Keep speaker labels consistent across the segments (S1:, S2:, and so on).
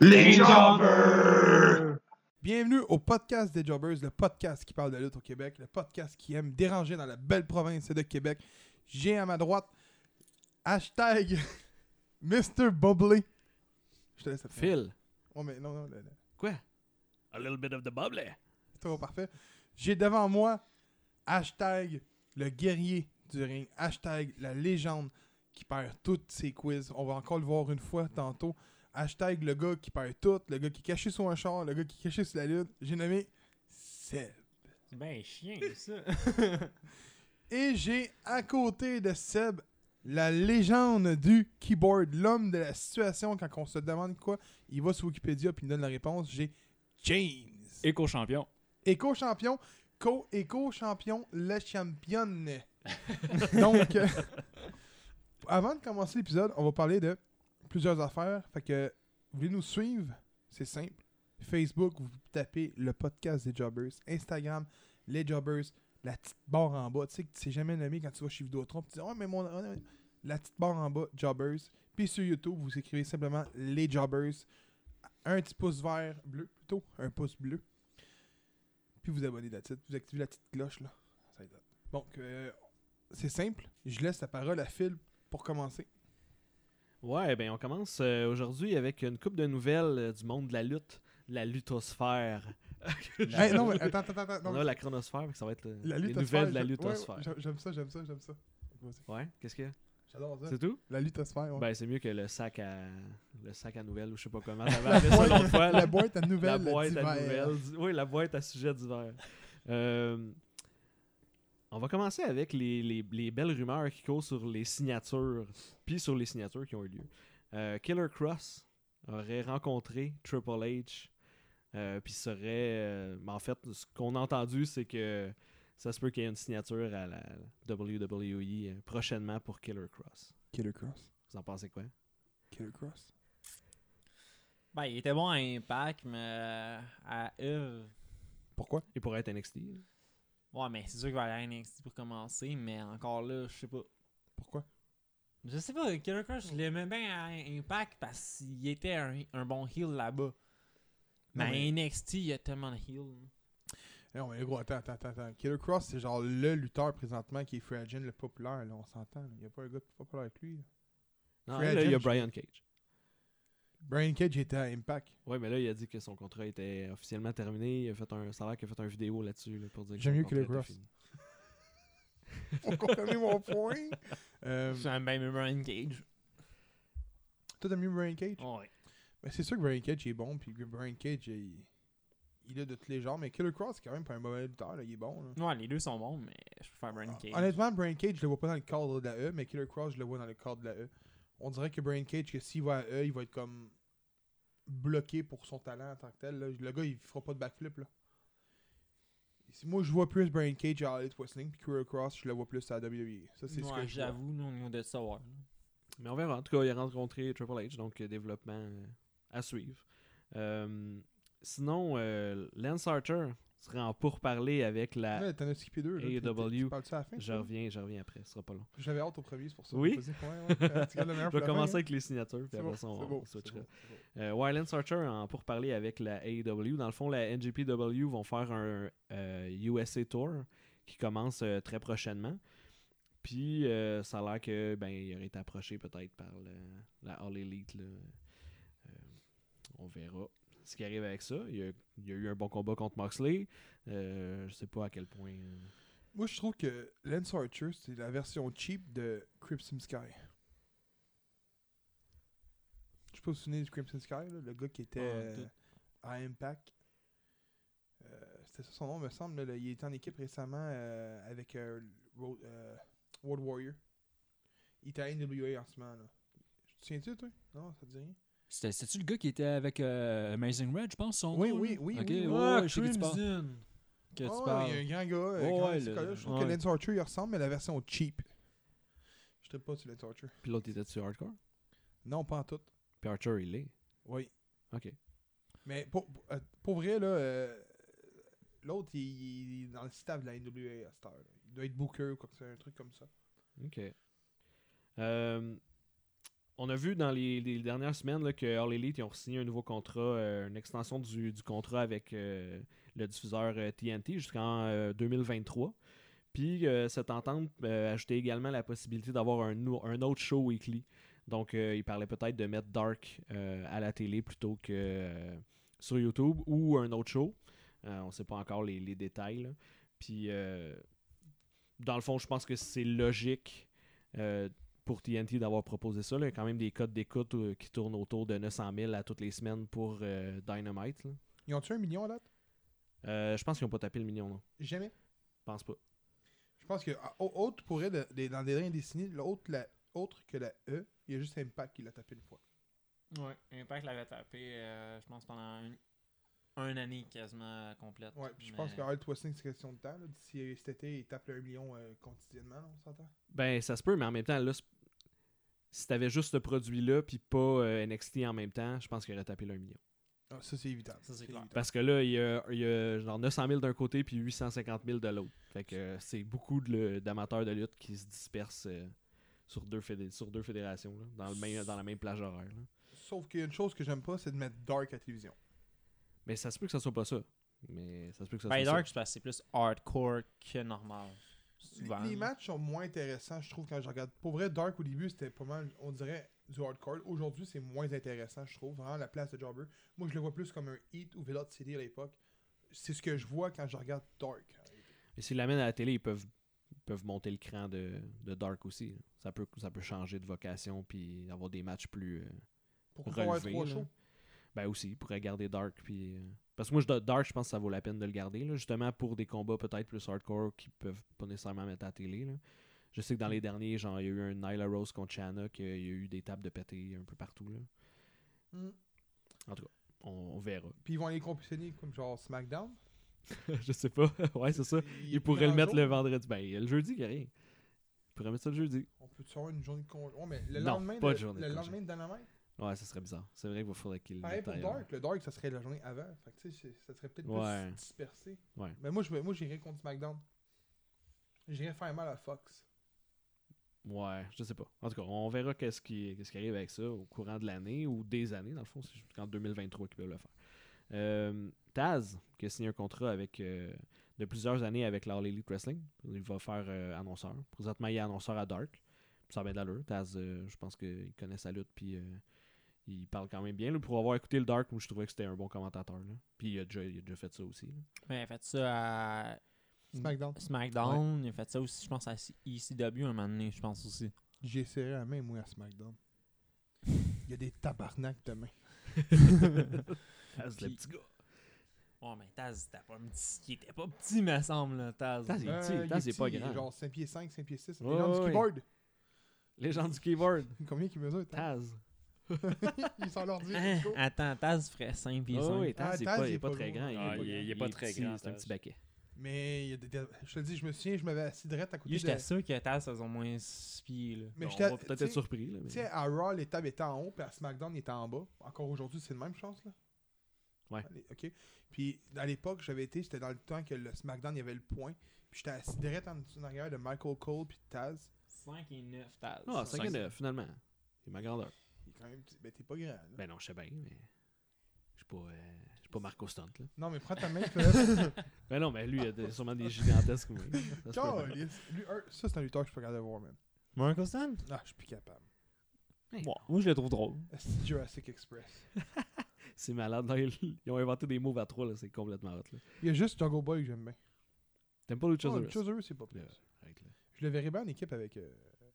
S1: Les Jobbers!
S2: Bienvenue au podcast des Jobbers, le podcast qui parle de lutte au Québec, le podcast qui aime déranger dans la belle province de Québec. J'ai à ma droite hashtag Mr. Bubbly. Je te laisse après.
S3: Phil.
S2: Ouais, mais non, non, le- le-
S3: Quoi? A little bit of the bubbly.
S2: c'est trop parfait. J'ai devant moi hashtag le guerrier du ring, hashtag la légende qui perd toutes ses quiz. On va encore le voir une fois tantôt. Hashtag le gars qui perd tout, le gars qui est caché sous un char, le gars qui est caché sous la lutte. J'ai nommé Seb.
S4: C'est ben chien, ça.
S2: Et j'ai à côté de Seb la légende du keyboard, l'homme de la situation quand on se demande quoi. Il va sur Wikipédia puis il nous donne la réponse. J'ai James.
S4: Éco-champion.
S2: Éco-champion, co-éco-champion, le champion. Donc, euh, avant de commencer l'épisode, on va parler de plusieurs affaires. Fait que, vous voulez nous suivre? C'est simple. Facebook, vous tapez le podcast des Jobbers. Instagram, les Jobbers. La petite barre en bas. Tu sais que tu sais jamais nommé quand tu vas chez Vidéotron. Tu dis, oh, mais mon. La petite barre en bas, Jobbers. Puis sur YouTube, vous écrivez simplement les Jobbers. Un petit pouce vert, bleu plutôt. Un pouce bleu puis vous abonnez la petite, vous activez la petite cloche là. Ça aide. Donc euh, c'est simple, je laisse la parole à Phil pour commencer.
S3: Ouais, ben on commence euh, aujourd'hui avec une coupe de nouvelles euh, du monde de la lutte, de la luthosphère.
S2: Hey, non, mais attends, attends, attends, attends,
S3: on
S2: non,
S3: a la chronosphère, fait que ça va être le-
S2: la
S3: les
S2: lutte
S3: nouvelles de la luthosphère. Ouais,
S2: j'aime ça, j'aime ça, j'aime ça. Vas-y.
S3: qu'est-ce que
S2: J'adore ça.
S3: c'est tout
S2: La luthosphère, ouais.
S3: Ben c'est mieux que le sac à le sac à nouvelles ou je sais pas comment t'avais appelé ben, ça l'autre fois. là.
S2: la boîte à
S3: la
S2: nouvelles.
S3: boîte à
S2: d'hiver.
S3: nouvelles. du- Oui, la boîte à sujets d'hiver. Euh, on va commencer avec les, les- les belles rumeurs qui courent sur les signatures, puis sur les signatures qui ont eu lieu. Euh, Killer Cross aurait rencontré Triple H, euh, puis serait... euh, mais en fait, ce qu'on a entendu, c'est que ça se peut qu'il y ait une signature à la WWE prochainement pour Killer Cross.
S2: Killer Cross.
S3: Vous en pensez quoi?
S2: Killer Cross.
S4: Ben, il était bon à Impact, mais euh, à Eve.
S2: Pourquoi
S3: Il pourrait être NXT. là.
S4: Ouais, mais c'est sûr qu'il va aller à NXT pour commencer, mais encore là, je sais pas.
S2: Pourquoi
S4: Je sais pas, Killer Crush, je l'aimais bien à Impact parce qu'il était un, un bon heel là-bas. Mais,
S3: Ben,
S2: mais-
S4: à NXT, il y a tellement de heel.
S2: Non mais gros, attends, attends, attends, attends. Killer Cross, c'est genre le lutteur présentement qui est free agent le populaire, là, on s'entend. Il n'y a pas un gars plus populaire que lui. là.
S3: Non,
S2: Free
S3: là, il y a
S2: agent.
S3: Brian Cage.
S2: Brian Cage était à Impact.
S3: Ouais, mais là, il a dit que son contrat était officiellement terminé. Il a fait un salaire, qu'il a fait un vidéo là-dessus là, pour dire que
S2: J'aime
S3: son
S2: mieux que le
S3: contrat
S2: Gross.
S3: était fini.
S2: Pour confirmer mon point. Euh,
S4: J'aime bien Brian Cage.
S2: toi, t'as mis Brian Cage
S4: Ouais.
S2: Ben, c'est sûr que Brian Cage est bon, puis que Brian Cage, il, il a de tous les genres, mais Killer Cross, c'est quand même pas un mauvais lutteur, là, il est bon. là.
S4: Ouais, les deux sont bons, mais je préfère Brian Cage.
S2: Ah, Honnêtement, Brian Cage, je le vois pas dans le cadre de la E, mais Killer Cross, je le vois dans le cadre de la E. On dirait que Brian Cage, que s'il va à E, il va être comme bloqué pour son talent en tant que tel. là. Le gars, il fera pas de backflip. Là. Si moi, je vois plus Brian Cage à All Elite Wrestling, puis Killer Cross, je le vois plus à WWE. Ça, c'est ce que je
S4: Ouais,
S2: vois.
S4: j'avoue, nous, on est de savoir.
S3: Mais on verra. En tout cas, il a rencontré Triple H, donc euh, développement euh, à suivre. Euh, sinon, euh, Lance Archer serait en pourparler avec la.
S2: Ouais, T'en as skippé deux. là. Tu-
S3: AEW.
S2: tu- tu parles-tu à la fin,
S3: Je
S2: toi?
S3: reviens, je reviens après, ce sera pas long.
S2: J'avais hâte au premier, c'est pour ça.
S3: Oui.
S2: Vas-y, ouais, ouais. Tu gardes le meilleur
S3: Je
S2: pour la
S3: vais
S2: fin,
S3: commencer
S2: hein.
S3: avec les signatures, puis
S2: C'est
S3: après
S2: bon,
S3: ça, on,
S2: c'est beau,
S3: hein, on
S2: c'est
S3: switchera.
S2: beau, c'est beau.
S3: Euh, ouais, Lance Archer en pourparler avec la AEW. Dans le fond, la NJPW vont faire un euh, USA Tour qui commence euh, très prochainement. Puis euh, ça a l'air que ben il aurait été approché peut-être par le- la All Elite. là. Euh, on verra ce qui arrive avec ça. Il y a, il y a eu un bon combat contre Moxley. Euh, je sais pas à quel point. euh,
S2: Moi, je trouve que Lance Archer, c'est la version cheap de Crimson Sky. Je sais pas si vous vous souvenez du Crimson Sky, là, le gars qui était
S3: Ah,
S4: Ouais,
S2: euh,
S4: tout.
S2: à Impact. Euh, C'était ça son nom, me semble. là, le- il était en équipe récemment euh, avec euh, Road, euh, World Warrior. Il était à NWA en ce moment. Là. Tu te souviens-tu, toi Non, ça te dit rien
S5: C'était- C'est-tu le gars qui était avec euh, Amazing Red, je pense, son
S2: Oui,
S5: nom,
S2: oui,
S5: là?
S2: oui,
S5: Ok,
S2: oui,
S5: ouais,
S2: oui.
S5: ouais, je sais qui tu parles. Que tu
S2: Ouais,
S5: parles.
S2: Il y a un grand gars. euh,
S5: Ouais,
S2: grand
S5: ouais,
S2: psychologue.
S5: le-
S2: je trouve que
S5: ouais.
S2: Lance Archer, il ressemble, mais la version cheap. Je ne pas sur Lance Archer.
S3: Puis l'autre était-tu hardcore?
S2: Non, pas en tout.
S3: Puis Archer, il est.
S2: Oui.
S3: Ok.
S2: Mais pour, pour- euh, pour vrai, là, euh, l'autre, il, il est dans le staff de la NWA à cette heure. là. Il doit être booker ou quoi que ce soit, un truc comme ça.
S3: OK. Euh, on a vu dans les, les dernières semaines là, que All Elite ils ont signé un nouveau contrat, euh, une extension du, du contrat avec euh, le diffuseur euh, TNT jusqu'en euh, 2023. Puis euh, cette entente euh, ajoutait également la possibilité d'avoir un, nou- un autre show weekly. Donc euh, il parlait peut-être de mettre Dark euh, à la télé plutôt que euh, sur YouTube ou un autre show. Euh, on ne sait pas encore les, les détails. là. Puis euh, dans le fond, je pense que c'est logique euh, pour TNT d'avoir proposé ça. Là. Il y a quand même des codes d'écoute euh, qui tournent autour de 900 000 à toutes les semaines pour euh, Dynamite. là.
S2: Ils ont tué un million à date
S3: Euh, je pense qu'ils n'ont pas tapé le million, non.
S2: Jamais.
S3: Je pense pas.
S2: Je pense que, ah, au- autre pourrait, de- des- dans des liens dessinés, l'autre la, autre que la E, il y a juste Impact qui l'a tapé une fois.
S4: Ouais, Impact l'avait tapé, euh, je pense, pendant un, un année quasiment complète.
S2: Ouais, puis je pense
S4: mais-
S2: que Hard Twisting, c'est question de temps. là. D'ici euh, cet été, il tape le 1 million euh, quotidiennement, là, on s'entend
S3: Ben, ça se peut, mais en même temps, là, c'est- si t'avais juste ce produit-là, puis pas euh, NXT en même temps, je pense qu'il aurait tapé le 1 million.
S2: Ah, Ça, c'est évident.
S4: Ça, c'est clair.
S3: Parce que là, il y a, il y a genre 900 000 d'un côté, puis 850 000 de l'autre. Fait que euh, c'est beaucoup de le- d'amateurs de lutte qui se dispersent euh, sur, deux fédé- sur deux fédérations, là, dans, le même, dans la même plage horaire. là.
S2: Sauf qu'il y a une chose que j'aime pas, c'est de mettre Dark à la télévision.
S3: Mais ça se peut que ça soit pas ça. Mais ça se peut que ça
S4: Ben,
S3: soit
S4: Dark,
S3: ça.
S4: je pense que c'est plus hardcore que normal.
S2: Les,
S4: Souvent.
S2: les matchs sont moins intéressants, je trouve, quand je regarde. Pour vrai, Dark au début, c'était pas mal, on dirait, du hardcore. Aujourd'hui, c'est moins intéressant, je trouve. Vraiment, la place de Jobber. Moi, je le vois plus comme un Heat ou Velocity City à l'époque. C'est ce que je vois quand je regarde Dark.
S3: Et s'ils l'amènent à la télé, ils peuvent, ils peuvent monter le cran de, de Dark aussi. là. Ça peut, ça peut changer de vocation, puis avoir des matchs plus... euh,
S2: Pourquoi pas avoir
S3: Relevé,
S2: trois
S3: là.
S2: shows
S3: Ben aussi, il pourrait garder Dark. Puis, euh, Parce que moi, je, do- Dark, je pense que ça vaut la peine de le garder. là, justement, pour des combats peut-être plus hardcore qui peuvent pas nécessairement mettre à la télé. là. Je sais que dans les derniers, genre, il y a eu un Nyla Rose contre Shanna, qu'il y a eu des tables de pété un peu partout. Là.
S2: Mm.
S3: On, on verra.
S2: Puis ils vont aller compétitionner comme genre SmackDown.
S3: je sais pas. ouais, c'est ça.
S2: Puis
S3: Il pourrait le
S2: grand
S3: mettre
S2: jour,
S3: le vendredi. Ben, le jeudi, il y a rien. Il pourrait mettre ça le jeudi.
S2: On peut te faire une journée de congé. Ouais, mais le
S3: Non,
S2: lendemain,
S3: pas
S2: de-
S3: de journée de
S2: le
S3: congé.
S2: lendemain de Dynamite.
S3: Ouais, ça serait bizarre. C'est vrai qu'il faudrait qu'il le
S2: Pareil
S3: mette
S2: pour
S3: ailleurs.
S2: Dark. Le Dark, ça serait la journée avant. Fait que tu sais, c'est- ça serait peut-être
S3: Ouais.
S2: plus dispersé.
S3: Ouais.
S2: Mais moi, je, vais- moi, j'irais contre SmackDown. J'irais faire mal à Fox.
S3: Ouais, je sais pas. En tout cas, on verra qu'est-ce qui, qu'est-ce qui arrive avec ça au courant de l'année ou des années, dans le fond. C'est jusqu'en 2023 qu'ils peuvent le faire. Euh, Taz, qui a signé un contrat avec euh, de plusieurs années avec l'All Elite Wrestling. Il va faire euh, annonceur. Présentement, il est annonceur à Dark. Puis ça a bien de l'allure. Taz, euh, je pense qu'il connaît sa lutte, puis euh, il parle quand même bien. là. pour avoir écouté le Dark, moi, je trouvais que c'était un bon commentateur. là. Puis il a, déjà, il a déjà fait ça aussi. là.
S4: Mais il a fait ça à
S2: SmackDown.
S4: SmackDown, il a fait ça aussi, je pense, à ECW un moment donné, je pense aussi.
S2: J'ai serré la main, moi, à SmackDown. Il y a des tabarnaks demain.
S3: Taz, le
S4: Puis-
S3: petit gars.
S4: Ouais, mais Taz, t'as pas un petit. Il était pas petit, me semble, là, Taz.
S3: Taz, il
S2: Euh,
S3: est petit. Taz, il est pas
S2: petit,
S3: grand.
S2: Genre 5 pieds 5, 5 pieds 6.
S3: Ouais,
S2: les gens du
S3: ouais.
S2: keyboard.
S3: Légende du keyboard.
S2: Combien qu'il mesure, Taz?
S3: Taz. Ah.
S2: Ils sont leur dire.
S4: Hein, attends, Taz ferait 5 pieds 5.
S3: Oh, oui, Taz,
S2: Ah,
S3: il est
S2: Taz,
S3: pas,
S2: il
S3: il est
S2: est
S3: pas
S2: pas
S3: très
S2: gros.
S3: grand.
S2: Ah,
S3: pas
S2: il est-
S3: grand.
S5: il est pas très
S3: petit,
S5: grand,
S3: C'est un
S5: Taz.
S3: petit baquet.
S2: Mais il y a des- des- je te le dis, je me souviens, je m'avais assis direct à côté de...
S4: J'étais sûr que Taz faisait au moins 6 pieds, là.
S2: Mais
S3: On
S2: j'étais-
S3: va peut-être
S2: tu
S3: être
S2: sais-
S3: surpris. Là, mais-
S2: Tu sais, à Raw, les tables étaient en haut, puis à SmackDown, ils étaient en bas. Encore aujourd'hui, c'est le même, je pense, là.
S3: Ouais.
S2: Allez, OK. Puis, à l'époque, j'avais été, j'étais dans le temps que le SmackDown, il y avait le point. Puis, j'étais assis direct en, en arrière de Michael Cole puis de Taz.
S4: 5 et 9, Taz.
S3: Ah, 5 et 9, finalement. C'est ma grandeur.
S2: Il est quand même petit. Ben, t'es pas grand, là.
S3: Ben non, je sais bien, mais. Je suis pas, euh, je suis pas Marco Stunt. Là.
S2: Non, mais prends ta main, fais
S3: Ben non, mais lui, il a des- sûrement des gigantesques. oui. Ça se peut pas.
S2: Calisse. Lui, un- Ça, c'est un lutteur que je peux regarder voir, man.
S4: Mark Austin?
S2: Ah, je suis plus capable.
S4: Moi, je le trouve drôle.
S2: C'est Jurassic Express.
S3: C'est malade. non, ils, ils ont inventé des moves à trois, là, c'est complètement hot. là.
S2: Il y a juste Jungle Boy que j'aime bien.
S3: T'aimes pas Lucha
S2: Oh,
S3: Zero?
S2: le Choser, c'est pas plus.
S3: Là, arrête, là.
S2: Je le verrais bien en équipe avec euh,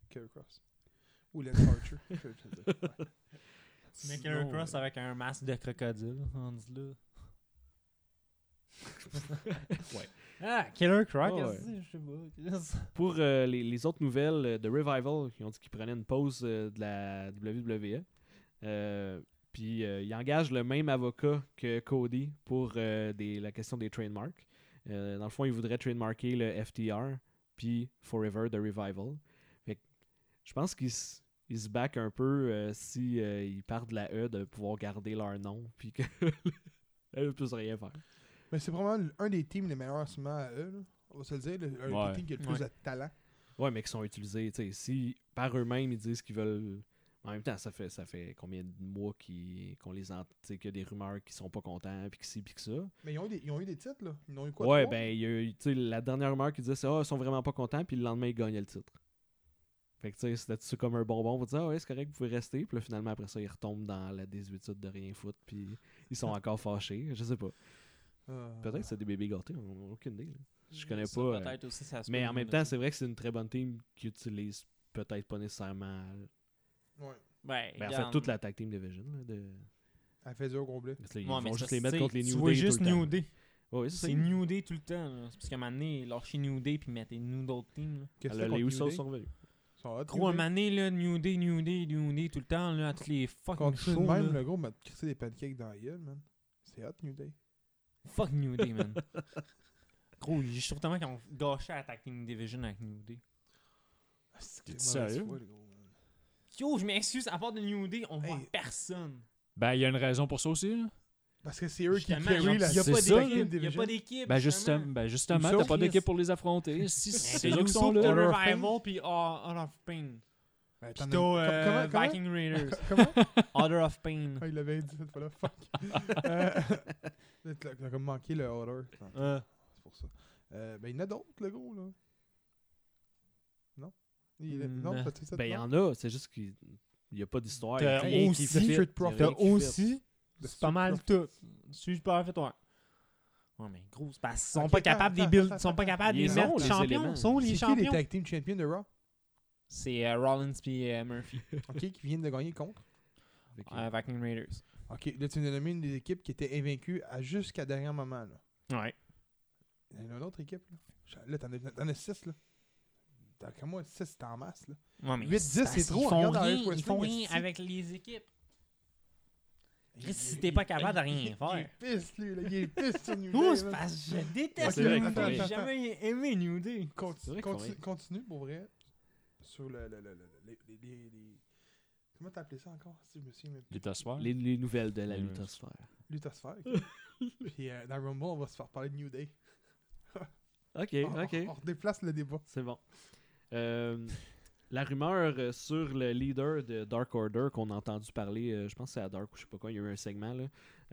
S2: Kerry Cross. Ou Lance Archer. je vais te le dire. Ouais.
S4: Mais
S3: Sinon,
S4: Killer Cross
S3: euh,
S4: avec un masque de crocodile, rendu là.
S3: Ouais.
S4: Ah, Killer Croc,
S3: Ouais,
S4: est-ce que je sais pas. Chris.
S3: Pour euh, les, les autres nouvelles euh, de Revival, qui ont dit qu'ils prenaient une pause euh, de la WWE. Euh, puis euh, ils engagent le même avocat que Cody pour euh, des- la question des trademarks. Euh, dans le fond, ils voudraient trademarker le FTR puis Forever de Revival. Fait que je pense qu'ils s- ils se backent un peu euh, si euh, ils partent de la E de pouvoir garder leur nom puis que ne puissent rien faire.
S2: Mais c'est vraiment l- un des teams les meilleurs en ce moment à eux. là. On va se le dire, le- un
S5: Ouais.
S2: des teams qui a le plus
S4: Ouais.
S2: de talent.
S3: Ouais, mais qui sont utilisés, tu sais, si par eux-mêmes ils disent qu'ils veulent. En même temps, ça fait, ça fait combien de mois qui- qu'on les entend, qu'il y a des rumeurs qui sont pas contents, puis que ci, puis que ça.
S2: Mais ils ont, eu des, ils ont eu des titres, là. Ils ont eu quoi
S3: ouais,
S2: trois?
S3: ben, il y a eu, tu sais, la dernière rumeur qui disait, c'est, ah, ils sont vraiment pas contents, puis le lendemain, ils gagnaient le titre. Fait que, tu sais, c'était ça comme un bonbon. Vous dites, ah, ouais, c'est correct, vous pouvez rester. Puis là, finalement, après ça, ils retombent dans la 18 de rien foutre, puis ils sont encore fâchés. Je sais pas.
S2: Euh,
S3: Peut-être que c'est des bébés gâtés, on n'a aucune idée. là. Je connais
S4: Ça,
S3: pas, euh,
S4: Peut-être aussi, ça se
S3: Mais
S4: peut,
S3: en même
S4: je
S3: temps,
S4: sais
S3: c'est vrai que c'est une très bonne team qui utilise peut-être pas nécessairement.
S2: Ouais.
S4: pas. Ouais,
S3: Ben, en fait,
S4: regarde.
S3: toute la tag team division. Là, de...
S2: Elle fait zéro complet.
S3: Parce que là, Ils
S4: Ouais, mais
S3: vont
S4: ça,
S3: juste les
S4: c'est-
S3: mettre contre les
S4: tu
S3: New
S4: vois
S3: Day.
S4: juste
S3: tout le temps.
S4: New Day.
S3: Ouais, ça,
S4: C'est New Day tout le temps. là. C'est parce qu'à un moment donné, lâchez New Day puis mettez nous d'autres teams. là.
S2: Qu'est-ce que c'est
S3: Alors, les
S2: contre
S3: Usos
S2: New Day?
S3: sont revenus.
S2: Ils sont hot, New
S4: Gros, à un
S2: Day.
S4: moment donné, là, New Day, New Day, New Day tout le temps, là, à tous les fucking
S2: Continue de
S4: shows.
S2: même,
S4: là.
S2: le gros m'a crissé des pancakes dans la gueule, man. C'est hot, New Day.
S4: Fuck New Day, man. Gros, je trouve tellement qu'ils ont gâché la Tag Team Division avec New Day.
S2: Ah, c'est
S5: T'es-tu
S2: que mauvaise
S5: sérieux?
S2: foi, le gros, man.
S4: Yo, je m'excuse, à part de New Day, on voit
S2: Hey.
S4: personne.
S5: Ben, il y a une raison pour ça aussi. hein. là.
S2: Parce que c'est eux qui
S4: Justement, y a-
S2: carry la
S4: y a
S5: c'est
S4: pas
S5: ça,
S2: fucking
S4: d'équipe. Y a
S2: division.
S4: pas d'équipe.
S5: Ben,
S4: justement.
S5: justement, ben, justement
S4: Usos,
S5: t'as pas d'équipe
S4: Chris.
S5: pour les affronter. Si, c'est
S4: Ben,
S5: eux qui
S4: Usos,
S5: sont
S4: The
S5: là.
S2: Order of Pain.
S4: Revival puis Ho- Honor of Pain.
S2: Ouais, Ben, t'en
S4: Puis
S2: as-
S4: t'as euh,
S2: Com- comment-
S4: Viking Raiders.
S2: Comment? comment?
S4: Honor of Pain.
S2: Ah, il l'avait dit cette fois-là. Fuck. Euh, T'as t'as comme manqué le order. Non, C'est pour ça. Euh, ben, il y en a d'autres, le gros, là. Non? Il,
S4: Hmm,
S2: non,
S4: euh,
S2: t'as-tu cette
S3: Ben, il y
S2: non?
S3: en a, c'est juste qu'il n'y a pas d'histoire.
S4: T'as
S3: y a rien qui
S4: aussi-
S3: fit, y a
S2: Street
S3: rien
S2: Profit.
S3: qui
S4: T'as
S3: fit.
S4: aussi
S2: Le
S4: C'est pas mal
S2: Street
S4: tout. Suis pas fait, ouais. Ouais, mais gros, c'est parce qu'ils sont
S2: Ok,
S4: pas
S2: attends,
S4: capables des
S2: attends,
S4: builds,
S2: attends,
S4: ils sont pas
S2: attends.
S4: capables des
S3: Ils
S4: mettre
S3: ont les
S4: champions,
S3: éléments.
S4: ils sont
S2: Profit.
S4: les
S2: C'est qui les
S4: champions.
S2: tag team champions de Raw?
S4: C'est euh, Rollins puis euh, Murphy,
S2: OK, qui viennent de gagner contre?
S3: Fait que-
S4: euh, Viking Raiders.
S2: OK, là, tu nous as nommé une des équipes qui était invaincue à jusqu'à dernier moment, là.
S4: Ouais.
S2: Il y en a une autre équipe, là. Je- Là, t'en as- t'en as 6, là. T'as comme moi 6, c'est en masse, là.
S4: ouais mais
S2: 8, 10,
S4: parce
S2: c'est
S4: qu'ils
S2: trop,
S4: Font
S2: regarde dans
S4: rien,
S2: Irish
S4: ils
S2: Wrestling,
S4: font rien
S2: esti.
S4: avec les équipes. Chris, si
S2: Il-
S4: t'es pas
S2: il-
S4: capable de
S2: il-
S4: rien faire.
S2: Il est pisse, lui, là. Il est pisse sur New
S4: Gros,
S2: Day,
S4: c'est
S2: man.
S4: parce que je
S3: Ouais,
S4: déteste
S3: c'est vrai
S4: New
S3: qu'ils font
S4: Day.
S3: rien.
S4: J'ai jamais aimé New Day.
S3: C'est
S2: Continue,
S3: vrai qu'ils font
S2: continue,
S3: rien.
S2: continue pour vrai sur le, le, le, le- le- les, les- les- Comment t'appelais ça encore Si je me souviens même plus.
S5: Luthasphère.
S3: Les, les nouvelles de la
S5: Ouais, ouais.
S3: lutosphère.
S2: Lutosphère. ok. Puis euh, dans Rumble, on va se faire parler de New Day.
S3: Ok,
S4: Ah,
S2: On-
S3: ok.
S2: On, on déplace le débat.
S3: C'est bon. Euh, la rumeur euh, sur le leader de Dark Order qu'on a entendu parler, euh, je pense que c'est à Dark ou je sais pas quoi, il y a eu un segment là,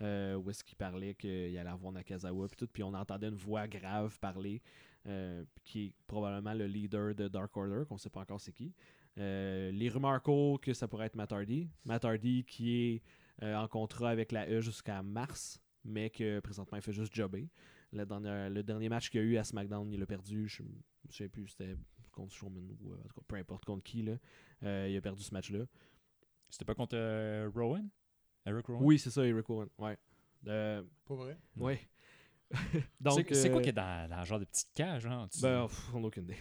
S3: euh, où est-ce qu'il parlait qu'il allait avoir Nakazawa puis tout, puis on entendait une voix grave parler, euh, qui est probablement le leader de Dark Order, qu'on sait pas encore c'est qui. Euh, les rumeurs courent que ça pourrait être Matt Hardy. Matt Hardy qui est euh, en contrat avec la E jusqu'à mars, mais que présentement il fait juste jobber. La dernière- le dernier match qu'il y a eu à SmackDown, il l'a perdu. Je je sais plus, c'était contre Strowman ou euh, en tout cas, peu importe contre qui. Là. Euh, il a perdu ce match-là.
S5: C'était pas contre euh, Rowan Eric Rowan
S3: Oui, c'est ça, Eric Owen. Ouais. Euh,
S2: Pas vrai.
S3: ouais.
S5: C'est-
S3: Donc,
S5: C'est quoi
S3: euh,
S5: qui est dans, dans le genre de petite cage hein, tu-
S3: ben, pff, on a aucune idée.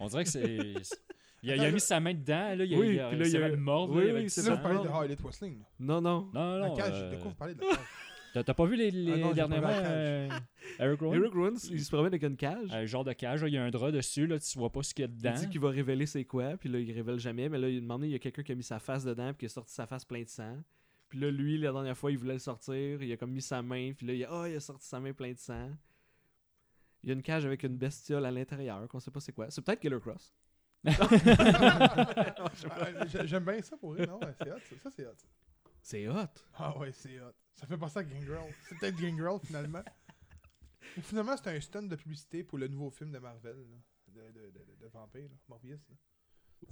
S5: On dirait que c'est. c'est- Il a, il a
S2: Attends,
S5: mis sa main dedans, là, il a,
S3: Oui,
S5: il a,
S3: puis là, il y a-
S5: mort.
S3: oui,
S5: là, avec
S3: oui,
S5: du
S3: c'est
S2: Là,
S5: sang.
S2: vous parlez de Harley Wrestling. là.
S3: Non, non.
S5: Non,
S2: La
S5: non.
S2: cage,
S5: euh,
S2: de quoi vous parlez de la cage
S5: T'as t'as pas vu les, les
S2: Ah non, j'ai pas vu la
S5: dernièrement
S2: cage.
S5: euh, Eric Rowan
S3: Eric Euh, Rowan, il se promène avec une cage.
S5: Un genre de cage, là, il y a un drap dessus, là, tu vois pas ce qu'il y a dedans.
S3: Il dit qu'il va révéler c'est quoi, puis là, il révèle jamais. Mais là, il demandé, il y a quelqu'un qui a mis sa face dedans, puis qui a sorti sa face plein de sang. Puis là, lui, la dernière fois, il voulait le sortir, il a comme mis sa main, puis là, il a, ah, il a sorti sa main plein de sang. Il y a une cage avec une bestiole à l'intérieur, qu'on sait pas c'est quoi. C'est peut-être Killer Cross.
S2: Ah, j'ai- J'aime bien ça pour vrai, non? ouais, C'est hot, ça, ça c'est hot. ça.
S3: C'est hot.
S2: Ah ouais, c'est hot. Ça fait penser à Gangrel. C'est peut-être Gangrel finalement. Ou finalement, c'est un stun de publicité pour le nouveau film de Marvel, là, de, de, de, de vampire, là, Morbius. là.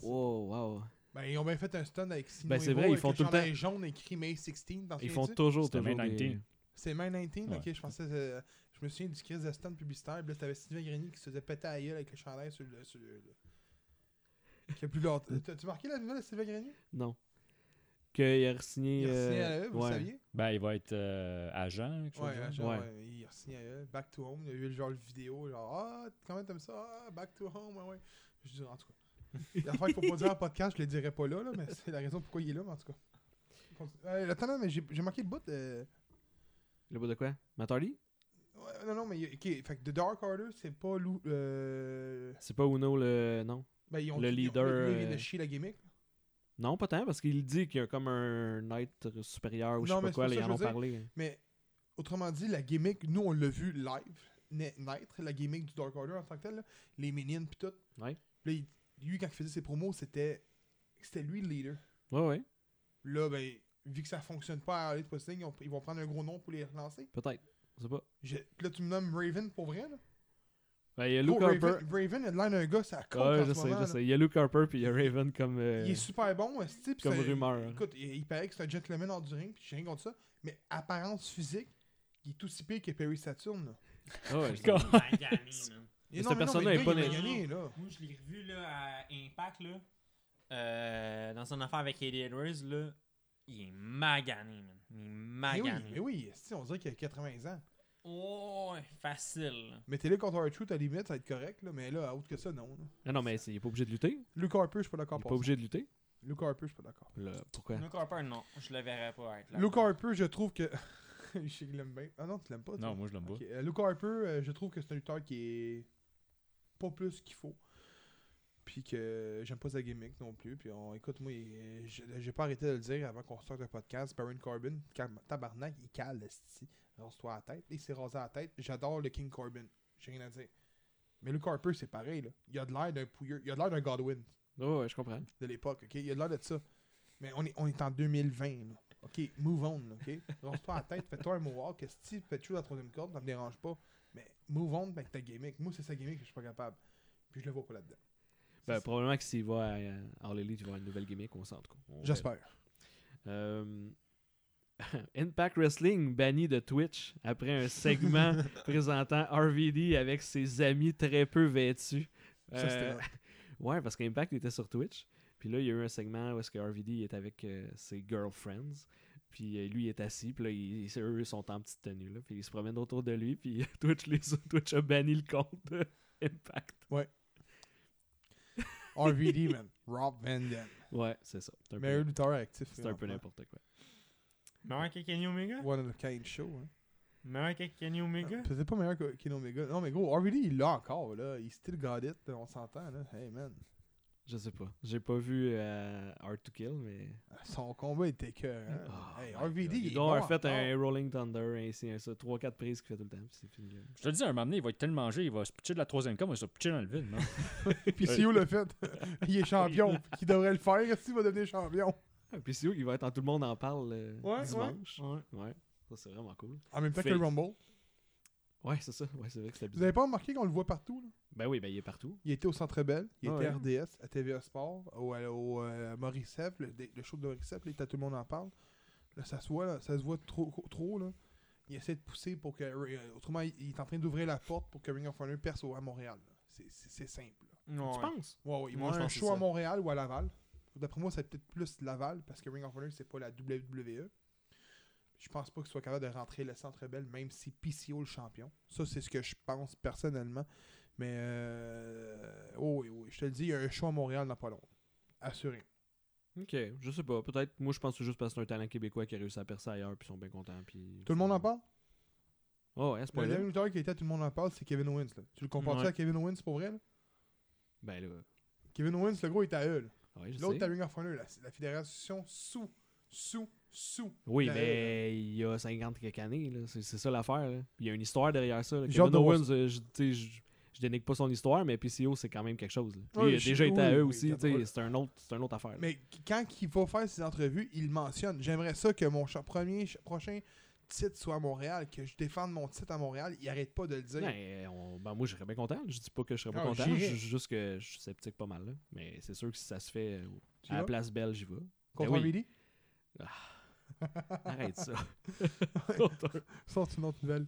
S3: Wow, wow.
S2: Ben, ils ont bien fait un stun avec Sino
S3: Ben, c'est
S2: Evo,
S3: vrai, ils
S2: avec
S3: font tout le
S2: chandail jaune écrit May 16 dans
S3: Ils font toujours,
S5: C'était
S3: toujours.
S5: May
S3: des-
S5: 19.
S2: C'est May 19,
S5: Ouais.
S2: ok, je pensais. euh, je me souviens du crise de stun publicitaire. Puis là, t'avais Sylvain Grenier qui se faisait péter à la gueule avec le chandail sur le. Sur le- le- Qui a plus longtemps. T'as-tu marqué la nouvelle de Sylvain Grenier
S3: Non. Qu'il a re-signé.
S2: Il a signé à
S3: euh,
S2: l'œuvre, vous
S3: ouais.
S2: le saviez
S5: Ben, il va être euh, agent, quelque chose
S2: Ouais, hein,
S5: du genre.
S2: genre,
S3: Ouais.
S2: ouais, il a signé euh, Back to Home. Il y a eu le genre de vidéo, genre, ah, comment t'aimes ça? Ah, Back to Home, ouais, ouais. Je dis, en tout cas. L'affaire qu'il faut pas dire en podcast, je le dirai pas là, là, mais c'est la raison pourquoi il est là, mais en tout cas. Continue. Euh, attends, non, mais j'ai j'ai manqué le bout. euh,
S3: Le bout de quoi Matt Hardy?
S2: ouais, non, non, mais ok, fait que The Dark Order, c'est pas Lou. Euh...
S3: C'est pas Uno le. Non.
S2: Ben, ils ont
S3: Le
S2: ils ont-
S3: leader,
S2: le gars, il vient de
S3: euh,
S2: chier la gimmick.
S3: Non, pas tant, parce qu'il dit qu'il y a comme un knight supérieur ou je
S2: Non,
S3: sais pas
S2: mais
S3: quoi,
S2: c'est
S3: là, ils
S2: pour
S3: en ont
S2: ça que
S3: parlé.
S2: Mais autrement dit, la gimmick, nous on l'a vu live, na- naître, la gimmick du Dark Order en tant que tel, là, les minions pis tout.
S3: Ouais.
S2: Là, il- lui, quand il faisait ses promos, c'était. C'était lui le leader.
S3: Ouais, ouais.
S2: Là, ben, vu que ça fonctionne pas à Elite Wrestling, ils, ont- ils vont prendre un gros nom pour les relancer.
S3: Peut-être. Je sais pas.
S2: Je- là, tu me nommes Raven pour vrai, là?
S3: Ben, il y a Luke
S2: Gros,
S3: Harper.
S2: Raven, Raven a de l'air d'un gars, ça compte
S3: Ouais,
S2: en
S3: je
S2: ce
S3: sais,
S2: moment,
S3: je
S2: là.
S3: sais. Il y a Luke Harper puis il y a Raven comme. euh,
S2: Il est super bon, euh, ce type.
S3: comme
S2: c'est-
S3: rumeur.
S2: Écoute, il, il paraît que c'est un gentleman hors du ring, puis j'ai rien contre ça. Mais apparence physique, il est aussi pire que Perry Saturn, là.
S3: Ah ouais, je sais.
S5: Encore.
S2: Et
S3: Mais
S2: non,
S3: cette
S2: mais non,
S3: personne-là
S2: mais
S3: est
S2: le
S3: pas
S2: gars, il
S4: né-
S2: est magané, là.
S4: Moi, je l'ai revu là, à Impact, là, euh, dans son affaire avec Eddie Edwards, là. Il est magané, man. Il est
S2: Mais Eh oui,
S4: magané.
S2: mais oui, esti, on dirait qu'il a 80 ans.
S4: Oh, ouais, facile. là.
S2: Mettez-le contre R-Truth à la limite, ça va être correct, là, mais là, à autre que ça, non. là.
S3: Ah non, mais c'est- il est pas obligé de lutter.
S2: Luke Harper, je suis pas d'accord
S3: Il est
S2: pour
S3: pas
S2: ça.
S3: obligé de lutter.
S2: Luke Harper, je suis pas d'accord.
S3: Là, pourquoi
S4: Luke Harper, non. Je le verrais pas être là.
S2: Luke Harper, je trouve que. je sais qu'il l'aime bien. Ah non, tu l'aimes pas, toi?
S5: Non, moi, je l'aime
S2: Ok, euh, Luke Harper, euh, je trouve que c'est un lutteur qui est pas plus qu'il faut. Puis que j'aime pas sa gimmick non plus. Puis on, écoute, moi, il- je- j'ai pas arrêté de le dire avant qu'on sorte le podcast. Baron Corbin, cam- tabarnak, il cale, esti. Rase-toi la tête. Il s'est rasé la tête. J'adore le King Corbin. J'ai rien à dire. Mais Luke Harper, c'est pareil, là. Il a de l'air d'un pouilleux. Il a de l'air d'un Godwin
S3: Ouais, ouais, je comprends.
S2: de l'époque, ok? Il y a de l'air de ça. Mais on est, on est en 2020, là. Ok, move on, là, ok? Lance-toi la tête, fais-toi un mohawk, que si tu fais toujours la troisième corde, ça me dérange pas. Mais move on avec ta gimmick. Moi, c'est sa gimmick que je suis pas capable. Puis je le vois pas là-dedans.
S3: Ben, probablement que s'il va à euh, All Elite, il va avoir une nouvelle gimmick, on s'en tout cas. On verra.
S2: J'espère.
S3: Euh, Impact Wrestling banni de Twitch après un segment présentant RVD avec ses amis très peu vêtus.
S2: Ça, c'était
S3: Euh,
S2: hot.
S3: ouais, parce qu'Impact était sur Twitch. Puis là, il y a eu un segment où est-ce que RVD est avec euh, ses girlfriends. Puis euh, lui il est assis, puis là, ils- ils- eux sont en petite tenue. Là, puis ils se promènent autour de lui, puis Twitch, les, Twitch a banni le compte de Impact.
S2: RVD, man. Rob Van Dam.
S3: Ouais, c'est ça. C'est un peu-
S2: Meilleur lutteur actif.
S3: C'est un peu
S2: vraiment.
S3: n'importe quoi.
S4: Meilleur que Kenny Omega?
S2: One of a kind show, hein.
S4: Meilleur que Kenny Omega?
S2: Euh, Peut-être pas meilleur que Ken Omega. Non, mais gros, RVD, il l'a encore, là. Il still got it, là, on s'entend, là. Hey, man.
S3: Je sais pas. J'ai pas vu euh, Hard to Kill, mais.
S2: Son combat était que. hein.
S3: Oh
S2: hey,
S3: my
S2: RVD,
S3: God.
S2: il est
S3: Ils ont
S2: bon
S3: fait
S2: encore.
S3: un Rolling Thunder, ainsi, un ça. 3-4 prises qu'il fait tout le temps, puis c'est fini. là.
S5: Je te le dis, à un moment donné, il va être tellement mangé, il va se pitcher de la troisième com, il va se pitcher dans le vide. non?
S2: Puis si où le fait, il est champion. Qui devrait le faire s'il va devenir champion.
S3: Ah, puis c'est où il va être en tout le monde en parle euh,
S2: Ouais, ouais.
S3: dimanche. Ouais. Ça, c'est vraiment cool.
S2: En même temps que
S3: Fait-
S2: le Rumble.
S3: Ouais, c'est ça. Ouais, c'est vrai que c'était
S2: Vous
S3: bizarre.
S2: avez pas remarqué qu'on le voit partout là?
S3: Ben oui, ben il est partout.
S2: Il était au Centre Bell, il
S3: Ah
S2: était RDS, à TVA Sport, au, à- au euh, Morissette, le, le show de Morissette, là, il était- tout le monde en parle. Là, ça se voit, là, ça se voit trop, trop là. Il essaie de pousser pour que. euh, Autrement, il, il est en train d'ouvrir la porte pour que Ring of Honor perce au- à Montréal. là. C'est- C'est c'est simple. là.
S3: Tu penses?
S2: Ouais, ouais, il
S4: Moi,
S2: va
S4: je
S2: un
S4: pense que
S2: show
S4: c'est
S2: à
S4: ça.
S2: Montréal ou à Laval. D'après moi, c'est peut-être plus Laval parce que Ring of Honor, c'est pas la WWE. Je pense pas qu'il soit capable de rentrer le centre belle, même si PCO le champion. Ça, c'est ce que je pense personnellement. Mais, euh... oh, oui, oui, je te le dis, il y a un show à Montréal dans pas long. Assuré.
S3: Ok, je sais pas. Peut-être. Moi, je pense que c'est juste parce que c'est un talent québécois qui a réussi à percer ailleurs, puis ils sont bien contents. Puis...
S2: Tout le monde en parle Ben,
S3: Oh, ouais, à ce
S2: Le
S3: point-là.
S2: dernier lutteur qui était à tout le monde en parle, c'est Kevin Owens. là. Tu le compares
S4: Ouais.
S2: à Kevin Owens pour vrai là?
S3: Ben là.
S2: Kevin Owens, le gros, il est à eux. là.
S3: Ouais, je
S2: L'autre,
S3: sais.
S2: t'as Ring of Honor, la, la fédération sous, sous, sous.
S3: Oui,
S2: la-
S3: mais il y a 50 quelques années, là. C'est, c'est ça l'affaire. là. Il y a une histoire derrière ça. là.
S2: J'ai hâte
S3: Kevin
S2: de voir
S3: Owens, euh, je, tu sais, je, je dénigre pas son histoire, mais PCO, c'est quand même quelque chose. là. Lui,
S2: Ouais,
S3: il a
S2: je-
S3: déjà été à
S2: oui,
S3: eux
S2: oui,
S3: aussi.
S2: t'as
S3: tu sais,
S2: pas-
S3: c'est, un autre, c'est une autre affaire. là.
S2: Mais qu- quand il va faire ses entrevues, il mentionne J'aimerais ça que mon cha- premier cha- prochain titre soit à Montréal, que je défende mon titre à Montréal. Il arrête pas de le dire.
S3: Ben, on- ben, moi, je serais bien content. Je dis pas que je serais pas
S2: Ah,
S3: content.
S2: j'irais.
S3: Je dis juste que je suis sceptique pas mal. là. Mais c'est sûr que si ça se fait euh,
S2: Tu
S3: à la
S2: vas?
S3: place belle, j'y vais. Ben
S2: Contre
S3: oui.
S2: Billy
S3: Arrête ça.
S2: Sors une autre nouvelle.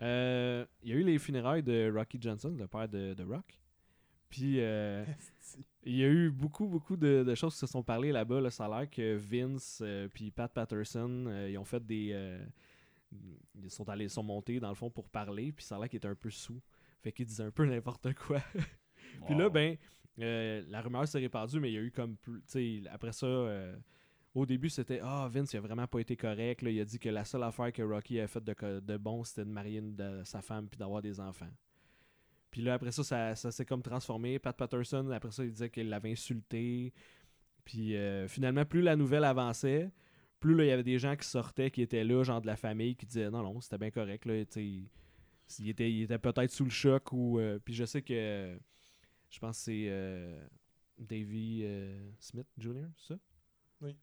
S3: Euh, Il y a eu les funérailles de Rocky Johnson, le père de, de Rock. Puis. euh,
S2: Esti.
S3: Il y a eu beaucoup, beaucoup de, de choses qui se sont parlées là-bas. Là. Ça a l'air que Vince euh, puis Pat Patterson, euh, ils ont fait des... euh, ils sont allés, ils sont montés dans le fond pour parler, puis ça a l'air qu'il était un peu sous. Fait qu'il disait un peu n'importe quoi. puis là, ben, euh, la rumeur s'est répandue, mais il y a eu comme... plus- Tu sais, après ça... euh, au début, c'était Ah, Vince, il a vraiment pas été correct. là. Il a dit que la seule affaire que Rocky a faite de, co- de bon, c'était de marier une- de sa femme puis d'avoir des enfants. Puis là, après ça, ça, ça s'est comme transformé. Pat Patterson, après ça, il disait qu'il l'avait insulté. Puis euh, finalement, plus la nouvelle avançait, plus là, il y avait des gens qui sortaient, qui étaient là, genre de la famille, qui disaient non, non, c'était bien correct. Là, tu sais, il, il était, il était peut-être sous le choc. ou euh, Puis je sais que euh, je pense que c'est euh, Davy euh, Smith Jr., c'est ça?
S2: Oui.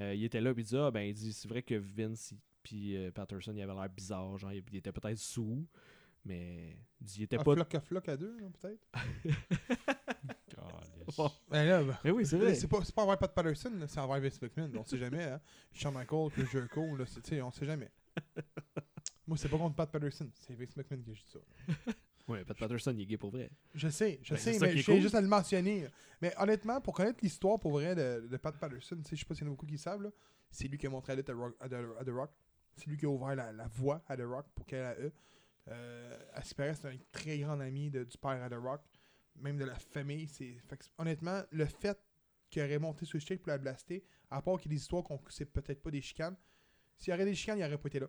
S3: Euh, il était là, puis il dit Ah, ben, il dit, c'est vrai que Vince il- puis euh, Patterson, il avait l'air bizarre, genre, il, il était peut-être sous, mais il dit, il était
S2: Un
S3: pas.
S2: floc à floc à deux, là, peut-être.
S3: Bon.
S2: Ben là, ben,
S3: Mais oui, c'est vrai.
S2: c'est pas, c'est pas avoir Pat Patterson, là, c'est avoir Vince McMahon. On sait jamais, hein. Shawn Michaels, que Jericho, là, c'est- tu sais, on sait jamais. Moi, c'est pas contre Pat Patterson, c'est Vince McMahon qui a dit ça.
S3: Ouais, Pat Patterson, il est gay pour vrai.
S2: Je sais, je
S3: Ben, c'est
S2: sais,
S3: ça
S2: mais
S3: qui est
S2: je tiens
S3: cool.
S2: juste à le mentionner. là. Mais honnêtement, pour connaître l'histoire pour vrai de, de Pat Patterson, tu sais, je sais pas s'il y en a beaucoup qui le savent, là, c'est lui qui a montré la lutte à, Rock- à The, à The Rock. C'est lui qui a ouvert la, la voie à The Rock pour qu'elle a eux. Euh, à ce qui paraît, c'est un très grand ami de- du père à The Rock, même de la famille. C'est, fait que, honnêtement, le fait qu'il aurait monté sur le shake pour la blaster, à part qu'il y ait des histoires qu'on sait peut-être pas des chicanes, s'il y aurait des chicanes, il aurait pas été là.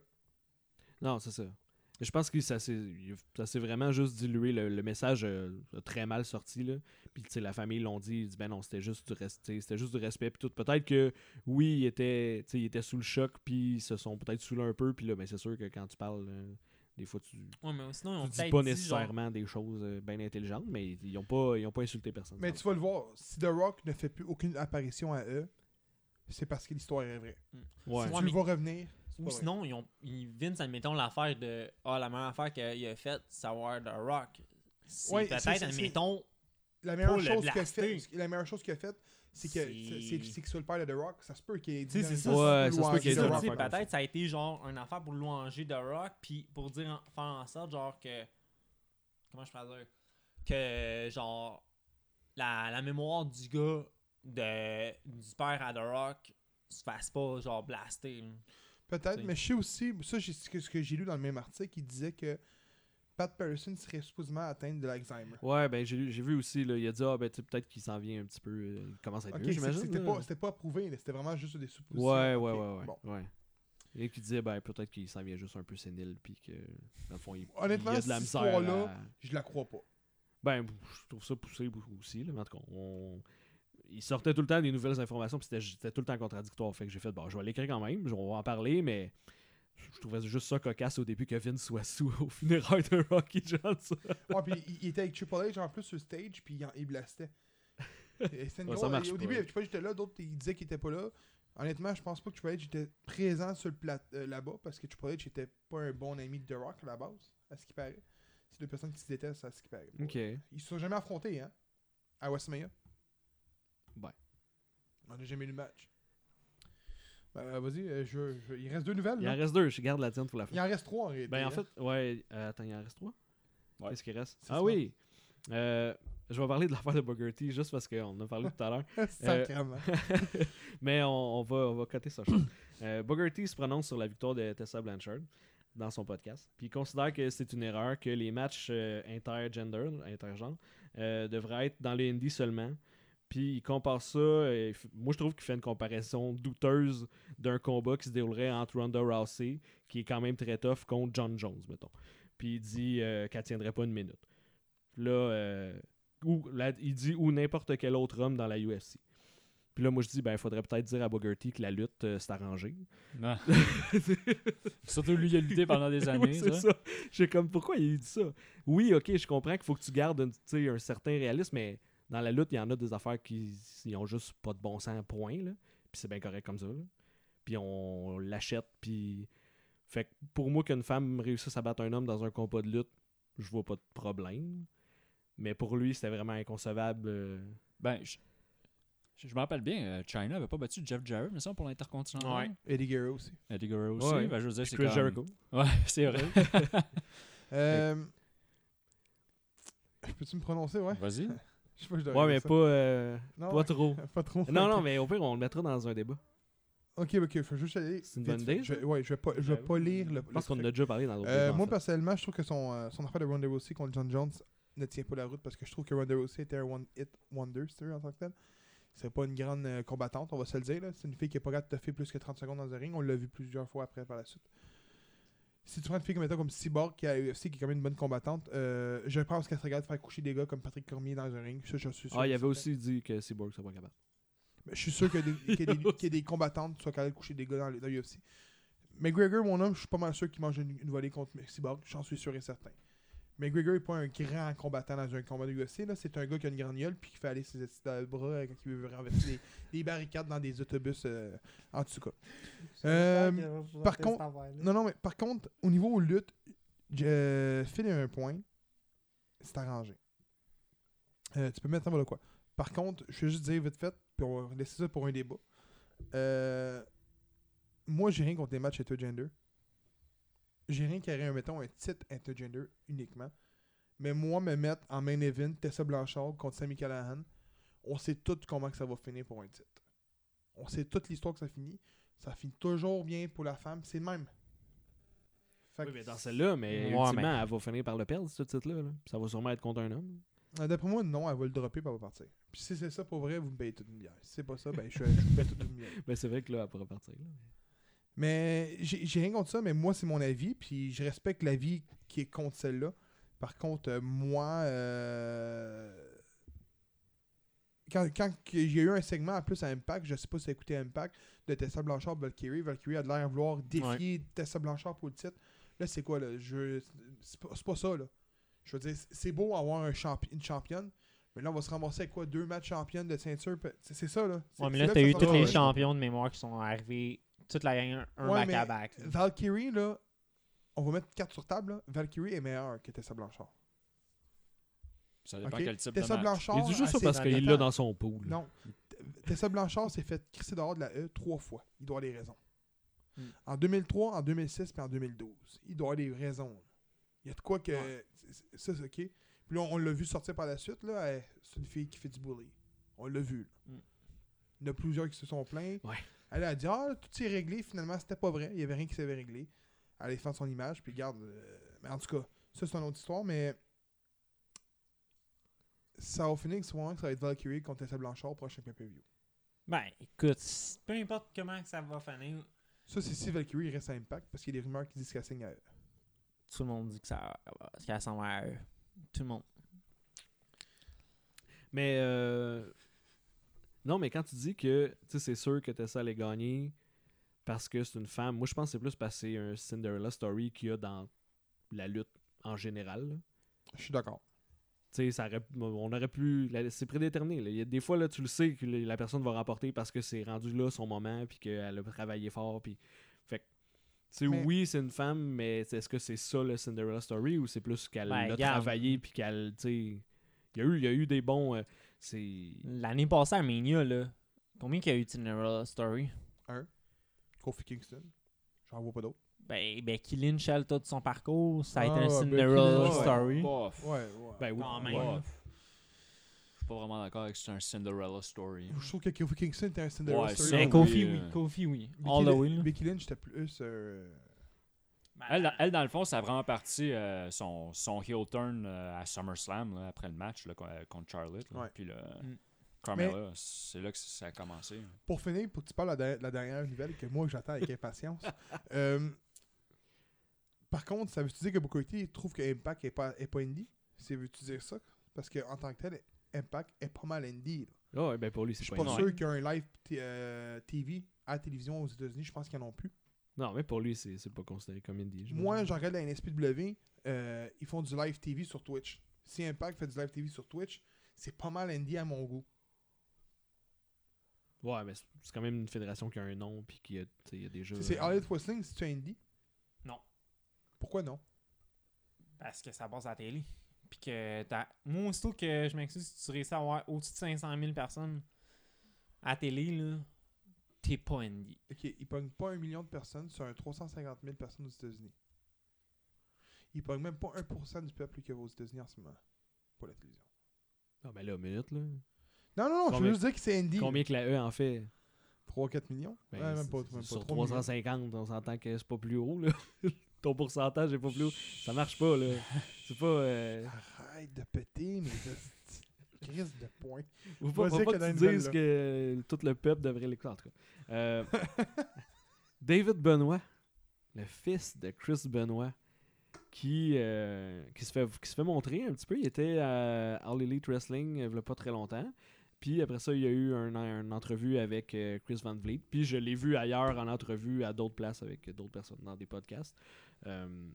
S3: Non, c'est ça. Je pense que ça s'est il- ça s'est vraiment juste dilué. Le, le message euh, a très mal sorti. Là. Puis, tu sais, la famille l'ont dit. Ils disent, ben non, c'était juste du respect. C'était juste du respect. Puis tout. Peut-être que, oui, il était, tu sais, il était sous le choc. Puis, ils se sont peut-être saoulés un peu. Puis là, ben, c'est sûr que quand tu parles, euh, des fois, tu, tu
S4: Ouais, mais sinon, ils ont
S3: dis pas
S4: peut-être dit, genre,
S3: nécessairement des choses euh, bien intelligentes. Mais ils n'ont pas, ils ont pas insulté personne.
S2: Mais
S3: ça.
S2: tu vas le voir, si The Rock ne fait plus aucune apparition à eux, c'est parce que l'histoire est vraie.
S3: Ouais.
S2: Si
S4: Ouais,
S2: tu le
S4: mais-
S2: vois revenir, c'est
S4: Ou
S2: pas vrai.
S4: sinon, ils ont, ils, Vince, admettons l'affaire de. Ah, la meilleure affaire qu'il a faite, savoir de Rock. C'est
S2: Ouais, c'est-
S4: peut-être,
S2: c'est-
S4: admettons.
S2: la meilleure
S4: pour le
S2: chose qu'il a
S4: blaster.
S2: faite, la meilleure chose qu'il a faite, c'est que c'est- c'est c'est que sur le père de The Rock, ça se peut qu'il ait
S4: Tu sais,
S2: dit
S4: c'est ça,
S3: Ouais, ça se peut
S4: C'est
S3: qu'il y ait
S4: ça,
S3: des
S4: tu sais,
S3: affaires comme
S4: peut-être ça a été genre une affaire pour louanger The Rock, puis pour dire en- faire en sorte genre que comment je pourrais dire que genre la, la mémoire du gars de du père à The Rock se fasse pas genre blaster. là.
S2: Peut-être,
S4: T'sais.
S2: mais je sais aussi, ça j'ai- ce que, ce que j'ai lu dans le même article, il disait que Pat Patterson serait supposément atteinte de l'Alzheimer.
S3: Ouais, ben j'ai lu- j'ai vu aussi, là, il a dit ah ben tu sais, peut-être qu'il s'en vient un petit peu, euh, il commence à être
S2: Ok,
S3: vieux,
S2: c'est-
S3: j'imagine.
S2: c'était
S3: là.
S2: pas, c'était pas prouvé, là, c'était vraiment juste des suppositions.
S3: Ouais, ouais,
S2: Ok,
S3: ouais, ouais,
S2: bon.
S3: ouais. Et qui disait ben peut-être qu'il s'en vient juste un peu sénile puis que dans le fond il,
S2: Honnêtement,
S3: il a de la
S2: cette
S3: misère. à-
S2: histoire-là- Je la crois pas.
S3: Ben je trouve ça poussé beaucoup aussi là, mais en tout cas, on- il sortait tout le temps des nouvelles informations puis c'était- c'était tout le temps contradictoire, fait que j'ai fait bon, je vais l'écrire quand même, on va en parler mais je trouvais juste ça cocasse au début que Vince soit sous au funérail de Rocky Johnson.
S2: Ouais, puis il, il était avec Triple H en plus sur le stage, puis il, en- il blastait. Et c'était une
S3: Ouais, ça
S2: grosse-
S3: marche
S2: et au
S3: pas,
S2: début,
S3: ouais.
S2: Triple H était là, d'autres ils disaient qu'il était pas là. Honnêtement, je pense pas que Triple H était présent sur le plat euh, là-bas parce que Triple H était pas un bon ami de The Rock à la base, à ce qui paraît. C'est deux personnes qui se détestent à ce qui paraît. Ils se sont jamais affrontés, hein, à Westmania.
S3: Ouais.
S2: On a jamais eu le match. Ben, euh, vas-y, euh, je, je- il reste deux nouvelles.
S3: Il en
S2: là.
S3: reste deux, je garde la tienne pour la fin.
S2: Il en reste trois en réalité.
S3: Ben, en
S2: hein.
S3: fait, ouais. euh, attends, il en reste trois
S5: Ouais.
S3: Qu'est-ce qu'il reste
S2: C'est
S3: Ah
S2: ça.
S3: oui Euh, Je vais parler de l'affaire de Booker T juste parce qu'on en a parlé tout à l'heure.
S2: Sacrément.
S3: Mais on, on va, on va coter ça. chose. Euh, Booker T se prononce sur la victoire de Tessa Blanchard dans son podcast. Puis il considère que c'est une erreur que les matchs euh, intergender, intergenre, euh, devraient être dans les indies seulement. Puis il compare ça. et f- moi, je trouve qu'il fait une comparaison douteuse d'un combat qui se déroulerait entre Ronda Rousey, qui est quand même très tough, contre John Jones, mettons. Puis il dit euh, qu'elle tiendrait pas une minute. Là, euh, ou, la- il dit ou n'importe quel autre homme dans la UFC. Puis là, moi, je dis, ben, il faudrait peut-être dire à Bogarty que la lutte, euh, c'est arrangé.
S5: Non. Surtout lui, il a lutté pendant des
S3: Ouais,
S5: années.
S3: c'est
S5: ça.
S3: ça. J'ai comme, pourquoi il dit ça? Oui, ok, je comprends qu'il faut que tu gardes une- tu sais, un certain réalisme, mais dans la lutte, il y en a des affaires qui ils ont juste pas de bon sens, point. Là. Puis c'est bien correct comme ça. là. Puis on l'achète, puis. Fait que pour moi, qu'une femme réussisse à battre un homme dans un combat de lutte, je vois pas de problème. Mais pour lui, c'était vraiment inconcevable. euh.
S5: Ben, je, je- je me rappelle bien, euh, China avait pas battu Jeff Jarrett, mais ça, pour
S3: euh,
S5: l'intercontinental.
S4: Ouais.
S2: Eddie Guerrero aussi.
S5: Eddie Guerrero aussi.
S3: Ouais.
S5: Ben, je veux dire, c'est
S3: Chris
S5: comme-
S3: Jericho.
S5: Ouais, c'est vrai.
S2: Euh... Peux-tu me prononcer, ouais?
S5: Vas-y.
S2: Je sais pas, je devrais
S3: Ouais, mais
S2: dire ça.
S3: pas, euh,
S2: Non,
S3: pas trop.
S2: ouais, pas trop.
S3: Non, non, mais au pire, on le mettra dans un débat.
S2: Ok, ok, faut juste aller.
S3: C'est une
S2: vite
S3: bonne
S2: fait.
S3: idée,
S2: Je, ouais, je vais pas, je vais
S3: Ben
S2: pas lire le.
S3: Je
S2: le
S3: pense qu'on en
S2: truc.
S3: a déjà parlé dans d'autres
S2: Euh,
S3: débats, en
S2: moi,
S3: fait.
S2: personnellement, je trouve que son, euh, son affaire de Ronda Rousey contre John Jones ne tient pas la route parce que je trouve que Ronda Rousey était un one-hit wonder, si tu veux, en tant que tel. C'est pas une grande euh, combattante, on va se le dire. là. C'est une fille qui est pas capable de faire plus que 30 secondes dans un ring. On l'a vu plusieurs fois après par la suite. Si tu prends une fille comme, mettons, comme Cyborg, qui est à la UFC, qui est quand même une bonne combattante, euh, je pense qu'elle se regarde faire coucher des gars comme Patrick Cormier dans un ring. Ça, je suis sûr
S3: Ah, il
S2: et
S3: avait
S2: certain.
S3: aussi dit que Cyborg serait pas capable.
S2: Mais je suis sûr qu'il y a des, qu'il y a des- qu'il y a des combattantes qui sont capables de coucher des gars dans le- dans l'UFC. McGregor, mon homme, je suis pas mal sûr qu'il mange une, une volée contre Cyborg. J'en suis sûr et certain. McGregor n'est pas un grand combattant dans un combat négocié. là. C'est un gars qui a une grande gueule puis qui fait aller ses esti dans le bras euh, quand il veut renverser des, des barricades dans des autobus euh, en tout cas. Euh, par contre- Non, non, mais par contre, au niveau lutte, je Phil a euh, un point. C'est arrangé. Euh, tu peux mettre en voilà quoi. Par contre, je vais juste dire vite fait, puis on va laisser ça pour un débat. Euh, moi, j'ai rien contre les matchs intergender. J'ai rien qui aurait, mettons, un titre intergender uniquement. Mais moi, me mettre en main event Tessa Blanchard contre Sammy Callahan, on sait tout comment que ça va finir pour un titre. On sait toute l'histoire que ça finit. Ça finit toujours bien pour la femme. C'est le même. Fait
S3: Oui,
S2: que
S3: mais dans celle-là, mais
S6: Ouais,
S3: ultimement,
S6: mais-
S3: elle va finir par le perdre, ce titre-là. là. Ça va sûrement être contre un homme.
S2: Ah, D'après moi, non, elle va le dropper et elle va partir. Puis si c'est ça pour vrai, vous me payez toute une bière. Si c'est pas ça, ben je, je vous paye toute une bière.
S3: Mais c'est vrai que là, elle pourra partir. là.
S2: Mais j'ai j'ai rien contre ça, mais moi, c'est mon avis. Puis je respecte l'avis qui est contre celle-là. Par contre, euh, moi, euh, quand, quand que j'ai eu un segment en plus à Impact, je sais pas si t'as écouté Impact, de Tessa Blanchard, Valkyrie. Valkyrie a de l'air à vouloir défier Tessa Blanchard pour le titre. Là, c'est quoi, là Je- C'est pas, c'est pas ça, là. Je veux dire, c'est- c'est beau avoir un champi- une championne, mais là, on va se ramasser avec quoi Deux matchs championnes de ceinture pe- C'est c'est ça, là. C'est-
S6: Ouais, mais
S2: c'est
S6: là,
S2: que
S6: t'as
S2: ça
S6: eu
S2: s'en
S6: tous
S2: va,
S6: les
S2: ouais.
S6: champions de mémoire qui sont arrivés, toute la gang, un
S2: Ouais, mais-
S6: back-à-back. là.
S2: Valkyrie, là, on va mettre 4 sur table. là. Valkyrie est meilleure que Tessa Blanchard.
S5: Ça dépend
S2: Ok.
S5: quel type de
S2: Tessa
S5: match.
S2: Blanchard.
S3: Il dit juste ça
S2: elle
S3: parce
S2: s'est-
S3: qu'il l'a dans son pool.
S2: Non. T- Tessa Blanchard s'est fait crisser dehors de la E trois fois. Il doit avoir des raisons.
S6: Hmm.
S2: En 2003, en 2006 puis en 2012. Il doit avoir des raisons. là. Il y a de quoi que. c'est- c'est- Ça, c'est OK. Puis là, on l'a vu sortir par la suite. là, elle- C'est une fille qui fait du bully. On l'a vu. là.
S6: Hmm.
S2: Il y en a plusieurs qui se sont plaints.
S3: Ouais.
S2: Elle a dit Ah, tout est réglé. Finalement, c'était pas vrai. Il n'y avait rien qui s'avait réglé. Elle allait défendre son image. Puis garde. euh, Mais en tout cas, ça, c'est une autre histoire. Mais ça va finir que souvent que ça va être Valkyrie contre Tessa Blanchard au prochain pay-per-view.
S6: Ben, écoute, c'est-
S4: Peu importe comment que ça va finir.
S2: Ça, c'est si Valkyrie reste à Impact, parce qu'il y a des rumeurs qui disent qu'elle signe à eux.
S6: tout le monde dit que ça qu'elle s'en va à eux. Tout le monde.
S3: Mais euh, non, mais quand tu dis que tu sais, c'est sûr que Tessa allait gagner parce que c'est une femme, moi je pense que c'est plus parce que c'est un Cinderella story qu'il y a dans la lutte en général. là.
S2: Je suis d'accord.
S3: Tu sais, ça aurait- on aurait pu. la- C'est prédéterminé. là. Il y a des fois, là, tu le sais que la personne va remporter parce que c'est rendu là son moment, puis qu'elle a travaillé fort. Puis... Fait que, tu sais,
S2: Mais-
S3: oui, c'est une femme, mais est-ce que c'est ça le Cinderella Story ou c'est plus qu'elle
S6: Ben,
S3: a
S6: regarde.
S3: travaillé, puis qu'elle. tu sais, Il y, a eu, il y a eu des bons. euh, c'est.
S6: L'année passée à Mania, là, combien qu'il y a eu de Cinderella Story?
S2: Kofi Kingston. J'en vois pas d'autre.
S6: Ben, Becky Lynch, elle, tout son parcours, ça a été
S2: Ah,
S6: un
S2: Becky
S6: Cinderella
S2: Lynch, ouais.
S6: Story.
S5: Bof.
S2: Ouais, ouais.
S3: Ben oui.
S4: Quand même.
S3: Ouais.
S5: Bof. Je suis pas vraiment d'accord avec que c'est un Cinderella story.
S2: je trouve que Kofi Kingston était un Cinderella
S5: Ouais,
S2: story.
S5: ça, oui,
S6: Mais Ben, Kofi, oui.
S5: euh.
S6: Kofi, oui.
S2: Becky
S6: All the
S2: Lynch-
S6: way, là.
S2: Becky Lynch, c'était plus. euh,
S4: Ben,
S5: Elle, dans- elle, dans le fond, ça a vraiment parti euh, son, son heel turn euh, à SummerSlam là, après le match là, co- euh, contre Charlotte. là.
S2: Ouais.
S5: Puis là,
S6: Mm.
S5: Carmella, c'est là que ça a commencé.
S2: Pour finir, pour que tu parles de la, der- la dernière nouvelle que moi j'attends avec impatience. Euh, par contre, ça veut-tu dire que Booker T trouve que Impact est pas, est pas indie C'est veux-tu dire ça Parce que en tant que tel, Impact est pas mal indie. là.
S3: Ah ouais, ben pour lui,
S2: Je
S3: c'est
S2: suis
S3: pas,
S2: pas
S3: énorme.
S2: sûr qu'il y a un live t- euh, TV à la télévision aux États-Unis. Je pense qu'ils en ont plus.
S3: Non, mais pour lui, c'est c'est pas considéré comme indie. j'imagine.
S2: Moi, je regarde la NSPW, euh, ils font du live TV sur Twitch. Si Impact fait du live TV sur Twitch, c'est pas mal indie à mon goût.
S3: Ouais, mais c'est c'est quand même une fédération qui a un nom, puis qui a, tu sais, il y a déjà.
S2: C'est- C'est
S3: euh,
S2: Elliot Wrestling, si tu es indie
S4: Non.
S2: Pourquoi non
S6: Parce
S4: que ça passe à la télé. Puis que t'as. Moi, aussitôt que je m'excuse, si tu réussis à avoir au-dessus de 500 000 personnes à la télé, là, t'es pas indie.
S2: Ok, ils pognent pas un million de personnes sur un 350 000 personnes aux États-Unis. Ils pognent même pas 1% du peuple qu'il y a aux États-Unis en ce moment pour la télévision.
S3: Ah, ben là, minute, là.
S2: Non, non, non, je veux
S3: Combien-
S2: juste dire que c'est indie.
S3: Combien que la E en fait
S2: 3-4 millions
S3: Ben,
S2: Ouais,
S3: c'est-
S2: même pas,
S3: c'est-
S2: même pas,
S3: Sur
S2: 3 millions.
S3: 350, on s'entend que c'est pas plus haut, là. Ton pourcentage est pas plus haut. Ça marche pas, là. C'est pas. euh,
S2: Arrête de péter, mais de... crise de points.
S3: Faut pas,
S2: Vas-y
S3: faut
S2: avec
S3: pas
S2: la
S3: que tu
S2: nouvelle,
S3: dises
S2: là.
S3: que tout le peuple devrait l'écouter. En tout cas. Euh, David Benoit, le fils de Chris Benoit, qui, euh, qui, se, fait, qui se fait montrer un petit peu. Il était à All Elite Wrestling euh, il y a pas très longtemps. Puis après ça, il y a eu un- un- une entrevue avec euh, Chris Van Vliet. Puis je l'ai vu ailleurs en entrevue à d'autres places avec d'autres personnes dans des podcasts. Euh,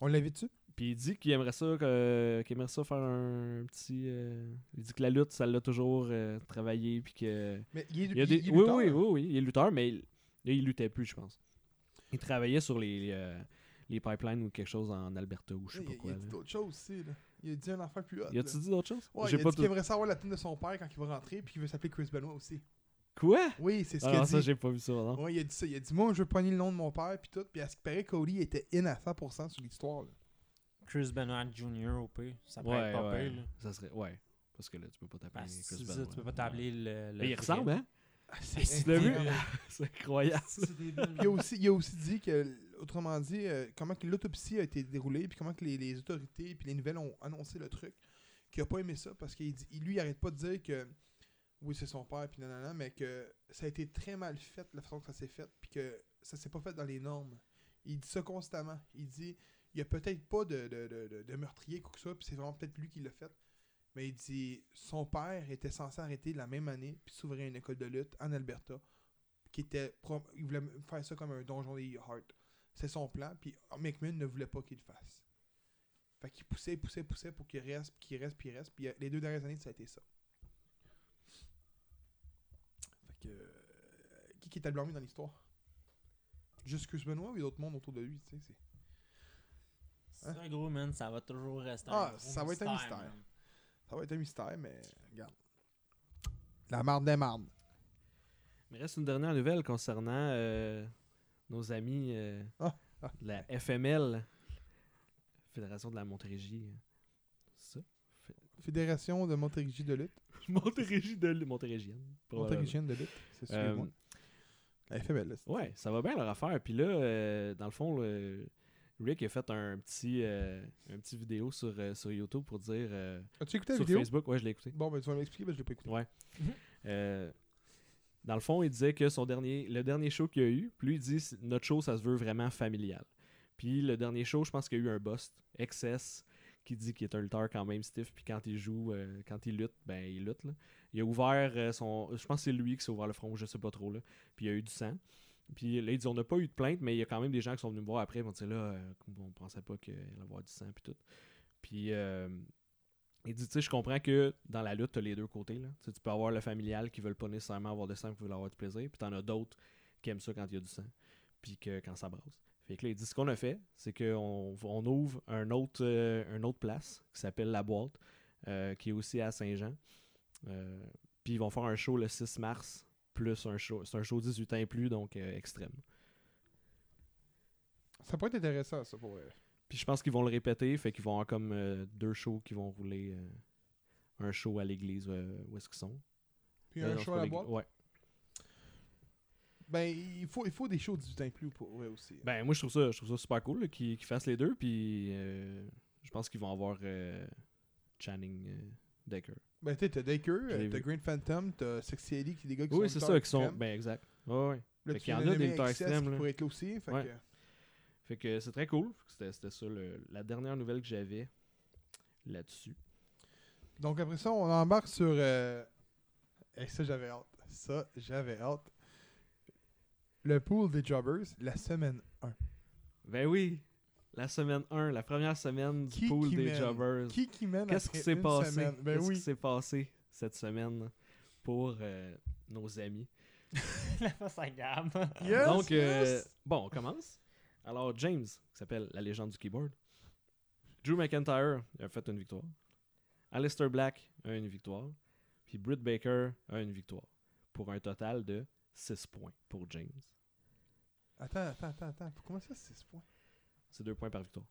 S2: On l'avait-tu
S3: Puis il dit qu'il aimerait ça, que- qu'il aimerait ça faire un petit. euh, il dit que la lutte, ça l'a toujours euh, travaillé. Puis que.
S2: Mais il est,
S3: Il y a
S2: il-
S3: des-
S2: il est
S3: oui,
S2: lutteur.
S3: oui, oui, oui, il est lutteur, mais il, là, il luttait plus, je pense. Il travaillait sur les, euh, les pipelines ou quelque chose en Alberta ou je sais
S2: Il-
S3: pas
S2: Il
S3: quoi.
S2: a dit
S3: là.
S2: d'autres choses aussi. Là. Il a dit un affaire plus haute.
S3: Y a-tu dit d'autres choses?
S2: Ouais,
S3: J'ai
S2: il a
S3: pas
S2: dit
S3: tout-
S2: qu'il aimerait savoir la tune de son père quand il va rentrer, puis qu'il veut s'appeler Chris Benoit aussi.
S3: Quoi?
S2: Oui, c'est ce
S3: Ah non,
S2: qu'il
S3: ça,
S2: a dit.
S3: j'ai pas vu ça, non.
S2: Ouais, il a dit ça. Il a dit, moi, je veux pogner le nom de mon père, puis tout. Puis à ce qui paraît, Cody était in à 100% sur l'histoire. là.
S4: Chris Benoit Jr. au P. Ça peut
S3: Ouais,
S4: être pas
S3: ouais.
S4: pire, là.
S3: Ça serait. Ouais. Parce que là, tu peux pas t'appeler
S4: Ben,
S3: Chris
S4: si,
S3: Benoit.
S4: tu peux pas t'appeler le,
S3: Mais
S4: le.
S3: il
S4: vrai.
S3: ressemble, hein?
S2: Ah,
S3: Tu l'as vu?
S2: incroyable.
S3: C'est incroyable.
S4: C'est débile.
S2: il, a aussi, il a aussi dit que, autrement dit, euh, comment que l'autopsie a été déroulée, puis comment que les, les autorités, puis les nouvelles ont annoncé le truc, qu'il a pas aimé ça, parce qu'il dit- il- lui, il arrête pas de dire que oui, c'est son père, puis nanana, mais que ça a été très mal fait, la façon que ça s'est fait, puis que ça s'est pas fait dans les normes. Il dit ça constamment. Il dit, il y a peut-être pas de, de, de, de- de meurtrier, quoi que ça, puis c'est vraiment peut-être lui qui l'a fait. Mais il dit, son père était censé arrêter la même année, puis s'ouvrir une école de lutte en Alberta qui était pro- il voulait m- faire ça comme un donjon des Hearts. C'est son plan, puis McMahon ne voulait pas qu'il le fasse. Fait qu'il poussait, poussait, poussait pour qu'il reste, puis qu'il reste, puis qu'il reste. Puis euh, les deux dernières années, ça a été ça. Fait que. euh, Qui, qui était le blâmé dans l'histoire Juste Chris Benoit ou il y a d'autres mondes autour de lui, tu sais. c'est-
S4: C'est un gros man, ça va toujours rester un
S2: Ah,
S4: gros
S2: ça va être un mystère.
S4: man.
S2: Ça va être un mystère, mais regarde. La marde des mardes.
S3: Il me reste une dernière nouvelle concernant euh, nos amis euh,
S2: Ah, ah.
S3: de la FML, Fédération de la Montérégie. C'est ça?
S2: Fédération de Montérégie de lutte.
S3: Montérégie de l- Montérégienne. probablement.
S2: Montérégienne de lutte, c'est sûr.
S3: Euh,
S2: La FML, là, c'est-
S3: ouais, ça va bien leur affaire. Puis là, euh, dans le fond, le- Rick a fait un petit, euh, un petit vidéo sur, euh, sur YouTube pour dire. euh,
S2: As-tu écouté la
S3: sur
S2: vidéo
S3: Facebook, ouais, je l'ai écouté.
S2: Bon, ben tu vas m'expliquer, parce que je l'ai pas écouté.
S3: Euh, dans le fond, il disait que son dernier, le dernier show qu'il y a eu, puis lui, il dit c- notre show, ça se veut vraiment familial. Puis le dernier show, je pense qu'il y a eu un bust, Excess, qui dit qu'il est un lutteur quand même stiff, puis quand il joue, euh, quand il lutte, ben il lutte. là. Il a ouvert euh, son. Je pense que c'est lui qui s'est ouvert le front, je sais pas trop, là. Puis il y a eu du sang. Puis là, il dit on n'a pas eu de plainte, mais il y a quand même des gens qui sont venus me voir après, ils m'ont dit là, euh, on pensait pas qu'il allait avoir du sang, puis tout. Puis. euh, il dit, tu sais, je comprends que dans la lutte, tu les deux côtés. Là. Tu sais, tu peux avoir le familial qui veulent pas nécessairement avoir de sang, qui veulent avoir du plaisir. Puis t'en as d'autres qui aiment ça quand il y a du sang. Puis que quand ça brasse. Fait que là, il dit, ce qu'on a fait, c'est qu'on on ouvre un autre, euh, un autre place qui s'appelle La Boîte, euh, qui est aussi à Saint-Jean. Euh, puis ils vont faire un show le 6 mars, plus un show. C'est un show 18 ans et plus, donc euh, extrême.
S2: Ça pourrait être intéressant, ça, pour euh, vrai.
S3: Puis je pense qu'ils vont le répéter, fait qu'ils vont avoir comme euh, deux shows qui vont rouler. euh, un show à l'église euh, où est-ce qu'ils sont.
S2: Puis un
S3: Euh,
S2: show à la
S3: l'église-
S2: boîte.
S3: Ouais.
S2: Ben, il faut, il faut des shows 18 ans et plus pour vrai aussi.
S3: Ben moi je trouve ça, je trouve ça super cool là, qu'ils qu'ils fassent les deux puis euh, je pense qu'ils vont avoir euh, Channing euh, Decker.
S2: Ben, tu sais, t'as Daker,
S3: Je l'ai
S2: euh, t'as
S3: vu.
S2: Green Phantom, t'as Sexy Eddie, qui est des gars qui
S3: Oui,
S2: sont.
S3: c'est ça qui sont
S2: lutteurs
S3: ben exact. Ouais, ouais.
S2: Là,
S3: Fait
S2: tu
S3: qu'il y en
S2: viens
S3: a des
S2: de nommer
S3: lutteurs
S2: Excess
S3: extrêmes,
S2: qui
S3: là.
S2: pourraient être là aussi. Fait
S3: Ouais.
S2: que,
S3: Fait que c'est très cool, c'était c'était ça le- la dernière nouvelle que j'avais là-dessus.
S2: Donc, après ça, on embarque sur. euh, Et ça, j'avais hâte. Ça, j'avais hâte. Le pool des jobbers, la semaine 1.
S3: Ben oui, la semaine 1, la première semaine du
S2: Qui-
S3: pool
S2: qui
S3: des
S2: mène?
S3: jobbers.
S2: Qui qui mène
S3: Qu'est-ce
S2: après
S3: qui s'est
S2: une
S3: passé
S2: semaine? Ben
S3: Qu'est-ce qui
S2: oui.
S3: s'est passé cette semaine pour euh, nos amis
S4: La face à gamme.
S2: Yes,
S3: Donc euh,
S2: yes.
S3: bon, on commence. Alors James, qui s'appelle la légende du keyboard. Drew McIntyre a fait une victoire. Alistair Black a une victoire. Puis Britt Baker a une victoire. Pour un total de 6 points pour James.
S2: Attends, attends, attends, attends. Comment ça, 6 points
S3: C'est 2 points par victoire.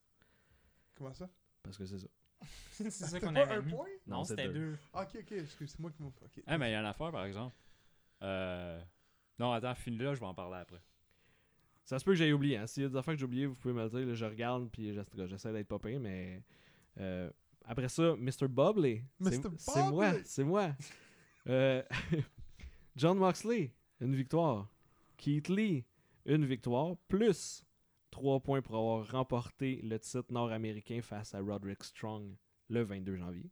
S2: Comment ça
S3: Parce que c'est ça.
S4: c'est ça
S2: C'était
S4: qu'on
S2: pas un
S4: avait mis.
S2: point
S3: Non,
S4: Non,
S3: c'est
S4: c'était
S3: deux.
S4: deux.
S2: Ah, Ok, ok, excuse, c'est moi qui m'en Ok.
S5: Ah, mais il y a une affaire, par exemple. Euh, Non, attends, finis là, je vais en parler après.
S3: Ça se peut que j'aie oublié. Hein. S'il y a des affaires que j'ai oubliées, vous pouvez me le dire. là, je regarde puis j'ess- j'essaie d'être pas pire, mais euh, après ça, Mr. Bobley. C'est
S2: Mr.
S3: c'est moi,
S2: Bobley.
S3: c'est moi. Euh, John Moxley, une victoire. Keith Lee, une victoire. Plus 3 points pour avoir remporté le titre nord-américain face à Roderick Strong le 22 janvier.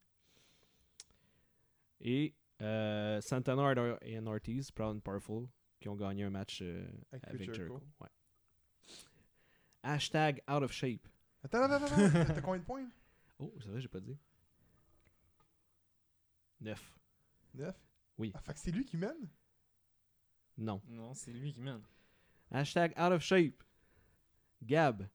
S3: Et euh, Santana et Ortiz, Proud and Powerful, qui ont gagné un match euh,
S2: Avec
S3: avec
S2: Jericho.
S3: Jericho. ouais. Hashtag out of shape.
S2: Attends, attends, attends, attends. T'as combien de points
S3: Oh, c'est vrai, j'ai pas dit. 9.
S2: 9
S3: Oui.
S2: Ah, fait que c'est lui qui mène
S3: Non.
S4: Non, c'est lui qui mène.
S3: Hashtag out of shape. Gab.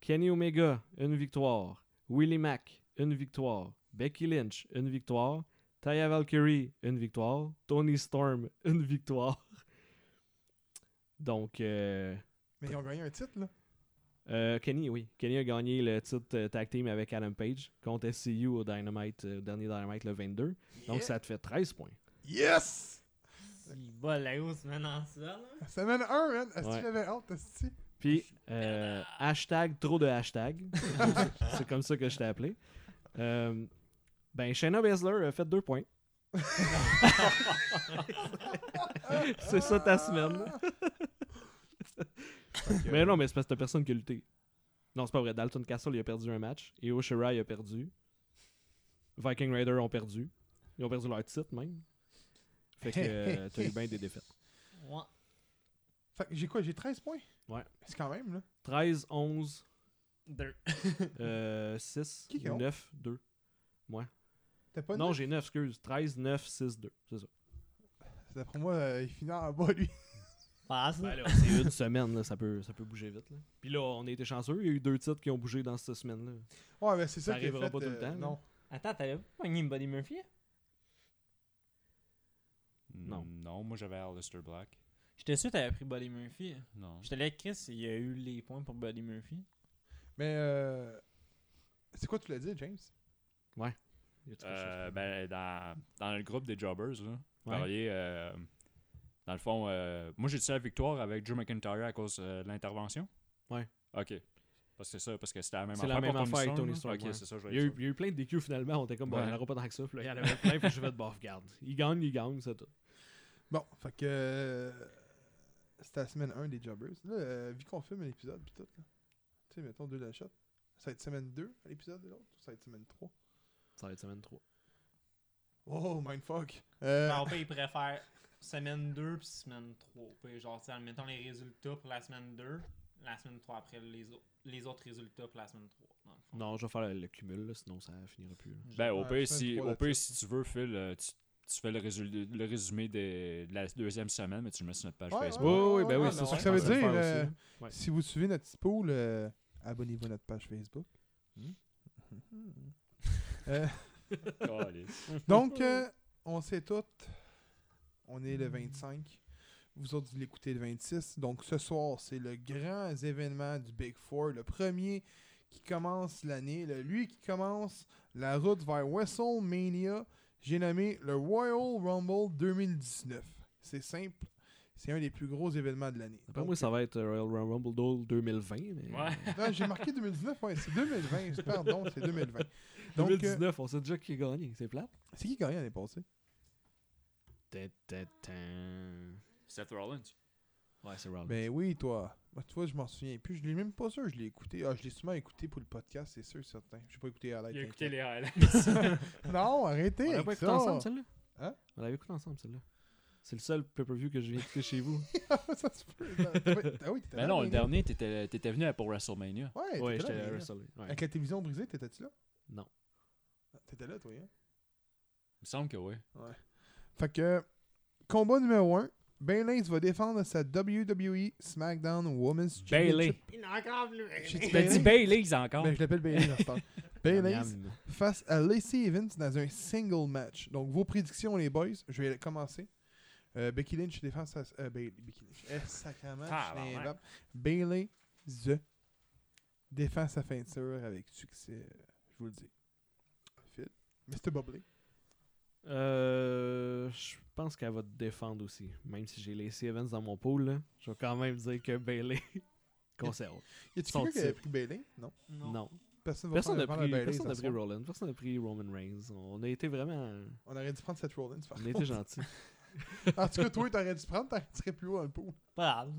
S3: Kenny Omega, une victoire. Willie Mack, une victoire. Becky Lynch, une victoire. Taya Valkyrie, une victoire. Tony Storm, une victoire. Donc, euh,
S2: Mais ils ont gagné un titre, là.
S3: euh, Kenny, oui. Kenny a gagné le titre euh, tag team avec Adam Page contre SCU au Dynamite, euh, au dernier Dynamite le 22. Donc, ça te fait 13 points.
S2: Yes
S4: Il bat la hausse maintenant, ça, là.
S2: Semaine 1, man. Est-ce que
S3: Ouais.
S2: j'avais hâte, est-ce que-
S3: Puis, euh, hashtag, trop de hashtags. C'est comme ça que je t'ai appelé. Euh, ben, Shayna Baszler a fait deux points. c'est ça ta semaine. mais non, mais c'est parce que t'as personne qui a lutté. Non, c'est pas vrai. Dalton Castle, il a perdu un match. Et Shirai a perdu. Viking Raiders ont perdu. Ils ont perdu leur titre, même. Fait que euh, t'as eu bien des défaites.
S4: Ouais.
S2: Fait que j'ai quoi J'ai 13 points
S3: Ouais.
S2: C'est quand même, là.
S3: 13, 11,
S4: Deux.
S3: Euh, 6,
S2: Qui qui ont?
S3: 9, 2.
S2: T'as pas
S3: non,
S2: neuf?
S3: j'ai 9, excuse. 13, 9, 6, 2. C'est ça.
S2: D'après moi, euh, il finit en bas, lui.
S4: Passe.
S3: Ben là, c'est une semaine, là, ça, peut, ça peut bouger vite. Là. Puis là, on a été chanceux. Il y a eu deux titres qui ont bougé dans cette semaine-là.
S2: Ouais, mais c'est ça,
S3: Ça
S2: qui est
S3: arrivera
S2: fait,
S3: pas tout le
S2: euh,
S3: temps, là.
S2: Non.
S6: Attends, t'avais pas pogné Buddy Murphy?
S3: Non.
S5: Non, moi j'avais Alistair Black.
S6: J'étais sûr que t'avais pris Buddy Murphy.
S5: Non.
S6: J'étais là avec Chris, il a eu les points pour Buddy Murphy.
S2: Mais euh, c'est quoi tu l'as dit, James
S3: Y a-tu quelque
S5: Euh,
S3: chose?
S5: ben, dans, dans le groupe des Jobbers, là, vous
S3: Ouais.
S5: parliez, euh, dans le fond, euh, moi j'ai dit la victoire avec Drew McIntyre à cause euh, de l'intervention.
S3: Ouais.
S5: Ok. Parce que c'est ça, parce que c'était la même
S3: C'est
S5: affaire.
S3: la même
S5: pour Tony
S3: affaire avec
S5: Storm,
S3: Tony
S5: là.
S3: Storm,
S5: Ok,
S3: ouais.
S5: c'est ça, je
S3: il, y a eu, il y a eu plein de DQ finalement. On était comme, bon,
S5: Ouais.
S3: il n'y en aura pas tant que ça. Puis là, il y en avait plein. Puis je fais de bof, garde. Il gagne, il gagne, c'est tout.
S2: Bon, fait que. euh, C'était la semaine 1 des Jobbers. Là, euh, vu qu'on filme l'épisode, pis tout, là. Tu sais, mettons deux la shot. Ça va être semaine 2 à l'épisode de l'autre ou ça va être semaine 3
S3: Ça va être semaine 3.
S2: Oh, mindfuck euh,
S4: Alors, il préfère semaine 2 puis semaine 3. Puis genre, tu sais, mettons les résultats pour la semaine 2, la semaine 3 après les, au- les autres résultats pour la semaine 3. dans le fond.
S3: Non, je vais faire le, le cumul, là, sinon ça finira plus. là.
S5: Ben, au
S2: Ouais,
S5: pire,
S2: semaine
S5: si,
S2: trois
S5: au
S2: là-dessus.
S5: pire, si tu veux, Phil, euh, tu, tu fais le, résul- le résumé des- de la deuxième semaine, mais tu le mets sur notre page
S2: Ouais,
S5: Facebook.
S2: ouais,
S3: Oui, oui, ben oui,
S2: ouais,
S3: c'est
S2: mais
S3: ça
S2: ouais.
S3: que
S2: Ça veut
S3: je pensais
S2: dire,
S3: faire
S2: euh,
S3: aussi, là. Ouais.
S2: Si vous suivez notre petit pool, euh, abonnez-vous à notre page Facebook.
S5: Oh, Calisse.
S2: Donc, euh, on sait tout. On est le 25. Vous autres, vous l'écoutez le 26. Donc, ce soir, c'est le grand événement du Big Four. Le premier qui commence l'année. le- Lui qui commence la route vers WrestleMania. J'ai nommé le Royal Rumble 2019. C'est simple. C'est un des plus gros événements de l'année.
S3: Après
S2: Donc,
S3: moi, ça va être euh, Royal Rumble Doll 2020. Mais...
S2: non, J'ai marqué 2019, ouais, c'est 2020. Pardon, c'est 2020. Donc, euh,
S3: 2019, on sait déjà qui a gagné. C'est plate.
S2: c'est qui qui a gagné l'année passée?
S3: Tin, tin, tin.
S5: Seth Rollins.
S3: Ouais, c'est Rollins.
S2: Ben oui, toi. Moi, tu vois, je m'en souviens plus. Je l'ai même pas sûr. Je l'ai écouté. Ah, je l'ai sûrement écouté pour le podcast, c'est sûr, certain. J'ai pas écouté à l'aide. t'inquiète.
S5: les
S2: Non, arrêtez.
S3: On l'avait
S2: avec
S3: pas écouté
S2: ça.
S3: ensemble, celle-là
S2: Hein?
S3: On l'avait écouté ensemble, celle-là. C'est le seul pay-per-view que je viens écouter chez vous.
S2: Ça se peut. T'as pas- Ah oui, t'étais
S5: Ben
S2: là,
S5: non, le
S2: Mania.
S5: dernier, t'étais t'étais venu à- pour WrestleMania.
S2: Ouais,
S3: ouais,
S2: t'étais
S3: j'étais
S2: là,
S3: à
S2: Mania.
S3: WrestleMania. Ouais.
S2: Avec la télévision brisée, t'étais-tu là
S3: Non.
S2: Ah, T'étais là, toi, hein
S5: Il me semble que oui.
S2: Fait que, combat numéro 1. Bayley va défendre sa WWE SmackDown Women's Championship.
S4: Il en a encore plus.
S2: J'ai-tu
S3: Ben
S5: T'as dit Bailey's encore.
S2: Ben, je l'appelle Bayley dans ce temps. Bayley
S3: Miam.
S2: face à Lacey Evans dans un single match. Donc, vos prédictions, les boys. Je vais commencer. Euh, Becky Lynch défense à. euh, Bailey- Becky Lynch. Eh, sacrément,
S5: Ah,
S2: je suis
S5: ben ouais.
S2: invable. Bailey The défend sa feinture avec succès. Je vous le dis. Phil. Mr. Bubbly.
S3: Euh, je pense qu'elle va te défendre aussi. Même si j'ai laissé Evans dans mon pool, là, je vais quand même dire que Bailey conserve.
S2: Y a-tu
S3: Son
S2: quelqu'un qui avait
S3: type.
S2: pris Bailey Non.
S3: Non.
S2: Personne va
S3: Personne
S2: prendre
S3: n'a
S2: prendre
S3: pris,
S2: Bayley.
S3: personne n'a
S2: ce
S3: pris
S2: soir.
S3: Rollins. Personne n'a pris Roman Reigns. On a été vraiment.
S2: On aurait dû prendre cette Rollins. par
S3: On a été
S2: contre.
S3: gentils.
S2: en tout cas, toi, t'aurais dû prendre. T'aurais serais plus haut dans le pot.
S4: Pas grave.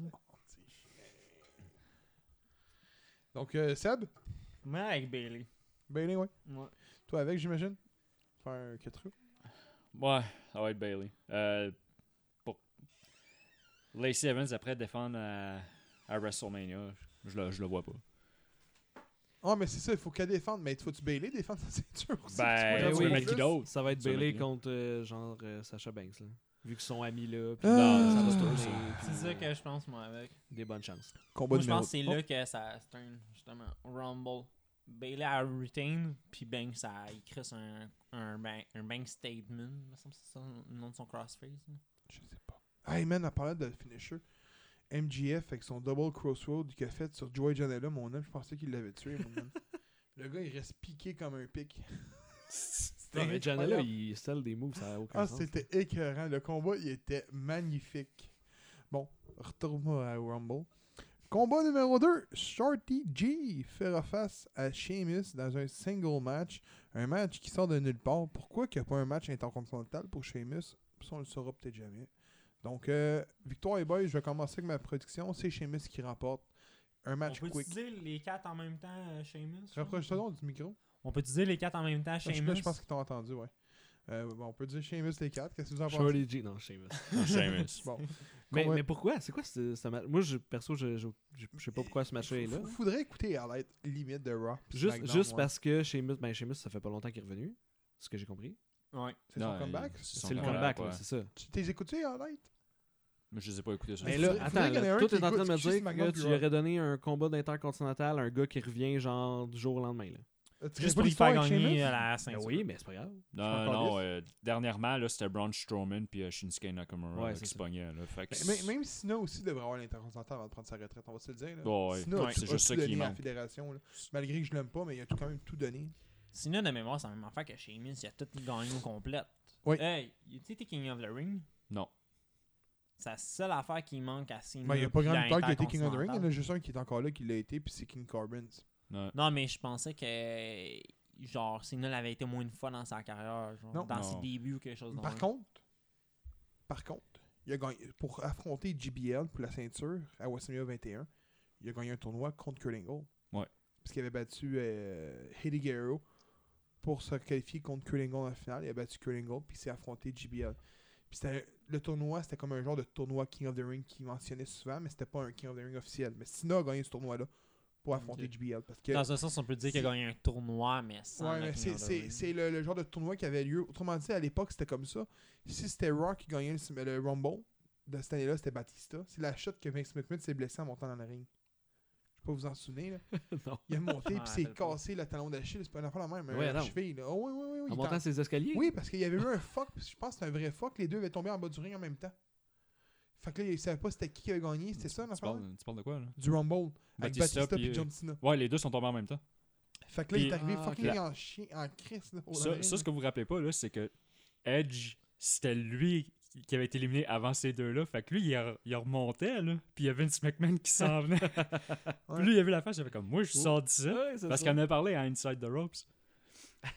S2: Donc, euh, Seb.
S4: Moi, avec Bailey.
S2: Bailey, ouais.
S4: Ouais.
S2: Toi avec, j'imagine. Faire un 4 roues.
S5: Ouais, ça va être Bailey. Euh, pour... Lacey Evans, après défendre à, à WrestleMania, je le, je le vois pas.
S2: Ah, mais c'est ça, il faut qu'elle défende. Mais il faut-tu bailer, défendre sa ceinture aussi?
S5: Ben,
S2: Tu vois,
S5: tu
S2: oui,
S5: peux mettre qui
S2: juste-
S5: d'autre?
S3: Eh Ça va être
S5: Ça va
S3: Bailey
S5: être-
S3: contre euh, genre euh, Sacha Banks. Là. Vu qu'ils sont amis là, puis
S2: Ah.
S3: ça va se
S2: C'est
S3: tourner,
S2: ça.
S3: puis
S4: C'est ça que je pense, moi, avec.
S3: Des bonnes chances.
S2: Combat
S4: Moi, je
S2: numéro
S4: pense que c'est
S2: Oh.
S4: là que ça se turn, justement. Rumble. Bailey, à retain, puis Banks, ça écrit un, un, ban- un bank statement. Il me semble que C'est ça le nom de son crossface. là.
S2: Je sais pas. Hey man, en parlant de finisher, MGF avec son double crossroad qu'il a fait sur Joey Janela, mon homme, je pensais qu'il l'avait tué, mon homme. Le gars, il reste piqué comme un pic.
S3: Non, mais Janela,
S2: incroyable.
S3: il style des moves, ça n'a aucun
S2: Ah,
S3: sens.
S2: c'était écœurant. Le combat, il était magnifique. Bon, retourne-moi à Rumble. Combat numéro 2, Shorty G fera face à Sheamus dans un single match. Un match qui sort de nulle part. Pourquoi qu'il n'y a pas un match intercontinental pour Sheamus Ça, on le saura peut-être jamais. Donc, euh, victoire et boys, je vais commencer avec ma prédiction. C'est Sheamus qui remporte. Un match
S4: On peut
S2: quick.
S4: utiliser les quatre en même temps, euh, Sheamus genre?
S2: Rapproche-toi donc du micro. Ah,
S4: On peut utiliser les quatre en même temps,
S2: Je,
S4: Sheamus
S2: je pense qu'ils t'ont entendu, ouais. Euh, bon, on peut dire Sheamus les 4. Qu'est-ce que vous en pensez
S3: Shorty G, non, Sheamus.
S5: Sheamus.
S2: Bon.
S3: mais,
S2: Combat-
S3: mais pourquoi C'est quoi ce, ce match Moi, je, perso, je, je, je- je sais pas pourquoi ce match est là.
S2: F- Faudrait écouter à l'aide limite de Raw. puis
S3: Juste,
S2: SmackDown,
S3: juste
S2: ouais.
S3: parce que Sheamus, ben, Sheamus, ça fait pas longtemps qu'il est revenu. Ce que j'ai compris.
S4: Ouais.
S2: C'est son
S5: Non,
S2: comeback.
S5: ils-
S3: C'est le
S5: encore là,
S3: comeback,
S5: quoi.
S3: là, c'est ça.
S2: Tu t'es écouté à l'aide
S5: Mais je les ai pas écoutés. ça.
S3: Mais
S2: Mais
S3: là,
S2: faudrait-
S3: attends,
S2: faudrait qu'il y en ait
S3: là,
S2: un
S3: tout
S2: qui
S3: est en train de
S2: écoute
S3: me
S2: juste
S3: dire que
S2: SmackDown
S3: là,
S2: puis
S3: tu lui
S2: Raw.
S3: aurais donné un combat d'intercontinental à un gars qui revient genre du jour au lendemain. Là.
S4: Juste pour lui faire gagner à la
S3: Ben
S4: ceinture.
S3: oui, mais c'est pas grave.
S5: Non,
S2: Je m'en
S5: non,
S2: calisse.
S5: euh, dernièrement, là, c'était Braun Strowman puis euh, Shinsuke Nakamura
S3: Ouais,
S5: là,
S3: c'est
S5: qui se
S3: ça.
S5: pognaient. là. Fait que
S2: Mais, mais- même Sina aussi devrait avoir l'intercontinental avant de prendre sa retraite, on va se le dire. Là.
S5: Ouais, ouais.
S2: Sina a
S5: Ouais,
S2: tout-
S5: c'est
S2: a
S5: juste
S2: tout
S5: ça qui
S2: donné à la
S5: manque.
S2: fédération. là. Malgré que je l'aime pas, mais il a tout quand même tout donné.
S4: Sinon, de mémoire, c'est la même affaire que Sheamus. Il a tout gagné au complet.
S2: Oui.
S4: Hey, tu sais, t'es King of the Ring
S5: Non.
S4: C'est la seule affaire qui manque à Cena.
S2: Ben, il n'y a pas grand
S4: puis
S2: lutteur qui a été King of the Ring. Il y en
S4: l'Intercontinental.
S2: a juste un qui est encore là qui l'a été, puis c'est King Corbin.
S5: Non.
S4: Non, mais je pensais que. Genre, Cena l'avait été moins une fois dans sa carrière. Genre,
S2: Non.
S4: Dans
S5: Non.
S4: ses débuts ou quelque chose. de
S2: Par
S4: même.
S2: contre, par contre, il a gagné, pour affronter JBL pour la ceinture à WrestleMania 21, il a gagné un tournoi contre Kurt Angle.
S5: Ouais.
S2: Parce qu'il avait battu euh, Eddie Guerrero pour se qualifier contre Kurt Angle en finale. Il a battu Kurt Angle, puis il s'est affronté JBL. Puis c'était- le tournoi, c'était comme un genre de tournoi King of the Ring qu'il mentionnait souvent, mais c'était pas un King of the Ring officiel. Mais Sina a gagné ce tournoi-là pour affronter
S4: Ok.
S2: JBL. Parce que
S4: Dans un sens, on peut dire qu'il a
S2: C'est-
S4: gagné un tournoi, mais sans.
S2: Ouais,
S4: la
S2: mais
S4: King
S2: c'est-
S4: of the
S2: c'est
S4: Ring.
S2: c'est le, le genre de tournoi qui avait lieu. Autrement dit, à l'époque, c'était comme ça. Si c'était Raw qui gagnait le, le Rumble, de cette année-là, c'était Batista. C'est la chute que Vince McMahon s'est blessé en montant dans le ring. Je sais pas vous en souvenez, là.
S3: non.
S2: Il a monté
S4: Ouais,
S2: puis s'est
S4: rappelle pas.
S2: cassé le talon d'Achille. C'est pas une affaire la même.
S3: Ouais,
S2: euh, la
S3: non.
S2: cheville, là. Oh, oui, oui, oui. oui,
S3: En
S2: il
S3: montant
S2: t'a-
S3: ses escaliers
S2: Oui, parce qu'il y avait eu un fuck. Je pense que c'était un vrai fuck. Les deux avaient tombé en bas du ring en même temps. Fait que là, il savait pas c'était qui qui avait gagné. C'était ça,
S5: tu
S2: l'affaire?
S5: parles, tu parles de quoi, là
S2: Du Rumble. Avec
S5: Batista, puis,
S2: Batista puis
S5: euh,
S2: John Cena.
S5: Ouais, les deux sont tombés en même temps.
S2: Fait que là, il est
S5: puis-
S2: arrivé
S3: Ah,
S2: fucking
S5: ok.
S2: en chien, en crise. là, au
S5: Ça,
S2: ring,
S5: ça, ce que vous vous rappelez pas, là, c'est que Edge, c'était lui qui avait été éliminé avant ces deux-là. Fait que lui, il, re- il remontait, là. Puis il y a Vince McMahon qui s'en venait. Puis lui, il a vu la face, il avait comme, moi,
S2: Oh.
S5: je sors d'ici. Parce qu'on a parlé à Inside the Ropes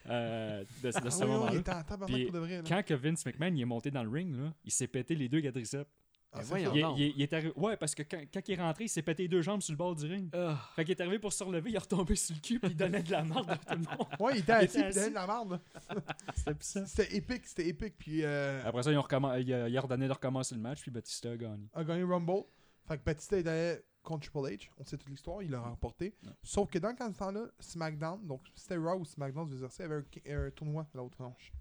S5: euh, de, de
S2: Ah
S5: ce
S2: oui, oui,
S5: moment-là.
S2: il était en tabarnak
S5: Puis
S2: pour de vrai. là.
S5: Quand que Vince McMahon il est monté dans le ring, là, il s'est pété les deux quadriceps.
S2: Ah,
S3: Mais
S2: c'est
S3: voyons.
S2: fort.
S5: Il, est-
S3: non.
S5: il est- il est arrivé... Ouais, parce que quand, quand il est rentré, il s'est pété les deux jambes sur le bord du ring.
S3: Ah,
S5: Fait qu'il est arrivé pour se relever, il est retombé sur le cul, puis il donnait de la merde à tout le monde.
S2: Ouais, il était
S5: Il
S2: assis,
S5: était
S2: puis il donnait de la merde. là.
S5: C'était puissant.
S2: C'était épique, c'était épique. Puis
S4: Ah
S2: euh,
S5: Après ça, ils ont, recommen- il a, il a redonné de recommencer le match, puis Batista a gagné.
S2: a gagné Rumble. Fait que Batista est allé contre Triple H. On sait toute l'histoire, il l'a remporté. Sauf que dans ce temps-là, SmackDown, donc c'était Raw ou SmackDown, je veux dire, ça, il y avait un ki- un, tournoi à l'autre manche.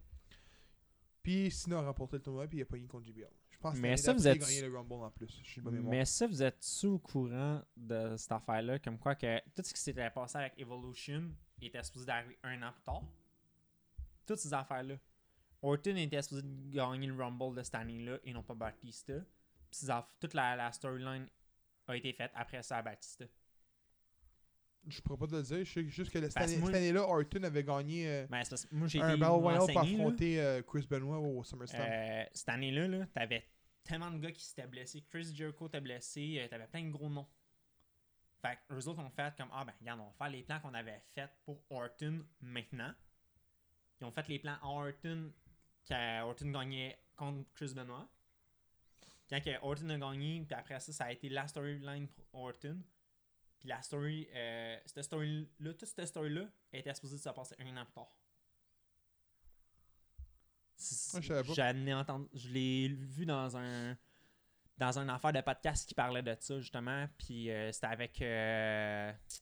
S2: Puis Cena a remporté le tournoi, puis il a pogné contre JBL. Je pense que
S4: Mais
S2: l'année
S4: ça, vous
S2: d'après,
S4: êtes-
S2: Il a gagné le Rumble en plus. Je suis de bonne mémoire.
S4: Mais ça, vous êtes sous au courant de cette affaire-là, comme quoi que tout ce qui s'était passé avec Evolution était supposé d'arriver un an plus tard. Toutes ces affaires-là. Orton était supposé de gagner le Rumble de cette année-là et non pas Batista. Puis ces aff- toute la, la storyline a été faite après ça à Batista.
S2: Je pourrais pas te le dire. Je sais juste que la- cette
S4: Parce que
S2: année-
S4: moi-
S2: cette année-là, Orton avait gagné euh,
S4: Mais Ben, c'est parce que moi, j'ai
S2: un
S4: été
S2: Battle Royale pour
S4: renseigné, là.
S2: affronter euh, Chris Benoit au SummerSlam.
S4: Euh, cette année-là, là, t'avais tellement de gars qui s'étaient blessés. Chris Jericho était blessé, euh, t'avais plein de gros noms. Fait que eux autres ont fait comme Ah ben regarde, on va faire les plans qu'on avait fait pour Orton maintenant. Ils ont fait les plans à Orton quand Orton gagnait contre Chris Benoit. Quand que Orton a gagné, puis après ça, ça a été la storyline pour Orton. Puis la story, euh, cette story-là, toute cette story-là était supposée de se passer un an plus tard. C'est-
S2: Ouais, je savais pas.
S4: j'en ai entendu- je l'ai vu dans un dans une affaire de podcast qui parlait de ça justement. Puis euh, c'était avec euh, je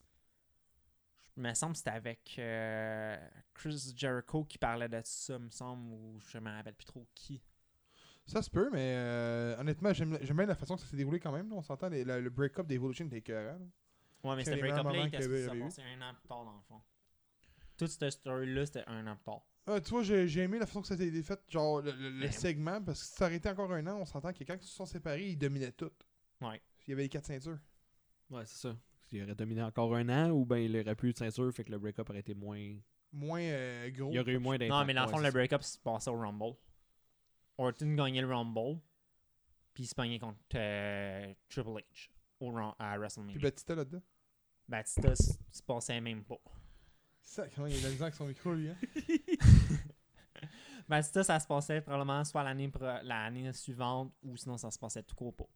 S6: Il me semble que c'était avec euh, Chris Jericho qui parlait de ça, il me semble, ou je me rappelle plus trop qui.
S2: Ça se peut, mais euh, honnêtement, j'aime j'aime bien la façon que ça s'est déroulé quand même. là. On s'entend, les- la- le break-up d'Evolution était écœurant. là.
S6: Ouais, mais
S2: C'est
S6: c'était
S2: les
S6: Break Up
S2: mêmes moments
S6: Late,
S2: qu'il y avait-
S6: c'est
S2: avait eu.
S6: un an plus tard dans le fond. Toute cette story-là, c'était un an plus tard.
S2: Ah, tu vois, j'ai j'ai aimé la façon que ça a été fait, genre le, le- le
S6: Mais-
S2: segment, parce que si ça aurait été encore un an, on s'entend que quand ils se sont séparés, ils dominaient tout.
S6: Ouais.
S2: Il y avait les quatre ceintures.
S3: Ouais, c'est ça. Il aurait dominé encore un an ou ben il aurait plus eu de ceinture, fait que le break-up aurait été moins.
S2: Moins euh, gros.
S3: Il y aurait eu moins d'impact.
S6: Non, mais dans le
S3: ouais,
S6: fond,
S3: c'est
S6: le
S3: ça.
S6: break-up se passait au Rumble. Orton gagnait le Rumble, puis il se pognait contre euh, Triple H au, Rum- à
S2: Puis
S6: WrestleMania.
S2: Batista là-dedans.
S6: Batista s- se passait même pas.
S2: Ça, comment il est amusant avec son micro, lui. Hein?
S6: Batista, ça se passait probablement soit l'année pro- l'année suivante ou sinon ça se passait tout court pas.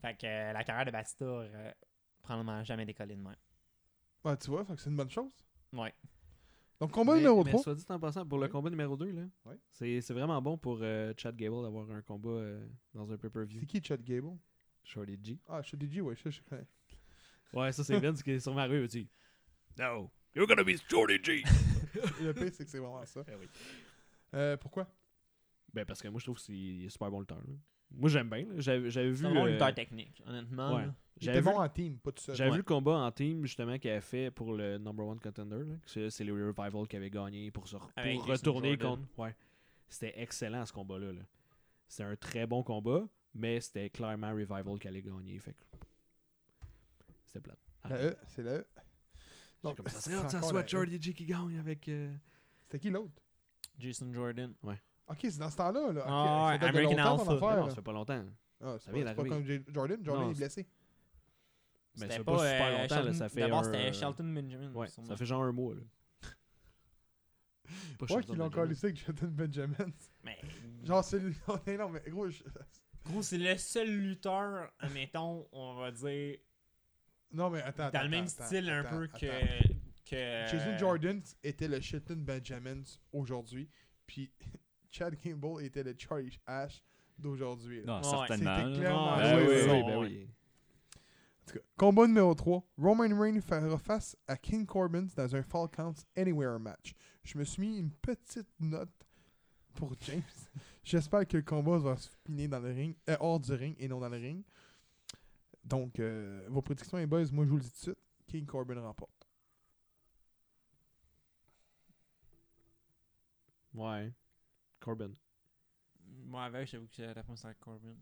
S6: Fait que euh, la carrière de Batista aurait probablement jamais décollé de même.
S2: Ouais, Bah, tu vois, fait que c'est une bonne chose.
S6: Ouais.
S2: Donc, combat
S3: mais,
S2: numéro
S3: mais
S2: 3.
S3: soit dit en passant, pour le
S2: Oui.
S3: combat numéro 2, là,
S2: Oui.
S3: c'est c'est vraiment bon pour euh, Chad Gable d'avoir un combat euh, dans un pay-per-view.
S2: C'est qui Chad Gable
S3: Shorty G.
S2: Ah, Chad DJ, ouais, ça, je connais.
S3: Ouais, ça, c'est Vince qui est sûrement arrivé et dit No,
S2: Le pire, c'est que c'est vraiment ça.
S3: Eh oui.
S2: Euh, pourquoi
S3: Ben parce que moi je trouve qu'il est super bon lutteur. là. Moi j'aime bien. là. J'avais j'avais vu.
S4: C'est vraiment
S3: euh,
S4: une lutteur technique, honnêtement.
S3: ouais.
S4: là.
S2: Il
S3: J'avais
S2: était
S3: vu,
S2: bon en team, pas tout seul.
S3: j'avais vu
S2: Ouais.
S3: le combat en team justement qu'il avait fait pour le number one contender. là, que C'est c'est les Revival qui avait gagné pour, se re-
S4: Avec
S3: pour
S4: Jason
S3: retourner
S4: Jordan.
S3: contre. Ouais. C'était excellent ce combat-là. là. C'était un très bon combat, mais c'était clairement Revival qui allait gagner. Fait que. C'était plate.
S2: La E, c'est la E.
S3: J'ai
S2: Donc,
S3: Ah, comme, ça
S2: c'est
S3: serait hot que ça
S2: encore la
S3: soit
S2: E.
S3: Jordy G qui gagne avec. euh,
S2: C'était qui l'autre
S4: Jason Jordan.
S2: Ok, c'est dans ce temps-là. Là. Ok,
S4: Ah ouais,
S2: ça date de
S4: American
S2: longtemps, ton
S4: Alpha.
S2: affaire,
S3: non,
S2: là.
S3: ça fait pas longtemps.
S4: Hmm,
S2: Ah, c'est
S3: Ça
S2: pas,
S3: vient
S2: c'est pas
S3: d'arriver.
S2: comme J- Jordan. Jordan
S3: Non,
S2: est
S3: c'est-
S2: blessé.
S3: Mais
S4: C'était
S3: ça fait pas super
S4: euh,
S3: longtemps, là,
S4: Shelton-
S3: ça fait
S4: D'abord,
S3: un-
S4: c'était Shelton Benjamin.
S3: Ouais,
S4: sûrement.
S3: ça fait genre un mois. Là. Pas
S2: Ouais,
S3: Shelton
S2: qu'ils l'ont
S3: Benjamin.
S2: collé avec Jordan Benjamin.
S4: Mais,
S2: Genre, c'est lui. Non, mais non, mais gros, je-
S4: gros, c'est le seul lutteur, mettons, on va dire,
S2: Non, mais attends.
S4: dans
S2: attends,
S4: le même
S2: attends,
S4: style un
S2: attends,
S4: peu
S2: attends.
S4: que. euh, que
S2: Jason Jordan était le Shelton Benjamin aujourd'hui, puis Chad Kimball était le Charlie Ash d'aujourd'hui. là.
S5: Non,
S4: Ouais,
S5: certainement.
S2: c'était
S5: là.
S2: clairement
S5: Ben
S2: joué,
S5: oui,
S2: ça.
S5: oui,
S3: ben
S4: ouais.
S3: oui.
S2: En tout cas, combat numéro 3. Roman Reigns fera face à King Corbin dans un Fall Counts Anywhere match. Je me suis mis une petite note pour James. J'espère que le combat va se finir dans le ring, euh, hors du ring et non dans le ring. Donc, euh, vos prédictions et boys, moi je vous le dis tout de suite. King Corbin remporte.
S3: Ouais. Corbin.
S4: Moi, avec, j'avoue que la réponse à Corbin.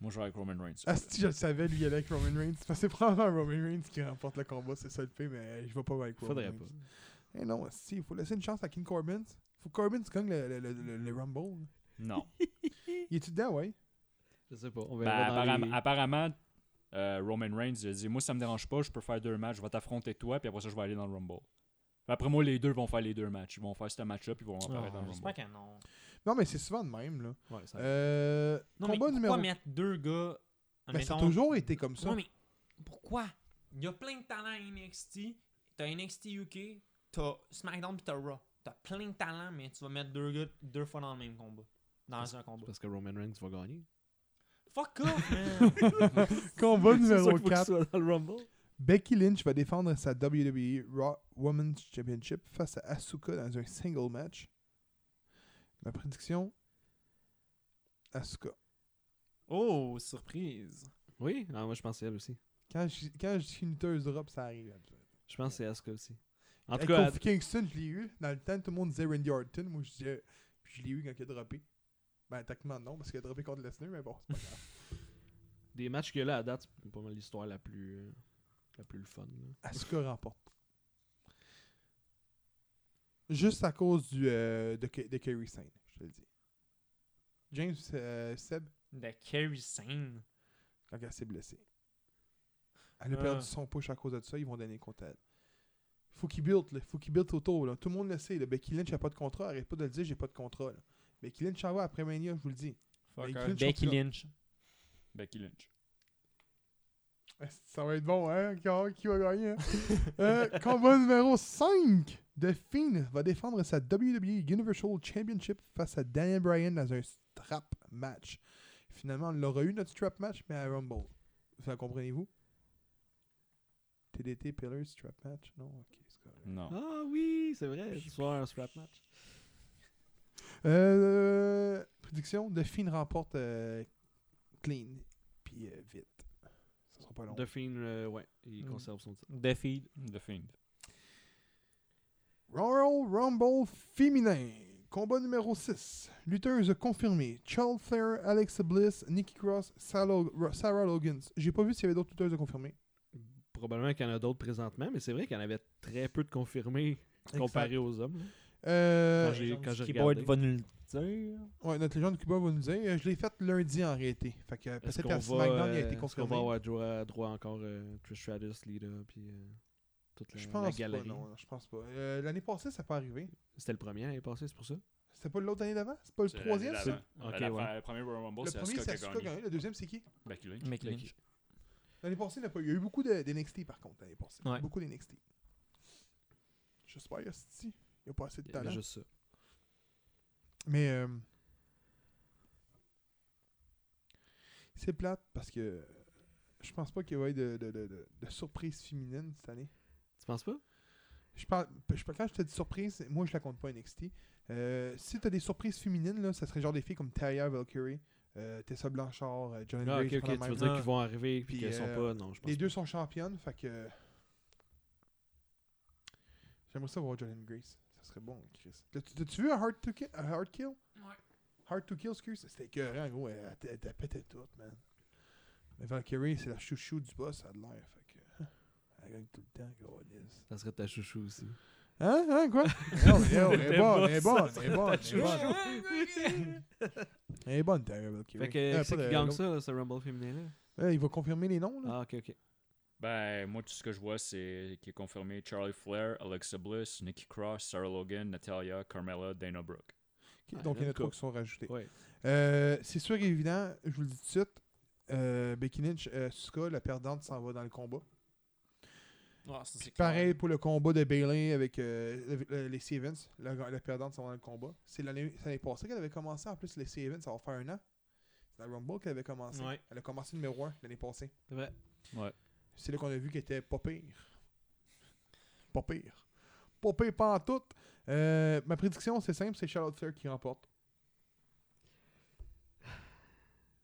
S5: Moi, je vais avec Roman Reigns.
S2: Ah, si je le savais, lui, il allait avec Roman Reigns. Parce que c'est probablement Roman Reigns qui remporte le combat, c'est ça le fait, mais je vais pas avec Roman
S3: Faudrait
S2: Reigns.
S3: pas.
S2: Eh non, si, il faut laisser une chance à King Corbin. Faut que Corbin se gagne le, le, le, le- le Rumble.
S5: Non.
S2: Il est-tu dedans, ouais?
S3: Je sais pas. On
S5: Ben,
S3: verra dans
S5: apparem-
S3: les-
S5: Apparemment, euh, Roman Reigns il a dit Moi, ça me dérange pas, je peux faire deux matchs, je vais t'affronter toi, puis après ça, je vais aller dans le Rumble. Après moi, les deux vont faire les deux matchs. Ils vont faire ce match-là, puis ils vont
S7: Ah,
S4: Ah,
S5: apparaître dans le Rumble.
S6: J'espère que non.
S2: Non, mais c'est souvent de même, là.
S3: Ouais, ça-
S2: Euh,
S4: Non, mais
S2: combat
S4: pourquoi
S2: numéro.
S4: mettre deux gars
S2: Ben, ça a
S4: mettons-
S2: toujours été comme ça.
S4: Non, mais pourquoi Il y a plein de talents à NXT. T'as NXT UK, t'as SmackDown pis t'as Raw. T'as plein de talents, mais tu vas mettre deux gars deux fois dans le même combat. Dans un combat.
S3: Parce que Roman Reigns va gagner.
S4: Fuck off, man
S2: Combat
S3: C'est sûr
S2: numéro
S3: qu'il faut qu'il
S2: 4.
S3: soit dans le Rumble.
S2: Becky Lynch va défendre sa WWE Raw Women's Championship face à Asuka dans un single match. Ma prédiction Asuka.
S4: Oh, surprise
S3: Oui, ah, moi je pense que c'est elle aussi.
S2: Quand je, quand je dis une lutteuse d'Europe, ça arrive.
S3: Je pense que c'est Asuka aussi. En tout
S2: Avec
S3: cas,
S2: Kofi Kingston, je l'ai eu. Dans le temps, tout le monde disait Randy Orton. Moi, je disais. Puis je l'ai eu quand il a droppé. Ben, techniquement, non, parce qu'il a droppé contre Lesnar, mais bon, c'est pas grave.
S3: des matchs qu'il y a là à date, c'est pas mal l'histoire la plus. euh, La plus le fun. là.
S2: Asuka remporte. Juste à cause du, euh, de, Ke- de Kerry Sane, je te le dis. James euh, Seb,
S4: De Kerry Sane.
S2: quand elle s'est blessée. Elle a
S4: Ah.
S2: perdu son push à cause de ça, ils vont donner contre elle. Faut qu'il build, là. faut qu'il build autour. Là. Tout le monde le sait. Là. Becky Lynch n'a pas de contrat. Arrête pas de le dire, j'ai pas de contrat. là. Becky Lynch en va après Mania, je vous le dis.
S5: Fuck
S2: Becky
S5: off.
S2: Lynch,
S4: Becky
S2: on-
S4: Lynch.
S5: Becky Lynch.
S2: Esti, Ça va être bon, hein? Qui va, qui va gagner? hein? Euh, combat numéro 5 de Finn va défendre sa WWE Universal Championship face à Daniel Bryan dans un strap match. Finalement, on l'aura eu notre strap match, mais à Rumble. Ça comprenez-vous? TDT Pillars Strap Match? Non, ok, c'est correct.
S7: Non.
S3: Ah oui, c'est vrai. Ce soir, un scrap match.
S2: Euh, prédiction, Delphine remporte euh, clean, puis euh, vite. Ça sera pas long.
S3: The Fiend, euh, ouais, il
S4: Mm.
S3: conserve son titre.
S4: The Feed.
S7: The Fiend.
S2: Royal Rumble féminin. Combat numéro 6. Lutteuse confirmée. Charles Flair, Alexa Bliss, Nikki Cross, Sarah Lo- Ro- Sarah Logans. J'ai pas vu s'il y avait d'autres lutteuses de confirmées.
S3: Probablement qu'il y en a d'autres présentement, mais c'est vrai qu'il y en avait très peu de confirmés comparé aux hommes.
S2: Euh,
S3: Quand j'ai- quand j'ai
S4: Keyboard
S3: regardé.
S4: va nous le dire.
S2: ouais, notre légende de Cuba va nous dire. Euh, Je l'ai faite lundi en réalité. Fait que euh, peut-être
S3: Est-ce qu'on
S2: à
S3: va,
S2: SmackDown, il a
S3: euh,
S2: été
S3: est-ce qu'on
S2: confirmé.
S3: va avoir droit, droit encore euh, Trish Stratus, Lita, puis euh, toute la,
S2: Je
S3: la
S2: pense pas,
S3: galerie?
S2: non, je pense pas. Euh, L'année passée, ça peut arriver.
S3: C'était le premier à l'année passée, c'est pour ça?
S2: C'était pas l'autre année d'avant? C'est pas le troisième?
S7: La-
S2: c'est-
S7: la-
S3: Ok,
S7: la-
S3: ouais.
S7: Le premier Royal Rumble,
S2: Le
S7: c'est
S2: premier,
S7: Asuka qui
S2: c'est
S7: a
S2: Asuka
S7: gagné.
S2: gagné. Le deuxième, c'est qui?
S7: Becky Lynch.
S4: Mec,
S3: Lynch.
S2: L'année passée, il n'y a pas eu. Il y a eu beaucoup de- d'NXT, par contre, l'année passée.
S4: Ouais.
S2: Beaucoup d'NXT. J'espère que c'est Il n'y a pas assez de
S3: Il y avait
S2: talent.
S3: juste ça.
S2: Mais... euh, C'est plate, parce que... Je pense pas qu'il y ait de, de, de, de, de surprise féminine cette année.
S3: Tu penses pas?
S2: Je parle, je, parle- quand je te dis surprise, moi je la compte pas NXT. Euh, si t'as des surprises féminines, là, ça serait genre des filles comme Taya Valkyrie, euh, Tessa Blanchard, euh, John
S3: Ah,
S2: Grace,
S3: ok, ok. Tu
S2: Hannah
S3: veux
S2: Mary.
S3: dire qu'ils vont arriver puis
S2: Puis,
S3: qu'elles sont
S2: euh,
S3: pas. Non, je pense
S2: Les
S3: pas.
S2: deux sont championnes, fait que. J'aimerais ça voir Jalen Grace. Ça serait bon, Chris. T'as-tu t'as-tu vu un Hard to Kill un Hard Kill Ouais. Hard to Kill, excuse. C'était écœurant, gros. Elle, elle, elle, elle pétait toute, man. Mais Valkyrie, c'est la chouchou du boss, ça a de l'air. Fait que. hein, Elle gagne tout le temps, gros. Liz.
S3: Ça serait ta chouchou aussi.
S2: Hein? Hein? Quoi? non, mais oh, elle est bonne, elle est bonne, elle est bonne. Elle est bonne,
S4: Fait
S2: elle est bonne, Tara Valkyrie.
S3: Fait que
S2: Euh,
S3: euh,
S2: pas
S3: qui c'est
S2: de-
S3: qui gagne
S2: l'autre.
S3: ça, là, ce Rumble féminin-là?
S2: Euh, il va confirmer les noms, là.
S3: Ah, ok, ok.
S7: Ben, moi, tout ce que je vois, c'est qu'il est confirmé Charlie Flair, Alexa Bliss, Nikki Cross, Sarah Logan, Natalia, Carmella, Dana Brooke.
S2: Ok, Donc, il y en a
S3: let's go.
S2: trois qui sont rajoutés.
S3: Ouais.
S2: Euh, c'est sûr et évident, je vous le dis tout de suite, euh, Becky Lynch, euh, Asuka, la perdante, s'en va dans le combat.
S4: Ah, ça, c'est
S2: Pareil
S4: clair.
S2: pour le combat de Bailey avec euh, le- le- les Evans, la, la perdante s'en va dans le combat. C'est l'année c'est l'année passée qu'elle avait commencé, en plus les Evans, ça va faire un an. C'est dans le Rumble qu'elle avait commencé.
S4: Ouais.
S2: Elle a commencé numéro 1 l'année passée.
S3: C'est vrai.
S2: C'est là qu'on a vu qu'elle était pas pire. Pas pire. Pas pire pas en tout. ma prédiction, c'est simple, c'est Charlotte Flair qui remporte.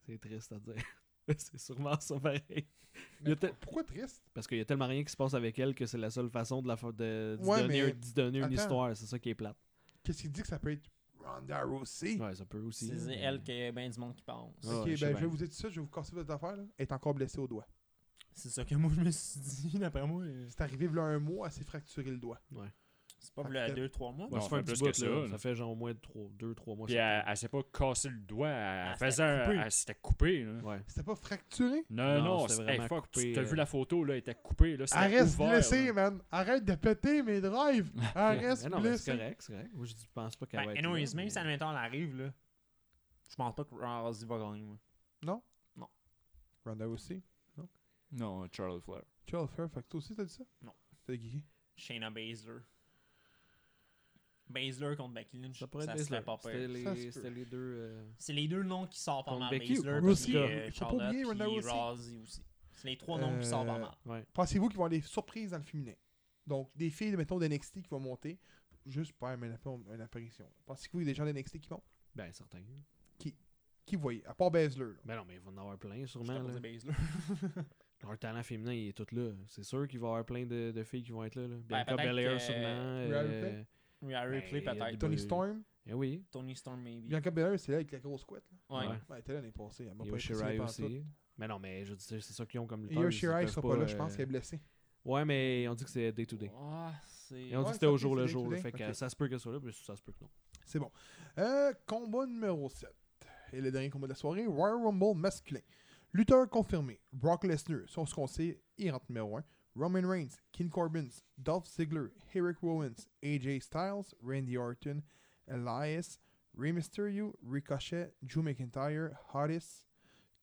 S3: C'est triste à dire. c'est sûrement ça pareil. Il y a
S2: Mais
S3: peut-
S2: pourquoi triste?
S3: Parce qu'il y a tellement rien qui se passe avec elle que c'est la seule façon de la fa- de, d'y
S2: Ouais,
S3: donner,
S2: mais-
S3: d'y donner une
S2: attends.
S3: histoire. C'est ça qui est plate.
S2: Qu'est-ce qu'il dit que ça peut être Ronda Rousey?
S3: Ouais, ça peut aussi.
S4: C'est
S3: mais-
S4: elle qu'il y a bien du monde qui pense.
S3: Ah,
S2: Ok,
S3: ouais,
S2: ben
S3: je
S2: je
S3: sais
S2: vais
S3: bien.
S2: vous dire tout ça, je vais vous casser votre affaire. Là. Elle est encore blessée au doigt.
S4: C'est ça que moi je me suis dit, d'après moi. euh,
S2: C'est arrivé là un mois, elle s'est fracturée le doit.
S4: C'est pas plus à 2-3 mois.
S3: Ouais,
S7: Non,
S3: ça fait un
S7: plus
S3: petit
S7: que
S3: bout,
S7: ça,
S3: là.
S7: là.
S3: Ça fait genre au moins 2-3 mois.
S7: Puis
S3: ça.
S7: elle, elle s'est pas cassé le doigt, elle,
S4: Elle s'était
S7: faisait un.
S4: coupée.
S7: Elle s'était coupée, là.
S3: Ouais.
S2: C'était pas fracturé?
S7: Non,
S3: Non,
S7: non,
S3: c'était
S7: c'est. Hey,
S3: vraiment
S7: fuck,
S3: coupé,
S7: tu t'as
S3: euh.
S7: vu la photo, là, elle était coupée, là. c'était
S2: Elle reste
S7: ouvert,
S2: blessée,
S7: là.
S2: man! Arrête de péter mes drives! Elle reste
S3: Mais non, mais c'est
S2: blessée!
S3: correct, c'est correct. Moi, je dis- pense pas qu'elle
S4: Ben,
S3: va être.
S4: anyways,
S3: là,
S4: même
S3: mais-
S4: si admettons elle arrive, là, je pense pas que Rousey va gagner, moi.
S2: Ronda aussi.
S7: Non, Charlie Flair.
S2: Charles Fair, fait que toi aussi t'as dit ça?
S4: Non.
S2: T'as dit qui?
S4: Shayna Baszler. Baszler contre Becky Lynch,
S3: Ça
S4: ça,
S3: pourrait être
S4: serait
S3: Baszler.
S4: pas
S3: C'était
S4: pire.
S2: Ça se peut.
S3: les, c'était les deux. euh,
S4: C'est les deux noms qui sortent pas
S3: Contre
S4: mal.
S3: Becky ou
S4: Baszler,
S2: contre
S4: puis,
S2: Asuka?
S4: euh,
S2: Faut hein. pas oublier
S4: Charlotte,
S2: Ronda
S4: puis
S2: Rousey.
S4: Rousey aussi. C'est les trois noms qui sortent pas
S2: Euh,
S4: mal.
S3: Ouais.
S2: Pensez-vous qu'ils vont aller surprises dans le féminin? Donc, des filles, mettons, d'NXT qui vont monter juste pour faire une, app- une apparition. Pensez-vous qu'il y a des gens d'NXT qui montent?
S3: Ben, certain.
S2: Qui voyez? À part Baszler, là.
S3: Ben non, mais il va en avoir plein,
S4: Je
S3: sûrement.
S4: t'ai pas
S3: Là.
S4: dit Baszler.
S3: Leur talent féminin, il est tout là. C'est sûr qu'il va y avoir plein de, de filles qui vont être là. là. Bianca
S4: Ben, peut-être
S3: Belair,
S4: que-
S3: sûrement.
S2: Rhea
S3: euh,
S4: Rhea
S3: Ben,
S4: Ripley,
S3: il y a
S4: peut-être.
S3: des-
S2: Tony
S3: Euh,
S2: Storm,
S3: eh oui.
S4: Tony Storm, maybe.
S2: Bianca Belair, c'est là avec la grosse couette. Là.
S4: Ouais.
S3: Ouais.
S2: Ouais, Ben, elle était là l'année passée. Elle m'a
S3: Io
S2: pas
S3: Shirai
S2: impressionné pantoute.
S3: aussi. Mais non, mais je veux dire, c'est ça qu'ils ont comme
S2: Et
S3: lutteur.
S2: Io
S3: ils
S2: Shirai
S3: peuvent
S2: sera pas là, je pense
S3: euh,
S2: qu'elle est blessée.
S3: Ouais, mais on dit que c'est day to day.
S4: Ah, c'est.
S3: Et on
S2: Ouais,
S3: dit que c'était au
S2: ok,
S3: jour
S2: c'est
S3: le
S2: day to
S3: jour. là.
S2: day,
S3: Fait que
S2: ok.
S3: euh, ça se peut que ce soit là, puis ça se peut que non.
S2: C'est bon. Euh, combat numéro 7. Et le dernier combat de la soirée, Royal Rumble masculin. Lutteur confirmé, Brock Lesnar, sur ce qu'on sait, il rentre numéro 1. Roman Reigns, King Corbin, Dolph Ziggler, Eric Owens, AJ Styles, Randy Orton, Elias, Rey Mysterio, Ricochet, Drew McIntyre, Hardis,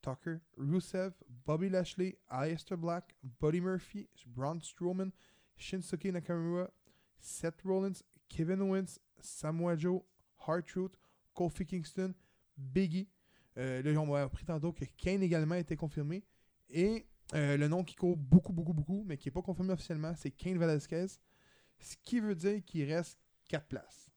S2: Tucker, Rusev, Bobby Lashley, Aleister Black, Buddy Murphy, Braun Strowman, Shinsuke Nakamura, Seth Rollins, Kevin Owens, Samoa Joe, Hartruth, Kofi Kingston, Biggie. Euh, là, on m'a appris tantôt que Kane également était confirmé. Et Euh, le nom qui court beaucoup, beaucoup, beaucoup, mais qui n'est pas confirmé officiellement, c'est Kane Velasquez. Ce qui veut dire qu'il reste 4 places.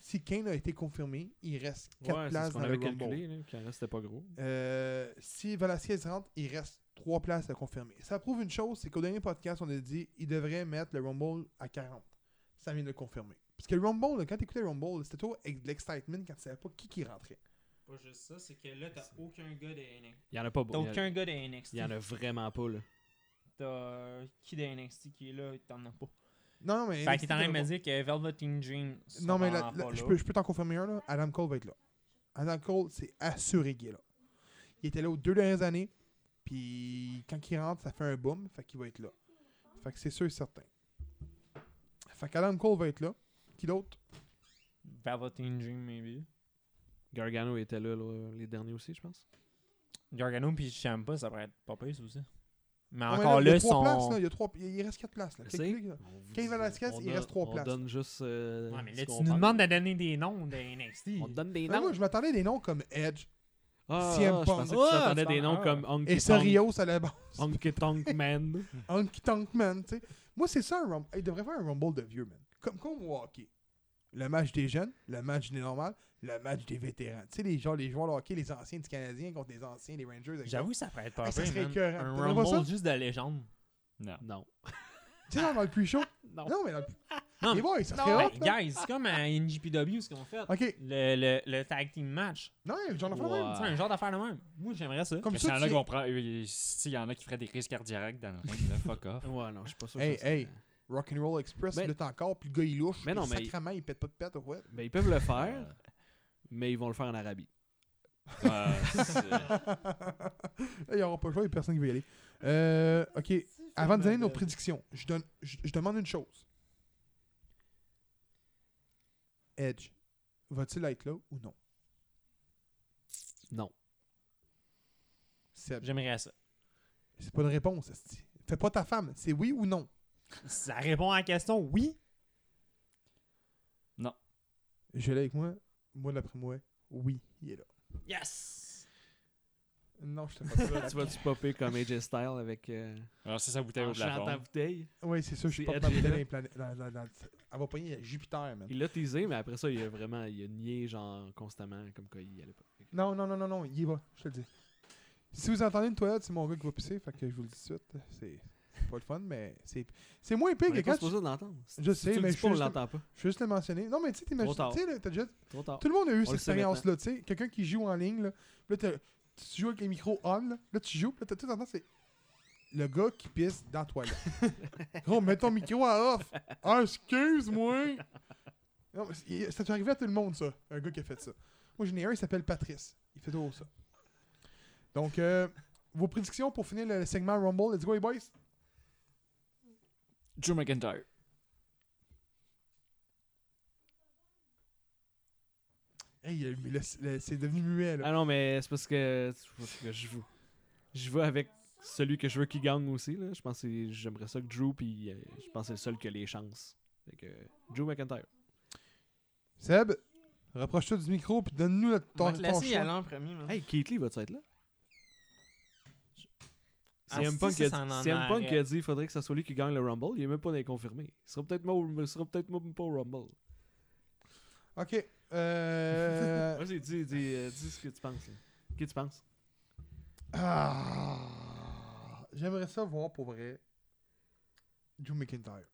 S2: Si Kane a été confirmé, il reste 4
S3: Ouais, c'est
S2: places
S3: ce qu'on
S2: dans le
S3: avait
S2: Rumble.
S3: calculé, là, qu'il en restait pas gros.
S2: Euh, si Velasquez rentre, il reste 3 places à confirmer. Ça prouve une chose, c'est qu'au dernier podcast, on a dit qu'il devrait mettre le Rumble à 40. Ça vient de le confirmer. Parce que le Rumble, là, quand t'écoutais le Rumble, c'était toujours avec de l'excitement quand tu savais pas qui qui rentrait.
S4: Pas juste ça, c'est que là, t'as aucun gars de NXT.
S3: Il y en a pas
S4: T'as
S3: beaucoup. Il y en a-
S4: aucun gars de NXT.
S3: il y en a vraiment pas, là.
S4: T'as euh, qui de NXT qui est là, t'en as pas.
S2: Non, mais.
S4: Fait que t'es en train de
S2: NXT,
S4: me dire que Velveteen Dream.
S2: Non, mais là,
S4: là,
S2: là, je peux, je peux t'en confirmer un, là. Adam Cole va être là. Adam Cole, c'est assuré qu'il est là. Il était là aux deux dernières années, puis quand il rentre, ça fait un boom, fait qu'il va être là. Fait que c'est sûr et certain. Fait qu'Adam Cole va être là. Qui d'autre?
S4: Velveteen Dream, maybe.
S3: Gargano était là, là, les derniers aussi, je pense.
S4: Gargano pis Champa, ça pourrait être pas pire, ça aussi. Mais
S2: Ah, mais
S4: encore
S2: il y a
S4: là,
S2: trois
S4: son...
S2: places, là. Il, y a trois- il- il reste quatre places, là.
S3: Merci.
S2: Calculez, là.
S3: On vous
S2: Kane
S3: dit-
S2: euh, Velasquez,
S3: on
S2: il
S3: a-
S2: reste trois places.
S3: On donne juste. euh,
S4: Ouais, mais
S3: ce
S4: là, tu
S3: qu'on
S4: nous
S3: parle.
S4: demandes de donner des noms de NXT.
S3: On te donne des
S2: Mais
S3: noms.
S2: moi, je m'attendais à des noms comme Edge
S3: Ah,
S2: CM
S3: ah,
S2: Punk.
S3: je pensais que
S4: Ouais,
S3: tu t'attendais
S4: c'est
S3: des
S4: pas-
S3: noms comme Honky
S2: et
S3: Tonk-
S2: Serios à la base.
S3: Honky Tonk Man.
S2: Honky Tonk Man, tu sais. Moi, c'est ça un Rumble. Il devrait faire un Rumble de vieux, man. Comme comme au hockey. Le match des jeunes, le match des normales, le match des vétérans. Tu sais, les, gens, les joueurs de hockey, les anciens du Canadien contre les anciens des Rangers. etc.
S4: J'avoue, ça pourrait être pas
S2: Ah, ça
S4: pire,
S2: serait
S4: man.
S2: écœurant.
S4: Un
S2: T'aimerais pas ça?
S4: Rumble juste de légende.
S7: Non.
S3: Non.
S2: Tu sais, dans, dans le plus chaud.
S3: Ah. Non.
S2: Non, mais dans le plus.
S4: Non,
S2: Les
S4: mais-
S2: boys, ça
S4: Non,
S2: serait hot,
S4: ben,
S2: là.
S4: guys, c'est comme à NJPW ce qu'on fait.
S2: Ok.
S4: Le, le, le tag team match.
S2: Non, j'en ai fait
S3: Ouais.
S2: même.
S4: C'est un genre d'affaire de même. Moi, j'aimerais ça.
S2: Comme
S7: Mais
S2: ça,
S7: s'il y en a
S2: tu-
S7: qui vont prendre- euh, s'il y en a qui feraient des crises cardiaques dans le ring, là, fuck off.
S3: Ouais, non, je suis pas sûr. que
S2: Hey,
S3: ça serait-
S2: hey. Rock'n'Roll Express,
S3: Ben-
S2: il lutte encore, puis le gars, il louche.
S3: Mais
S2: Mais non,
S3: non, mais-
S2: Sacrament, il pète pas de pète, ouais.
S3: Ben, ils peuvent le faire, mais ils vont le faire en Arabie.
S7: Euh, Ouais, c'est-
S2: Là, Euh, il n'y aura pas le choix, il n'y a personne qui veut y aller. Euh, ok, avant de donner nos prédictions, je, donne, je, je demande une chose. Edge, va-t-il être là ou non?
S3: Non.
S2: Seb,
S4: J'aimerais ça.
S2: c'est pas une réponse, esti. Fais pas ta femme, c'est oui ou non?
S4: Ça répond à la question, oui.
S2: Je l'ai avec moi, moi d'après moi, oui, il est là.
S4: Yes!
S2: Non, je te fais pas
S3: tu vas-tu popper comme AJ Style avec. Euh,
S7: Alors, c'est sa bouteille au
S3: en chantant
S7: plafond.
S3: bouteille.
S2: Oui, c'est ça, je suis
S3: C'est
S2: pas
S3: Edge,
S2: dans
S3: il est là.
S2: les planètes. dans- dans- dans- Elle va pogner Jupiter, man.
S3: Il l'a teasé, mais après ça, il a vraiment. Il a nié, genre, constamment, comme quoi il y allait pas. Fait que-
S2: Non, non, non, non, non, il y va, je te le dis. Si vous entendez une toilette, c'est mon gars qui va pisser, fait que je vous le dis tout de suite. C'est c'est pas le fun, mais c'est c'est moins pire
S3: On
S2: que
S3: est pas
S2: quand tu-
S3: supposé de l'entendre. Si
S2: Je
S3: tu- si
S2: sais,
S3: tu le
S2: mais
S3: dis
S2: je
S3: pas, on
S2: suis-
S3: l'entend pas.
S2: Je veux juste le mentionner. Non, mais tu sais, t'imagines.
S3: Trop tard.
S2: Tu sais, là, t'as déjà-
S3: Trop tard.
S2: Tout le monde a eu
S3: le
S2: cette
S3: sait maintenant.
S2: expérience-là, tu sais. Quelqu'un qui joue en ligne, là. Puis là, t'as- tu joues avec les micros on, là. Là, tu joues, puis là, t'as tout en c'est le gars qui pisse dans la toilette. Gros, mets ton micro à off. Ah, excuse-moi. Non, mais c'est- ça t'est arrivé à tout le monde, ça. Un gars qui a fait ça. Moi, j'en ai un, il s'appelle Patrice. Il fait toujours ça. Donc, euh, vos prédictions pour finir le segment Rumble. Let's go, les boys.
S7: Drew McIntyre.
S2: Hey, le- le- le- c'est devenu muet, là.
S3: Ah non, mais c'est parce que, c'est parce que je veux. Je veux avec celui que je veux qui gagne aussi. Là. Je pense que j'aimerais ça que Drew, puis euh, je pense que c'est le seul qui a les chances. Fait que, Drew McIntyre.
S2: Seb, rapproche-toi du micro puis donne-nous notre-
S4: On
S2: ton,
S4: va te
S2: ton
S4: laisser y
S2: choix.
S4: aller en premier, man.
S3: Hey, Keith Lee, va-tu être là?
S4: Ah,
S3: CM
S4: si,
S3: Punk,
S4: ça,
S3: a
S4: ça en
S3: dit, CM Punk
S4: arrête.
S3: a dit il faudrait que ça soit lui qui gagne le Rumble. Il est même pas dans les confirmés. Il sera peut-être même sera peut pas au Rumble.
S2: Ok. Euh...
S3: Vas-y, dis, dis, euh, dis ce que tu penses. là. Qui tu penses?
S2: ah, J'aimerais ça voir pour vrai Drew McIntyre.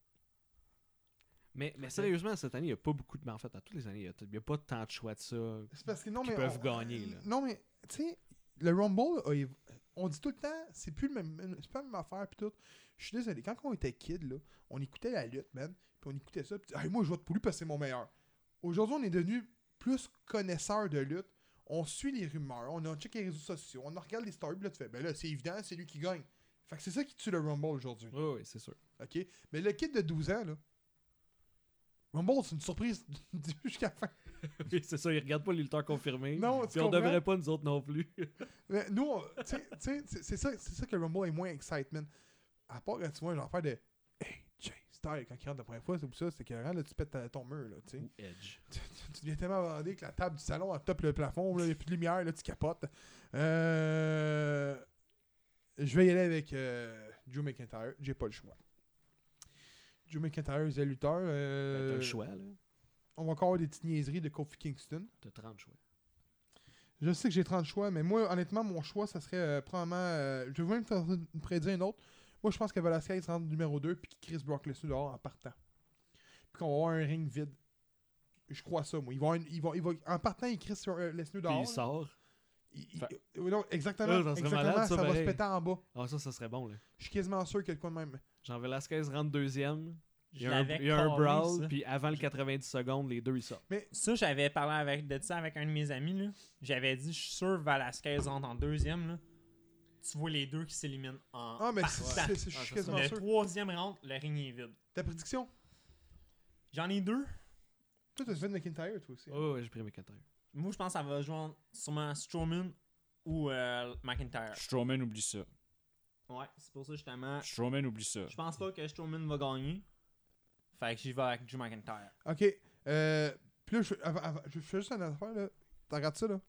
S3: Mais, mais sérieusement, cette année, il n'y a pas beaucoup de. Mais en fait, à toutes les années, il n'y a, pas tant de choix de ça.
S2: C'est parce que non,
S3: Qui
S2: mais.
S3: peuvent gagner, là.
S2: Non, mais, tu sais, le Rumble, a évo- on dit tout le temps, c'est plus le même. C'est pas la même affaire, pis tout. Je suis désolé, quand on était kid, là, on écoutait la lutte, man, puis on écoutait ça, puis hey, moi, je vote pour lui parce que c'est mon meilleur. Aujourd'hui, on est devenu plus connaisseur de lutte. On suit les rumeurs, on a check les réseaux sociaux, on regarde les stories, puis là, tu fais, ben là, c'est évident, c'est lui qui gagne. Fait que c'est ça qui tue le Rumble aujourd'hui.
S3: Oui, oui, c'est sûr.
S2: OK? Mais le kid de 12 ans, là, Rumble, c'est une surprise du début jusqu'à la fin.
S3: Oui, c'est ça. Il regarde pas les lutteurs confirmés.
S2: Non, tu
S3: Puis on
S2: comprends?
S3: devrait pas, nous autres non plus.
S2: Mais nous, on- tu sais- tu sais, c'est c'est ça, c'est ça que le Rumble est moins excitement. À part quand tu vois un affaire de AJ Styles quand il rentre la première fois, c'est pour ça, c'est que là, tu pètes ta- ton mur, là, tu sais.
S3: Edge.
S2: Tu, tu- tu deviens tellement bandé que la table du salon, elle tape le plafond, là, il n'y a plus de lumière, là, tu capotes. Euh... je vais y aller avec euh, Drew McIntyre. J'ai pas le choix. Drew McIntyre, c'est lutteur. euh,
S3: T'as le choix, là.
S2: On va encore avoir des petites niaiseries de Kofi Kingston.
S3: T'as 30 choix.
S2: Je sais que j'ai 30 choix, mais moi, honnêtement, mon choix, ça serait euh, probablement. euh, je vais même t'en prédire un autre. Moi, je pense que Velasquez rentre numéro 2 puis qu'il Chris Brock Lesnar dehors en partant. Puis qu'on va avoir un ring vide. Je crois ça, moi. Ils vont, ils vont, ils vont- en partant, ils Chris euh, Lesnar
S3: Puis
S2: dehors.
S3: il sort.
S2: Il- il-
S3: Fait-
S2: euh, non, exactement.
S3: Ah, ça serait
S2: exactement, ça,
S3: malade, ça,
S2: va se
S3: pareil.
S2: péter en bas.
S3: Ah, ça, ça serait bon, là.
S2: Je suis quasiment sûr qu'il y a de quoi de même.
S3: Jean Velasquez rentre deuxième. Il y
S4: Je
S3: a un,
S4: l'avais
S3: il y a un
S4: carré,
S3: brawl,
S4: ça.
S3: puis avant le 90 secondes, les deux, ils sortent.
S4: Ça, j'avais parlé avec, de ça avec un de mes amis. là. J'avais dit, je suis sûr Velasquez rentre en deuxième. Là. Tu vois les deux qui s'éliminent en.
S2: Ah, mais
S4: partant.
S2: c'est- c'est- c'est- je
S3: Ah,
S2: suis
S3: ça
S2: quasiment
S4: Le
S2: sûr.
S4: troisième rentre, le ring est vide.
S2: Ta prédiction
S4: J'en ai deux.
S2: Toi, t'as Sven McIntyre, toi aussi.
S3: Oh, ouais, j'ai pris McIntyre.
S4: Moi, je pense que ça va joindre sûrement Strowman ou euh, McIntyre.
S7: Strowman oublie ça.
S4: Ouais, c'est pour ça justement.
S7: Strowman oublie ça.
S4: Je pense pas que Strowman va gagner. Fait que j'y vais avec Drew McIntyre.
S2: Ok. Euh, puis là, je, avant- avant- je fais juste une affaire, là. T'en regardes ça, là.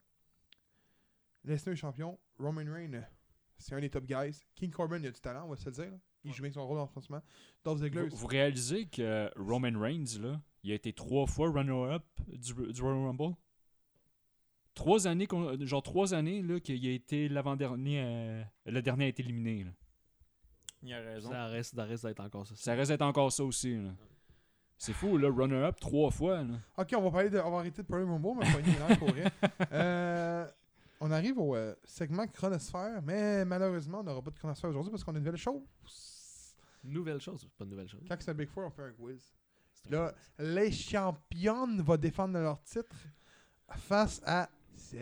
S2: Lesnar est champion. Roman Reigns, c'est un des top guys. King Corbin, il a du talent, on va se le dire. là. Il joue bien son rôle en franchement. Dolph Ziggler,
S7: Vous, vous réalisez que Roman Reigns, là, il a été trois fois runner-up du, du Royal Rumble? Trois années, qu'on- genre trois années, là, qu'il a été l'avant-dernier, euh, le dernier a été éliminé, là.
S4: Il a raison.
S3: Ça reste, ça reste d'être encore ça.
S7: Ça reste d'être encore ça aussi, là. C'est fou, là, runner-up trois fois, là.
S2: Ok, on va parler de. On va arrêter de parler de Rumble, mais pas une heure pour rien. Euh, on arrive au euh, segment chronosphère, mais malheureusement, on n'aura pas de chronosphère aujourd'hui parce qu'on a une nouvelle chose.
S3: Nouvelle chose, pas une nouvelle chose.
S2: Quand c'est un Big Four, on fait un quiz.
S3: C'est
S2: Là, les championnes vont défendre leur titre face à Seb.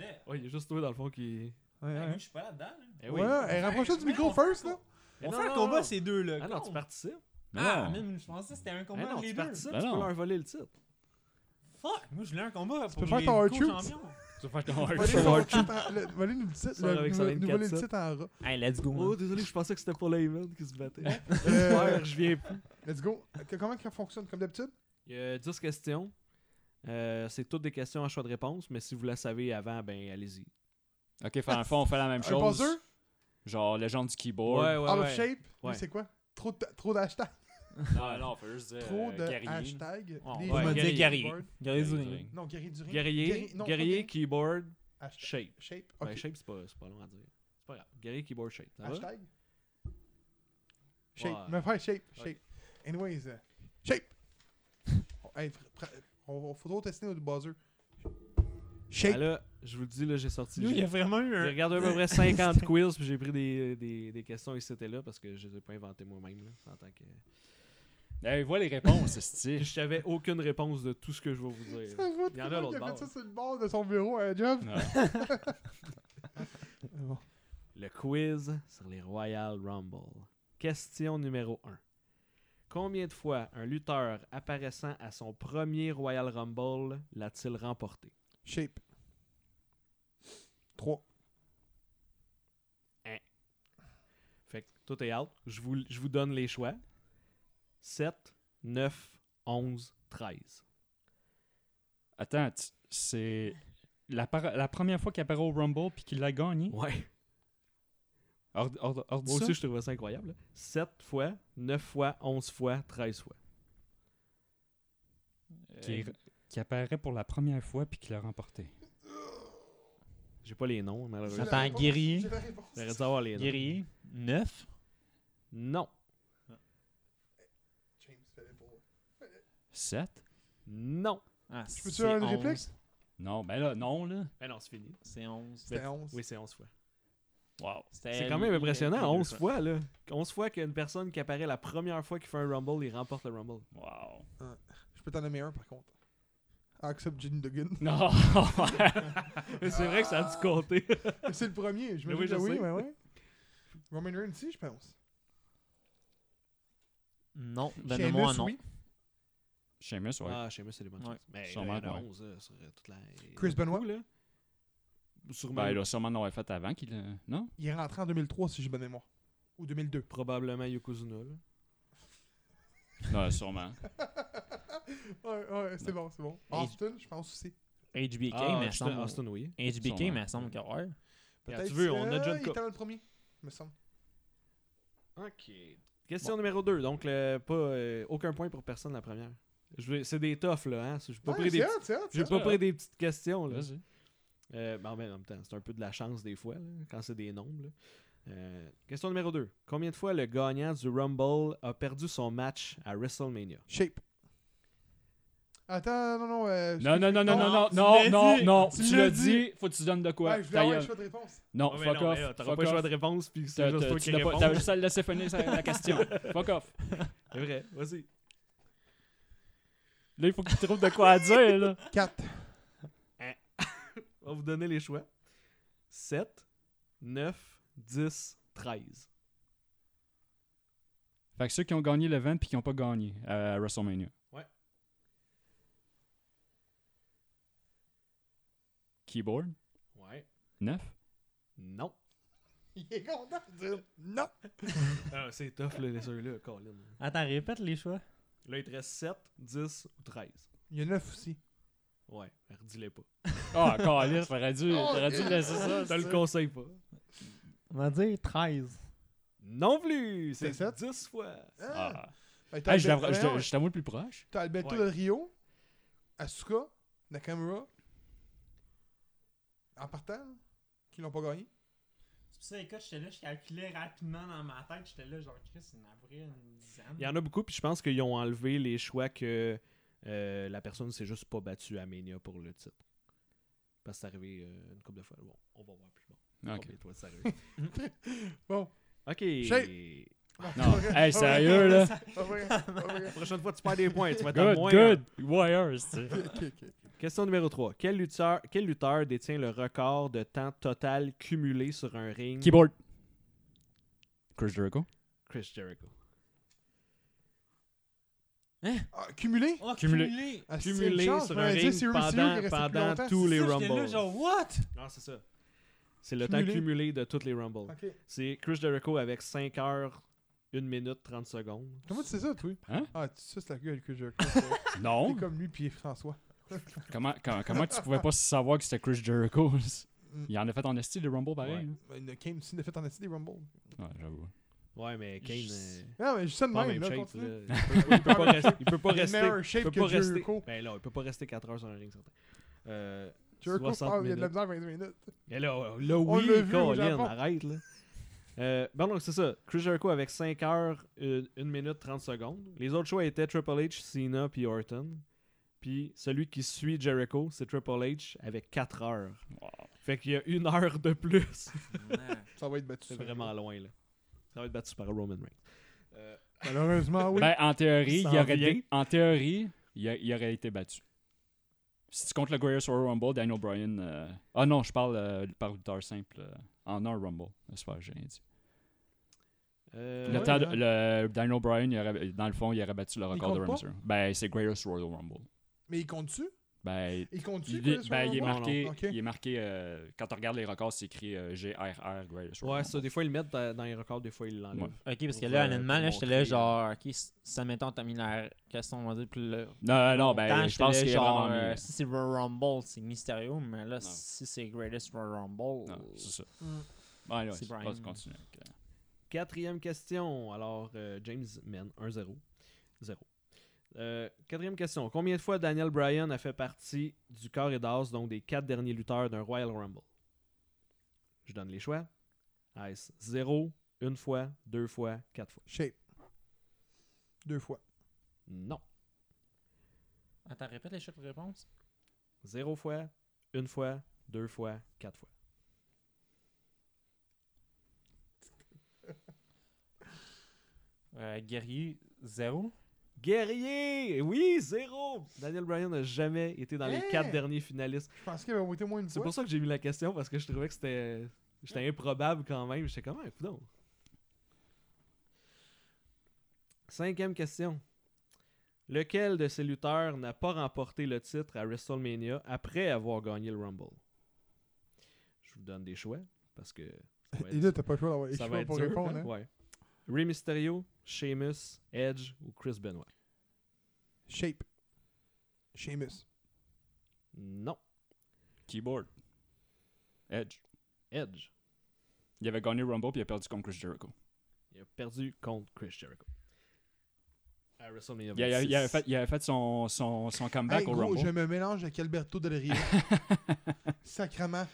S4: Ouais,
S3: Ouais, il y a juste toi dans le fond qui.
S2: Ouais,
S4: moi,
S2: ouais.
S4: Je suis pas là-dedans. là.
S3: Eh
S2: Ouais, elle rapproche du micro first, là.
S3: Eh
S4: On
S3: non,
S4: fait
S3: non,
S4: un combat,
S3: non.
S4: ces deux-là.
S3: Ah non, tu
S4: con.
S3: participes.
S7: Mais
S4: Ah,
S7: non.
S4: même, je pensais que c'était un
S3: Ah
S4: combat
S3: non,
S4: entre les
S3: tu
S4: deux.
S3: participes,
S7: Ben
S3: tu peux
S7: non.
S3: leur voler le titre.
S4: Fuck, moi, je voulais un combat pour
S2: peux faire
S4: les
S2: ton hard
S4: co-champions.
S7: Tu vas faire ton
S2: Voler
S7: hard-
S2: son titre en- le- voler nous le titre,
S3: Sors
S2: le-
S3: avec son
S2: nous- nous voler
S3: 24
S2: le titre en rat.
S4: Hey, let's go.
S3: Oh, désolé, je pensais que c'était pour Heyman qui se battait.
S2: Euh,
S3: Ouais, je viens plus.
S2: Let's go. Que- Comment ça fonctionne comme d'habitude?
S3: Il y a 10 questions. Euh, c'est toutes des questions à choix de réponse, mais si vous la savez avant, ben allez-y.
S7: Ok, fait, en fond, on fait la même
S2: Un buzzer?
S7: chose. Genre, légende du keyboard.
S3: Ouais, ouais,
S2: Out of
S3: ouais.
S2: Ah, shape? Lui,
S3: Ouais.
S2: C'est quoi? Trop de- Trop d'hashtags?
S7: Non, non, on peut juste dire
S2: Trop
S7: euh,
S2: de
S7: guerrier.
S2: hashtags.
S4: Oh,
S2: Les-
S4: ouais,
S3: me
S4: guerrier.
S3: dire
S4: guerrier.
S2: Board.
S4: Guerrier du
S7: Guerrier du
S4: ring.
S7: ring.
S2: Non, guerrier du ring.
S3: Guerrier,
S2: non,
S3: guerrier,
S2: pas
S3: keyboard,
S2: Hashtag.
S3: shape.
S2: Shape.
S3: Ben,
S2: Ok.
S3: shape, c'est pas, c'est pas long à dire. C'est pas grave. Guerrier, keyboard, shape. Ça va?
S2: Hashtag. Shape.
S3: Ouais.
S2: Me faire shape.
S3: Ouais.
S2: Shape. Anyways, euh, shape. Oh, hey, fr- pr- on, on faudra tester notre buzzer.
S3: Ben
S2: Shape.
S3: là, je vous le dis, là, j'ai sorti.
S4: Lui, il
S3: J'ai
S4: a vraiment eu
S3: j'ai
S4: un.
S3: regardé à peu près 50 quiz, puis j'ai pris des, des, des questions ici et là parce que je les ai pas inventées moi-même. là. Ça, en tant que-
S7: Eh, vois les réponses, c'est
S3: Puis Je n'avais aucune réponse de tout ce que je vais vous dire.
S2: Ça va,
S3: Il y en a
S2: tout le monde
S3: l'autre
S2: qui a
S3: bord.
S2: fait ça sur le bord de son bureau hein, à un job. Bon.
S3: Le quiz sur les Royal Rumble. Question numéro 1. Combien de fois un lutteur apparaissant à son premier Royal Rumble l'a-t-il remporté?
S2: Shape. 3.
S3: Fait que tout est out. Je vous, je vous donne les choix. 7, 9, 11, 13.
S7: Attends, tu- c'est la, par- la première fois qu'il apparaît au Rumble puis qu'il l'a gagné.
S3: Ouais.
S7: Hors- hors- hors de
S3: Moi
S7: ça?
S3: aussi, je trouvais ça incroyable. 7 fois, 9 fois, 11 fois, 13 fois.
S7: Qui, est- qui apparaît pour la première fois puis qu'il l'a remporté.
S3: J'ai pas les noms, malheureusement.
S4: Attends, guerrier.
S2: la réponse.
S3: J'aurais dû avoir les noms.
S4: Guerrier. Neuf.
S3: Non.
S2: James, fais-le pour
S3: Ben,
S2: moi.
S7: 7
S3: Non.
S4: Ah,
S2: Je peux-tu
S4: c'est
S2: avoir une
S4: onze.
S2: réplique?
S7: Non, ben là, non, là.
S3: Ben non, c'est fini.
S4: C'est 11.
S2: C'était 11.
S3: Oui, c'est 11 fois.
S7: Wow.
S4: Euh,
S3: C'est quand même impressionnant, 11 fois, là. 11 fois qu'une personne qui apparaît la première fois qu'il fait un Rumble, il remporte le Rumble.
S7: Wow.
S2: Je peux t'en nommer un par contre. Accept Jenny Duggan.
S7: Non.
S3: Mais c'est vrai que ça a dû compter.
S2: Ah! C'est le premier, je me
S3: Oui,
S2: dis
S3: je
S2: oui,
S3: sais.
S2: mais ouais. Roman Reigns, si, je pense.
S4: Non,
S3: Ben,
S4: donne-moi un
S2: Sheamus,
S4: nom.
S2: oui.
S7: Sheamus, ouais.
S3: Ah, chez moi, c'est les bonnes
S4: Ouais.
S3: choses. Mais
S7: Sûrement,
S3: là, il y en a
S7: ouais.
S3: 11, là, sur euh, toute la...
S2: Chris Benoit.
S3: Ouh, là. Sûrement.
S7: ben, il doit sûrement en avoir fait avant qu'il. euh, Non?
S2: Il est rentré en 2003, si j'ai bonne mémoire. Ou 2002.
S3: Probablement Yokozuna, là.
S7: Non, sûrement.
S2: Ouais, ouais, c'est bon, c'est bon.
S4: Et-
S2: Austin, je pense aussi.
S4: HBK,
S3: Ah,
S4: mais
S3: Austin,
S4: semble.
S3: Austin, oui.
S7: Sûrement.
S4: HBK, mais semble que ouais.
S3: Ah, tu veux, on a déjà
S2: euh,
S3: une
S2: Il
S3: coupe.
S2: était dans le premier. me semble.
S3: Ok. Question numéro 2. Donc, le- pas, euh, aucun point pour personne la première. Je voulais- C'est des toughs, là. Hein? J'ai pas,
S2: Ouais,
S3: pris, des,
S2: c'est hot, c'est hot,
S3: j'ai
S2: c'est
S3: pas
S2: hot.
S3: pris des petites questions. Là.
S7: Vas-y.
S3: Euh, ben, en même temps, c'est un peu de la chance des fois, là, quand c'est des nombres. là. Euh, question numéro 2. Combien de fois le gagnant du Rumble a perdu son match à WrestleMania
S2: Shape. Attends, non, non. euh,
S7: Non, non, non, non,
S2: Ah,
S7: non,
S4: tu
S7: non,
S4: l'as
S7: non,
S4: dit.
S7: non,
S2: Tu
S7: tu
S2: l'as
S7: l'as
S2: dit.
S7: dit, faut que tu donnes de quoi.
S2: Ouais, je voulais
S7: Ta
S2: avoir
S7: gueule.
S2: un choix de réponse.
S7: Non,
S4: Ouais, mais
S7: fuck
S4: non,
S7: off.
S4: mais là, T'auras
S7: fuck
S4: pas le choix
S7: off.
S4: de réponse, puis
S7: T'as-
S4: c'est juste
S7: t'as-
S4: toi
S7: tu
S4: qui
S7: l'as pas-
S4: réponds.
S7: T'as juste à le laisser finir sa- la question. Fuck off.
S3: C'est vrai, vas-y.
S7: Là, il faut qu'il trouve de quoi à dire, là.
S2: 4.
S3: On va vous donner les choix 7, 9, 10, 13.
S7: Fait que ceux qui ont gagné l'event puis qui n'ont pas gagné à WrestleMania.
S3: Ouais.
S7: Keyboard,
S3: Ouais.
S7: 9.
S3: Non.
S2: Il est content de dire non.
S3: Ah, c'est tough, là, les ceux-là, Colin.
S6: Attends, répète les choix.
S3: Là, il te reste 7, 10 ou 13.
S2: Il y en a 9 aussi.
S3: Ouais, redis-les pas.
S7: Ah, oh, Calis, t'aurais dû, t'aurais dû laisser ça.
S3: Je te le conseille pas.
S6: On va dire 13.
S3: Non plus!
S2: C'est
S3: C'est
S2: sept?
S3: 10 fois.
S2: Ah.
S7: Ah.
S2: Hey, t'as
S7: Hey, je
S2: Albe-
S7: l'avais- je
S2: voyons,
S7: te- je t'avoue le plus proche.
S2: T'as Alberto
S3: Ouais.
S2: Del Rio, Asuka, Nakamura, en partant, là, qui l'ont pas gagné.
S6: C'est pour ça, écoute, j'étais là, je calculais rapidement dans ma tête. J'étais là, genre, Chris, il en avril, une dizaine.
S3: Il y en a beaucoup, puis je pense qu'ils ont enlevé les choix que euh, la personne s'est juste pas battue à Mania pour le titre. Parce que c'est arrivé euh, une couple de fois. Bon, on va voir plus bon.
S7: Ok.
S3: Toi, c'est arrivé.
S2: Bon.
S3: Ok.
S2: Shape.
S7: Non, hey, sérieux, là.
S2: Pas vrai, pas vrai.
S3: La prochaine fois, tu perds des points. Tu vas être à
S7: Good,
S3: moins
S7: good. Warriors, tu sais.
S2: Ok, ok.
S3: un. Question numéro 3. Quel lutteur, quel lutteur détient le record de temps total cumulé sur un ring
S7: Keyboard. Chris Jericho.
S3: Chris Jericho.
S2: Ah, cumulé?
S6: Oh,
S7: Cumulé.
S6: cumulé.
S2: Ah, c'est une
S3: Cumulé
S2: chance,
S3: sur
S2: mais
S3: un
S2: tu sais,
S3: ring
S2: c'est Ryu- c'est Ryu qui est resté
S3: pendant,
S2: plus
S3: pendant
S2: longtemps.
S3: tous les
S6: Ça, j'étais là,
S3: Rumbles.
S6: genre, what?
S3: Non, c'est ça. C'est le
S2: Cumulé.
S3: temps cumulé de toutes les Rumbles.
S2: Ok.
S3: C'est Chris Jericho avec 5 heures, 1 minute, 30 secondes.
S2: Comment tu sais ça, toi?
S7: Hein?
S2: Ah, tu sais, c'est la gueule que je. T'es
S7: Non.
S2: comme lui, puis François.
S7: Comment, comment, comment tu pouvais pas savoir que c'était Chris Jericho? Il en a fait en esti, le Rumble,
S3: Ouais.
S7: pareil.
S2: Ben, Il y en a Kane aussi, il a fait en esti des Rumbles.
S7: là. Ouais, j'avoue.
S3: Ouais, mais Kane.
S7: Je-
S3: euh,
S2: Non, mais juste ça de
S3: pas en
S2: même,
S3: même
S2: là,
S3: shape.
S2: continue.
S3: là. Il peut- il peut pas rester- Il peut pas
S2: Il est
S3: rester.
S2: meilleur
S3: Il
S2: shape
S3: peut
S2: que
S3: pas rester.
S2: Jericho.
S3: Ben là, il peut pas rester 4 heures sur un ring, certain. Euh,
S2: Jericho,
S3: 60
S2: parle, il y a de la
S3: minutes.
S2: misère 20 minutes.
S3: Mais là, là
S2: On
S3: oui,
S2: l'a vu au
S3: Colin,
S2: Japon.
S3: arrête là. Euh, bon, donc c'est ça. Chris Jericho avec 5 heures, 1 minute 30 secondes. Les autres choix étaient Triple H, Cena puis Orton. Puis celui qui suit Jericho, c'est Triple H avec 4 heures. Fait qu'il y a une heure de plus.
S2: Ça va être battu.
S3: C'est
S2: ça.
S3: vraiment loin là. Ça va être battu par Roman Reigns. Euh,
S2: Malheureusement, oui.
S7: Ben, en théorie, il
S3: Ça
S7: aurait,
S3: en vient.
S7: été, en théorie il, a- il aurait été battu. Si tu comptes le Greatest Royal Rumble, Daniel Bryan. euh, Ah non, je parle euh, par lutteur simple. euh, en un Rumble. C'est pas, j'ai rien dit.
S3: euh,
S7: Le
S2: ouais,
S7: temps de-
S2: hein.
S7: le- Daniel Bryan, il aurait- dans le fond, il aurait battu le record de
S2: compte pas?
S7: Ramsey. Ben, c'est Greatest Royal Rumble.
S2: Mais il compte-tu?
S7: Ben,
S2: Il compte-tu?
S7: il, est-
S2: Chris,
S7: ben,
S2: sur
S7: il est
S2: le Rumble?
S7: marqué.
S2: Ok.
S7: Il est marqué euh, quand on regarde les records, c'est écrit euh, GRR Greatest Royal
S3: Ouais,
S7: Rumble.
S3: ça, des fois, ils le mettent dans dans les records, des fois, ils l'enlèvent.
S7: Ouais.
S6: Ok, parce que
S3: Pour,
S6: là,
S3: euh,
S6: honnêtement,
S3: pour
S6: là, j'étais là,
S3: montrer,
S6: genre, ok, si ça mettons, t'as mis la question, on va dire, plus le.
S7: Non, non, ben,
S6: Tant,
S7: je
S6: j'étais
S7: pense
S6: là,
S7: qu'il est
S6: genre,
S7: vraiment mieux.
S6: euh, Si c'est Royal Rumble, c'est Mysterio, mais là,
S7: Non.
S6: si c'est Greatest Royal Rumble. euh,
S7: Non, c'est ça.
S2: Mm.
S7: Ouais, ouais,
S6: C'est
S7: c'est
S6: Bryan.
S7: pas continuer. ok.
S3: Quatrième question. Alors, euh, James mène 1-0. 0. Euh, quatrième question. Combien de fois Daniel Bryan a fait partie du corps et d'as, donc des quatre derniers lutteurs d'un Royal Rumble Je donne les choix. Ice 0, une fois, deux fois, quatre fois.
S2: Shape. Deux fois.
S3: Non.
S6: Attends, répète les choix de réponse.
S3: 0 fois, une fois, deux fois, quatre fois.
S6: Euh, guerrier, 0.
S3: Guerrier Oui, 0 Daniel Bryan n'a jamais été dans les
S2: Hein?
S3: quatre derniers finalistes.
S2: Je pensais qu'il avait été moins une
S3: C'est
S2: fois.
S3: pour ça que j'ai mis la question parce que je trouvais que c'était j'étais improbable quand même. J'étais comme ah, un coudon. Cinquième question. Lequel de ces lutteurs n'a pas remporté le titre à WrestleMania après avoir gagné le Rumble? Je vous donne des choix parce que ça va
S2: Et là, t'as pas le choix d'avoir les
S3: ça va
S2: choix
S3: être
S2: pour
S3: dur,
S2: répondre.
S3: hein?
S2: hein.
S3: Ouais. Rey Mysterio, Sheamus, Edge ou Chris Benoit?
S2: hein. Shape. Sheamus.
S3: Non.
S7: Keyboard. Edge.
S3: Edge.
S7: Il avait gagné Rumble puis il a perdu contre Chris Jericho.
S3: Il a perdu contre Chris Jericho. À WrestleMania
S7: Il, a- il
S3: 26.
S7: avait fait, il avait fait son, son, son comeback
S2: Ah, Hey,
S7: au
S2: gros,
S7: Rumble.
S2: je me mélange avec Alberto Del Rio. Sacrement.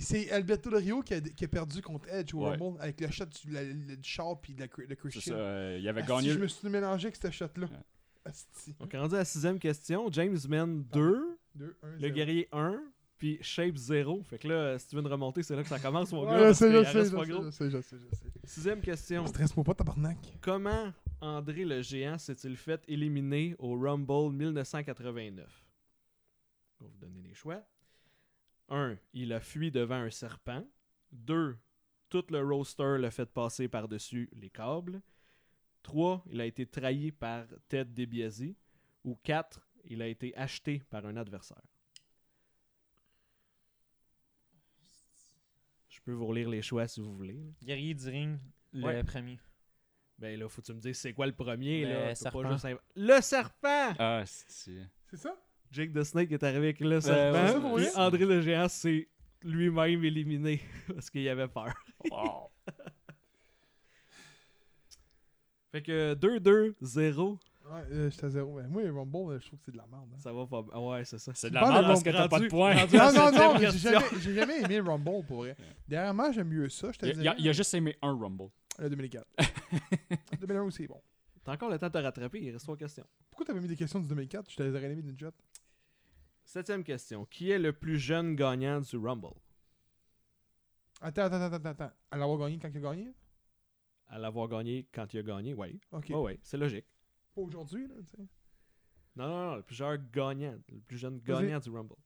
S2: C'est Alberto Del Rio qui a, qui a perdu contre Edge au
S7: Ouais.
S2: Rumble avec le shot du, la- le- du char puis de la, cri- le
S7: C'est ça,
S2: Christian.
S7: euh, il avait
S2: Asti,
S7: gagné.
S2: Je me suis mélangé avec ce shot-là.
S7: Ouais.
S2: Asti.
S3: Donc, rendu à la sixième question, James Man
S7: Ah,
S3: 2,
S2: Deux, un,
S3: le
S2: zéro.
S3: guerrier 1, puis Shape 0. Fait que là, si tu veux une remonter, c'est là que ça commence, mon gars.
S2: Ouais, je
S3: parce
S2: sais,
S3: qu'il
S2: je
S3: en
S2: sais, je
S3: reste
S2: sais,
S3: pas
S2: je
S3: gros.
S2: sais, je sais, je sais.
S3: Sixième question.
S2: Stresse-moi pas, tabarnak.
S3: Comment André le Géant s'est-il fait éliminer au Rumble 1989? Je vais vous donner les choix. 1. Il a fui devant un serpent. 2. Tout le roster l'a fait passer par-dessus les câbles. 3. Il a été trahi par Ted DiBiase. Ou 4. Il a été acheté par un adversaire. Je peux vous relire les choix si vous voulez. là.
S6: Guerrier du ring, le
S3: Ouais.
S6: premier.
S3: Ben là, faut que tu me dises c'est quoi le premier,
S6: Le
S3: là. Tu peux
S6: serpent.
S3: pas juste inv- Le serpent!
S7: Ah, c'est.
S2: C'est ça?
S3: Jake the Snake est arrivé avec le serpent.
S7: Ben ouais, c'est
S3: puis
S7: vrai.
S3: André le Géant s'est lui-même éliminé parce qu'il avait peur. Fait que 2-2-0,
S2: Ouais, euh, j'étais à zéro. Mais moi, les Rumble, euh, je trouve que c'est de la merde. hein.
S3: ça va pas. ah Ouais, c'est ça.
S7: C'est de
S2: Pas
S7: la
S2: le
S7: merde
S2: bon
S7: parce que t'as pas de
S3: rendu.
S7: points.
S3: Rendu à
S2: Non, non,
S3: la septième
S2: non, mais j'ai
S3: question.
S2: jamais, j'ai jamais aimé le Rumble pour vrai. Dernièrement, j'aime mieux ça, je te
S7: Il,
S2: dis.
S7: il a, il a juste aimé un Rumble.
S2: Le 2004. 2001 aussi, c'est bon.
S3: T'as encore le temps de te rattraper, il reste trois questions.
S2: Pourquoi t'avais mis des questions du 2004 Je t'avais mis d'une shot.
S3: Septième question. Qui est le plus jeune gagnant du Rumble?
S2: Attends, attends, attends, attends, attends. À l'avoir gagné quand il a gagné
S3: À l'avoir gagné quand il a gagné, ouais.
S2: Ok.
S3: Ouais, ouais, c'est logique.
S2: Pas aujourd'hui, là, tu sais.
S3: Non, non, non, le plus jeune gagnant. Le plus jeune
S2: Vas-y.
S3: gagnant du Rumble.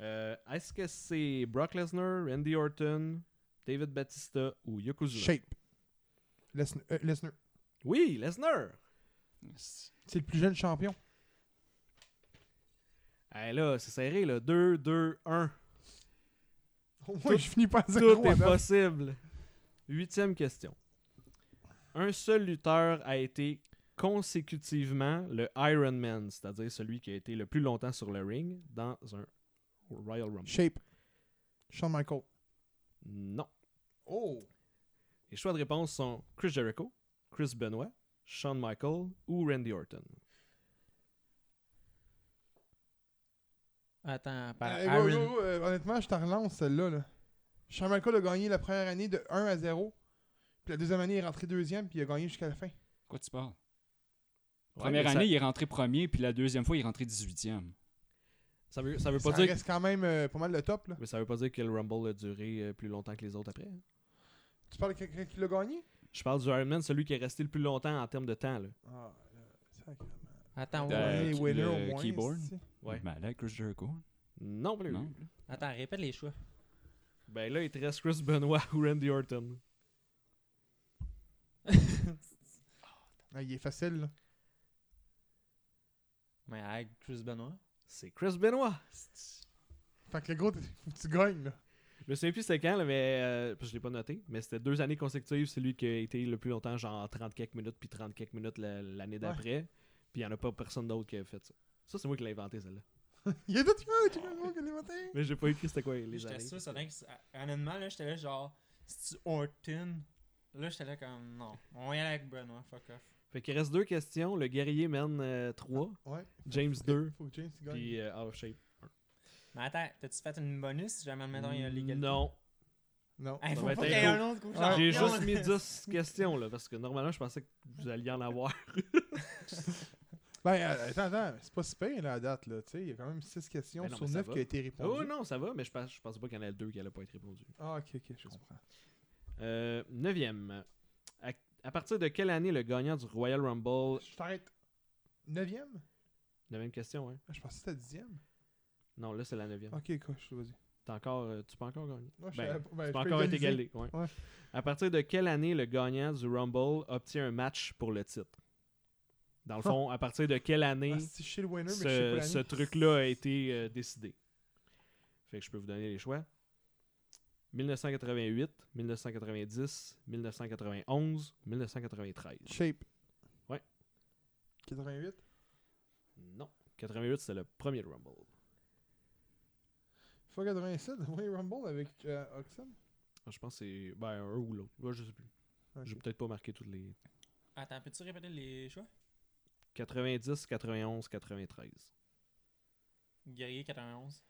S3: Euh, Est-ce que c'est Brock Lesnar, Randy Orton, David Batista ou Yokozuna?
S2: Shape. Lesnar. euh, Lesnar.
S3: Oui, Lesnar!
S2: C'est le plus jeune champion.
S3: Hey, là, c'est serré, là. 2, 2, 1.
S2: Au moins, je finis pas à zéro. hein.
S3: Tout est
S2: avant.
S3: possible. Huitième question. Un seul lutteur a été consécutivement le Iron Man, c'est-à-dire celui qui a été le plus longtemps sur le ring dans un Royal Rumble.
S2: Shape. Shawn Michael.
S3: Non.
S2: Oh.
S3: Les choix de réponse sont Chris Jericho, Chris Benoit, Shawn Michael ou Randy Orton.
S6: Attends, par
S2: Euh,
S6: Aaron.
S2: gros, gros, euh, honnêtement, je t'en relance celle-là. Là. Shawn Michael a gagné la première année de 1 à 0. Puis la deuxième année, il est rentré deuxième, puis il a gagné jusqu'à la fin.
S7: Quoi tu parles?
S3: Ouais,
S7: Première
S3: mais ça-
S7: année, il est rentré premier, puis la deuxième fois, il est rentré 18e.
S3: ça, veut, ça veut
S2: Ça
S3: pas dire.
S2: reste quand même euh, pas mal le top. Là.
S3: Mais ça veut pas dire que le Rumble a duré euh, plus longtemps que les autres après. hein.
S2: Tu parles de quelqu'un qui l'a gagné
S3: Je parle du Iron Man, celui qui est resté le plus longtemps en termes de temps. Là.
S2: Ah, là, sacrément.
S6: Attends,
S7: Euh,
S6: ouais.
S2: Ouais,
S7: qui-
S2: winner
S7: le
S2: au moins,
S7: keyboard.
S2: c'est-
S3: Ouais.
S7: Ben là, Chris Jericho.
S3: Non plus.
S7: Non.
S6: Attends, répète les choix.
S3: Ben là, il te reste Chris Benoit ou Randy Orton.
S2: Ah, il est facile. Là.
S6: Mais avec Chris Benoit.
S3: C'est Chris Benoit.
S2: Fait que le gros, t'es- faut que tu gagnes. Là.
S3: Je me souviens plus c'était quand, là, mais euh, parce que je l'ai pas noté. Mais c'était deux années consécutives, celui qui a été le plus longtemps, genre 30 quelques minutes, puis 30 quelques minutes la- l'année d'après. Puis il n'y en a pas personne d'autre qui a fait ça. Ça, c'est moi qui l'ai inventé, celle-là.
S2: Il y a d'autres gars qui gros que les matins.
S3: Mais j'ai pas écrit c'était quoi les
S6: J'étais
S3: années.
S6: sûr, ça dingue. Honnêtement, là, j'étais là genre, c'est-tu Orton? Là, j'étais là comme, non. On y allait avec Benoit, fuck off.
S3: Fait qu'il reste deux questions. Le guerrier mène 3,
S2: Ouais.
S3: James 2,
S2: Faut que James il gagne.
S3: puis euh, Out of Shape.
S6: Mais attends, t'as-tu fait une bonus si jamais maintenant il y a l'égalité?
S3: Mm, Non.
S2: Non.
S4: Ah,
S6: Hey, faut
S3: va
S6: pas
S3: être
S6: qu'il y ait
S3: un
S6: un autre coup.
S2: Ah,
S3: J'ai
S6: Champion,
S3: juste
S6: là.
S3: mis 10 questions, là, parce que normalement, je pensais que vous alliez en avoir.
S2: Ben, euh, attends, attends, mais c'est pas si pire là, à date. là, tu sais. Il y a quand même 6 questions
S3: Ben non,
S2: sur
S3: mais ça
S2: 9
S3: va.
S2: qui a été répondues.
S3: Oh non, ça va, mais je pense, je pensais pas qu'il y en a deux qui allaient pas être répondus.
S2: Ah, ok, ok, je comprends.
S3: Euh, neuvième. À, à partir de quelle année le gagnant du Royal Rumble
S2: Je t'arrête. 9e
S3: Neuvième question, hein?
S2: Je pensais que c'était 10e.
S3: Non, là, c'est la neuvième.
S2: Ok, coach, vas-y.
S3: T'as encore, euh, tu peux encore gagner.
S2: Moi, je
S3: Ben,
S2: savais pas- ben,
S3: tu
S2: je
S3: peux
S2: peux
S3: encore être
S2: égaliser.
S3: égalé. ouais.
S2: Ouais.
S3: À partir de quelle année le gagnant du Rumble obtient un match pour le titre Dans le fond, à partir de quelle année
S2: Ah, c'est chez le winner, mais je sais
S3: ce,
S2: pas
S3: ce
S2: l'année.
S3: truc-là a été euh, décidé. Fait que je peux vous donner les choix. 1988, 1990, 1991, 1993.
S2: Shape.
S3: Ouais.
S2: 88.
S3: Non. 88, c'est le premier Rumble.
S2: Fois 87, Royal Rumble avec euh, Oxen.
S3: Ah, Je pense que c'est ben, un ou l'autre. Ouais, je sais plus.
S2: Ok.
S3: J'ai peut-être pas marqué toutes les
S4: Attends, peux-tu répéter les choix
S3: 90, 91, 93.
S4: Guerrier 91.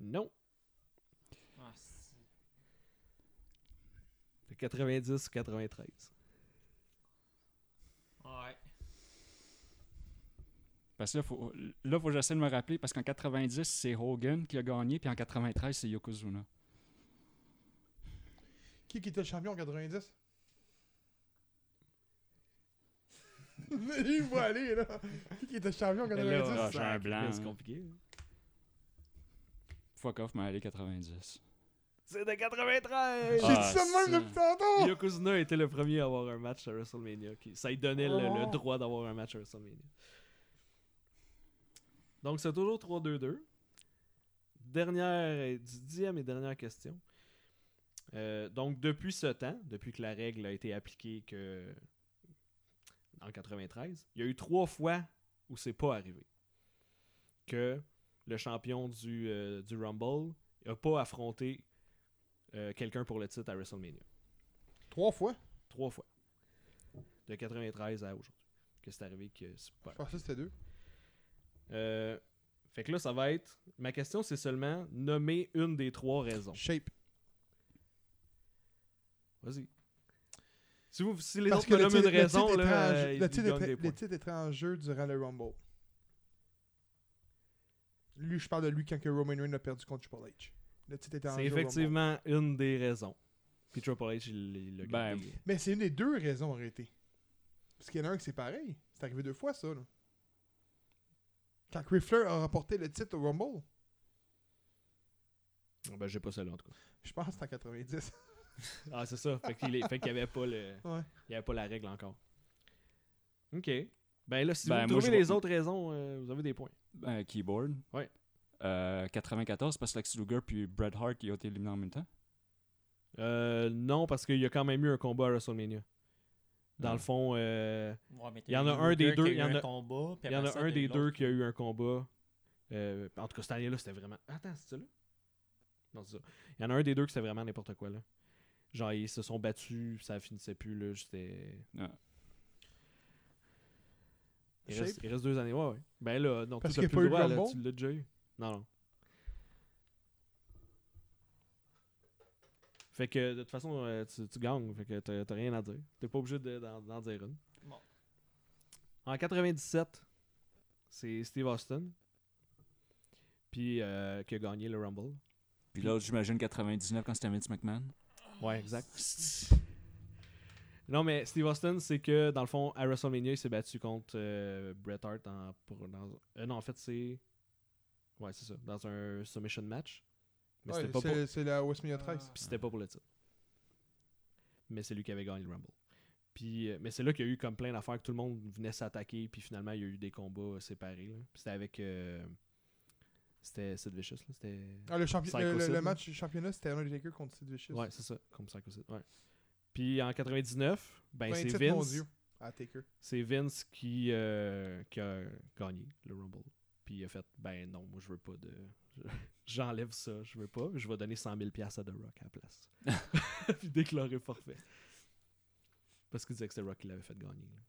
S3: Non.
S4: Ah, c'est-
S3: Fait 90, 93.
S4: ouais.
S7: Parce que là, faut, là, faut que j'essaie de me rappeler, parce qu'en 90, c'est Hogan qui a gagné, puis en 93, c'est Yokozuna.
S2: Qui qui était le champion en 90 Il va aller, là. Qui qui était le champion en 90
S7: ah, j'ai un
S3: Sacré,
S7: blanc.
S3: C'est compliqué. hein.
S7: Fuck off, mais allez, 90.
S3: C'est de 93!
S2: J'ai
S7: Ah,
S2: dit ça de
S7: ça.
S2: même depuis tantôt
S3: Yokozuna était le premier à avoir un match à WrestleMania. qui- ça lui donnait le, le
S2: Oh.
S3: droit d'avoir un match à WrestleMania. Donc, c'est toujours 3-2-2. Dernière, et dix- dixième et dernière question. Euh, donc, depuis ce temps, depuis que la règle a été appliquée que en 93, il y a eu trois fois où c'est pas arrivé. Que le champion du, euh, du Rumble n'a pas affronté euh, quelqu'un pour le titre à WrestleMania
S2: Trois fois
S3: trois fois. De 93 à aujourd'hui. Que c'est arrivé que c'est pas.
S2: Je pensais que c'était deux.
S3: Euh, fait que là, ça va être. Ma question, c'est seulement nommer une des trois raisons.
S2: Shape.
S3: Vas-y. Si, vous, si les
S2: Parce
S3: autres
S2: que
S3: me
S2: le
S3: nomment
S2: titre,
S3: une
S2: le titre
S3: raison,
S2: était en
S3: là,
S2: jeu-
S3: euh, ils
S2: le titre
S3: gagnent
S2: était-
S3: des
S2: le
S3: points.
S2: titre était en jeu durant le Rumble. Lui, je parle de lui quand que Roman Reigns a perdu contre Triple H. Le titre était en jeu.
S3: C'est
S2: au Rumble.
S3: effectivement une des raisons. Puis Triple H, il il l'a
S7: Ben,
S3: gagné.
S2: Mais c'est une des deux raisons arrêtées. Parce qu'il y en a un que c'est pareil. C'est arrivé deux fois, ça. Là. Quand Ric Flair a remporté le titre au Rumble,
S3: Ah Ben, j'ai pas celle-là, en tout cas.
S2: je pense que c'était en 90.
S3: Ah, c'est ça. Fait qu'il est- fait qu'il y avait pas le.
S2: Ouais.
S3: Il y avait pas la règle encore. Ok. Ben là, si
S7: Ben,
S3: vous
S7: moi,
S3: trouvez
S7: je-
S3: les autres raisons, euh, vous avez des points.
S7: Ben, keyboard.
S3: Ouais.
S7: Euh, 94, parce que Lex Luger puis Bret Hart, ils ont été éliminés en même temps.
S3: Euh, non, parce qu'il y a quand même eu un combat à WrestleMania. Dans
S7: Ah.
S3: le fond, euh,
S4: Ouais, mais t'as
S3: Il y en
S4: eu
S3: a un des
S4: Luger qui
S3: deux,
S4: a eu
S3: il y en a-
S4: un combat, puis
S3: il y en
S4: après
S3: a
S4: ça,
S3: un
S4: t'as eu
S3: des deux
S4: l'autre.
S3: qui a eu un combat. Euh, en tout cas, cette année-là, c'était vraiment. Attends, c'est ça là Non, c'est ça. Il y en a un des deux que c'était vraiment n'importe quoi là. Genre, ils se sont battus, ça finissait plus là. J'étais.
S7: Ah.
S3: Il reste, il reste deux années, ouais, ouais. Ben là, non,
S2: Parce
S3: tu n'as
S2: qu'il y a
S3: plus le
S2: pas eu
S3: droit,
S2: de
S3: là,
S2: Rumble?
S3: tu l'as déjà eu. Non, non. Fait que, de toute façon, euh, tu, tu gagnes, fait que t'as t'as rien à dire. T'es pas obligé de- d'en d'en dire une.
S4: Bon.
S3: En 97, c'est Steve Austin, puis euh, qui a gagné le Rumble.
S7: Puis là, j'imagine 99 quand c'était Vince McMahon.
S3: Ouais, exact. Non, mais Steve Austin, c'est que dans le fond, à WrestleMania, il s'est battu contre euh, Bret Hart en- pour- dans- euh, non, en fait, c'est. Ouais, c'est ça. Dans un submission match. Mais
S2: Ouais,
S3: c'était pas pour.
S2: c'est- c'est la Westmania 13.
S3: Puis c'était pas pour le titre. Mais c'est lui qui avait gagné le Rumble. Puis, euh, mais c'est là qu'il y a eu comme plein d'affaires que tout le monde venait s'attaquer. Puis finalement, il y a eu des combats euh, séparés. là. Puis c'était avec. euh, c'était Sid Vicious. là, C'était.
S2: Ah, le, champi-
S3: Psycho
S2: le, le-
S3: Sid,
S2: le
S3: là.
S2: match championnat, c'était Undertaker contre Sid Vicious.
S3: hein. Ouais, c'est ça. Comme Psycho Sid. Ouais. Puis en 99, ben,
S2: Ben,
S3: c'est
S2: titre Ah,
S3: Vince.
S2: mondiaux à Taker.
S3: c'est Vince qui, euh, qui a gagné le Rumble. Puis il a fait ben non, moi je veux pas de j'enlève ça, je veux pas, je vais donner 100 000 pièces à The Rock à la place. puis déclarer forfait. Parce qu'il disait que c'était Rock qui l'avait fait gagner. là.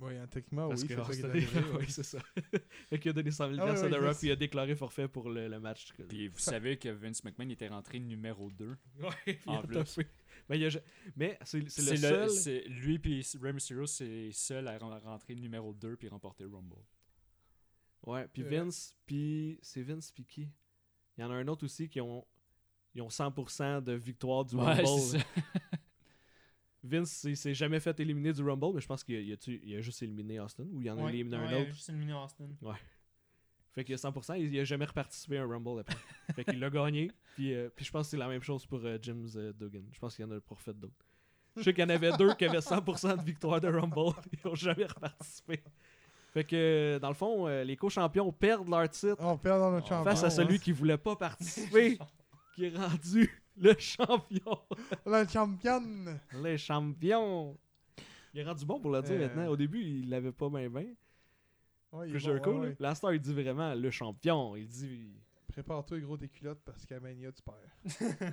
S2: Oui, hein, techniquement,
S3: Parce
S2: oui,
S3: que
S2: c'est ça qui est
S3: Austin-
S2: arrivé, ouais.
S3: oui, c'est ça. Fait qu'il a donné 100 000
S2: Ah ouais,
S3: pièces
S2: ouais,
S3: à The Rock
S2: Vince.
S3: puis il a déclaré forfait pour le, le match.
S7: Puis vous savez que Vince McMahon était rentré numéro 2.
S3: Ouais, puis il
S7: En
S3: a
S7: plus.
S3: topé. Mais, il a ja- Mais c'est c'est le
S7: C'est
S3: seul.
S7: c'est- Lui puis Rey Mysterio, c'est seul à ren- rentrer numéro 2 puis remporter le Rumble.
S3: Ouais, puis
S2: Euh.
S3: Vince, puis c'est Vince, puis qui Il y en a un autre aussi qui ont, ils ont 100% de victoire du
S7: Ouais,
S3: Rumble.
S7: c'est ça.
S3: Vince, il s'est jamais fait éliminer du Rumble, mais je pense qu'il a, il a tu- il a juste éliminé Austin, ou il en a
S4: Ouais,
S3: éliminé
S4: ouais,
S3: un
S4: il y a
S3: autre.
S4: juste éliminé Austin.
S3: Fait qu'il a 100%, il, il a jamais reparticipé à un Rumble après. fait qu'il l'a gagné, puis, euh, puis je pense que c'est la même chose pour euh, James euh, Duggan. Je pense qu'il y en a pour fait d'autres. Je sais qu'il y en avait deux qui avaient 100% de victoire de Rumble, ils ont jamais reparticipé. Fait que, euh, dans le fond, euh, les co-champions perdent leur titre
S2: On perd dans notre champion.
S3: face à celui qui voulait pas participer, qui est rendu le champion.
S2: La championne.
S3: Le champion. Il est rendu bon pour le dire
S2: Euh.
S3: maintenant. Au début, il l'avait pas bien bien.
S2: Ouais, il est
S3: Plusieurs
S2: bon,
S3: coups,
S2: ouais,
S3: là.
S2: ouais.
S3: La star, il dit vraiment le champion. Il dit.
S2: Prépare-toi, gros, tes culottes parce qu'à Mania, tu perds.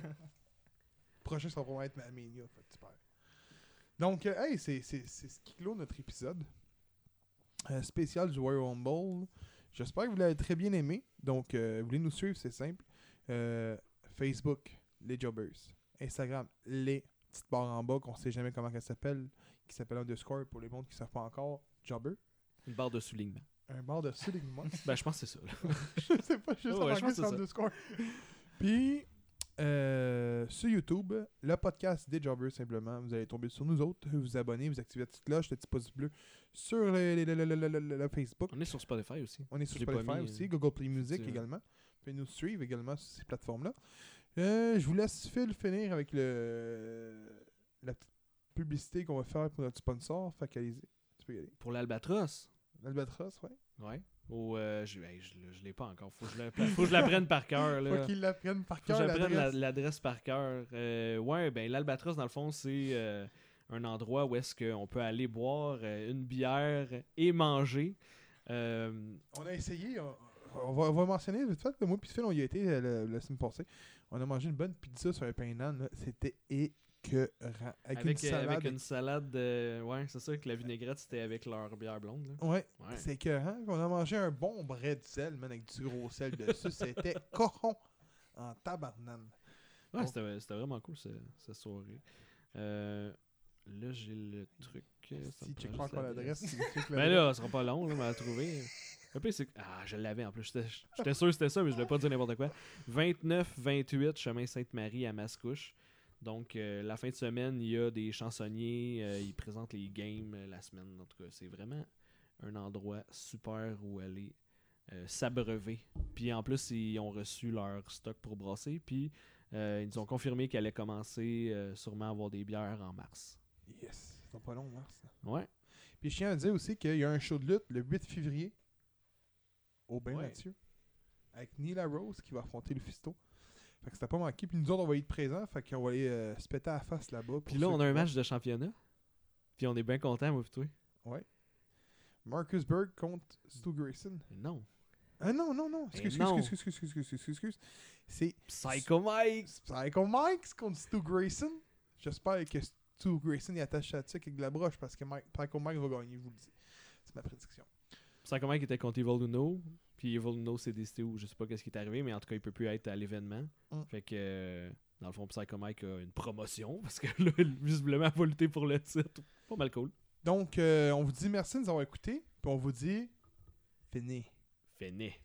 S2: prochain sera probablement être ma Mania. Fait que tu perds. Donc, euh, hey, c'est c'est- c'est ce qui clôt notre épisode euh, spécial du Royal Rumble. J'espère que vous l'avez très bien aimé. Donc, euh, vous voulez nous suivre, c'est simple. Euh, Facebook, les Jobbers. Instagram, les petites barres en bas qu'on sait jamais comment qu'elle s'appelle, qui s'appelle underscore pour les mondes qui ne savent pas encore, Jobber.
S3: Une barre de soulignement.
S2: Un bar de soulignement.
S3: Ben, je pense que c'est ça. là.
S2: je sais pas, je sais
S3: Oh, Ouais,
S2: pas
S3: je pense que c'est
S2: sur
S3: ça.
S2: underscore. Puis, euh, sur YouTube, le podcast des Jobbers, simplement, vous allez tomber sur nous autres, vous vous abonnez, vous activez la petite cloche, le petit pouce bleu sur le, le- le- le- le- le- le- le Facebook.
S3: On est sur Spotify aussi.
S2: On est sur
S3: Je l'ai pas
S2: Spotify
S3: mis,
S2: aussi,
S3: euh,
S2: Google Play Music
S3: c'est vrai.
S2: également. Vous pouvez nous suivre également sur ces plateformes-là. Euh, je vous laisse Phil finir avec le la petite publicité qu'on va faire pour notre sponsor. Fait qu'allez-y, tu peux y aller.
S3: Pour l'Albatros.
S2: L'Albatros, ouais.
S3: Ouais. Ou euh, je, hey, je, l'ai- je l'ai pas encore. Faut que je la, faut que je la prenne par cœur. là.
S2: Faut qu'ils l'apprennent par
S3: Faut
S2: cœur.
S3: que j'apprenne la-
S2: l'adresse.
S3: l'adresse par cœur. Euh, ouais, ben l'Albatros, dans le fond, c'est euh, un endroit où est-ce qu'on peut aller boire euh, une bière et manger. Euh,
S2: On a essayé. On, on va, on va mentionner vite fait. que Moi, puis Phil, on y a été euh, le, la semaine passée. On a mangé une bonne pizza sur un pain nan. là. C'était écœurant. Avec,
S3: avec,
S2: une
S3: euh, avec
S2: salade.
S3: une salade, euh, ouais, c'est ça que la vinaigrette c'était avec leur bière blonde. là.
S2: Ouais,
S3: Ouais.
S2: c'est écœurant. Puis On a mangé un bon bread sel, man, avec du gros sel dessus. C'était cochon en tabarnane.
S3: Ouais,
S2: Bon.
S3: c'était c'était vraiment cool ce- cette soirée. Euh, là, j'ai le truc. euh, ça me
S2: Si tu
S3: prend
S2: pas
S3: juste
S2: encore l'adresse, si tu check
S3: Ben là, ça sera pas long, là, mais à trouver. Le pire, c'est que- Ah, je l'avais en plus. J'étais- J'étais sûr que c'était ça, mais je voulais pas dire n'importe quoi. 29-28, chemin Sainte-Marie à Mascouche. Donc, euh, la fin de semaine, il y a des chansonniers. euh, ils présentent les games euh, la semaine. En tout cas, c'est vraiment un endroit super où aller euh, s'abreuver. Puis en plus, ils ont reçu leur stock pour brasser. Puis euh, ils nous ont confirmé qu'elle allait commencer euh, sûrement à avoir des bières en mars.
S2: Yes, c'est pas hein, long, mars.
S3: Ouais.
S2: Puis je tiens à dire aussi qu'il y a un show de lutte le 8 février au Bain
S3: Ouais.
S2: Mathieu avec Neil Rose qui va affronter le Fisto. Fait que c'était pas manqué. Puis nous autres, on va y être présents. Fait qu'on va aller euh, se péter à la face là-bas. pour
S3: Puis là,
S2: ceux
S3: on
S2: qui
S3: a un
S2: vont.
S3: match de championnat. Puis on est bien content, moi, pis toi.
S2: Marcus Berg contre Stu Grayson.
S3: Non.
S2: Ah non, non, non.
S3: Eh
S2: Excuse,
S3: non.
S2: excuse, excuse, excuse, excuse, excuse, excuse. C'est
S3: Psycho Mike!
S2: Psycho Mike contre Stu Grayson. J'espère que Stu Grayson y attache sa tuque avec de la broche parce que Mike- Psycho Mike va gagner, je vous le dis. C'est ma prédiction.
S3: Psycho Mike était contre Evil Uno. Puis Evil Uno s'est décidé où, je sais pas qu'est-ce qui est arrivé, mais en tout cas, il peut plus être à l'événement.
S2: Mm.
S3: Fait que, euh, dans le fond, Psycho Mike a une promotion parce que là, visiblement, elle va lutter pour le titre. Pas mal cool.
S2: Donc, euh, on vous dit merci de nous avoir écoutés. Puis on vous dit, fini.
S3: Fainé.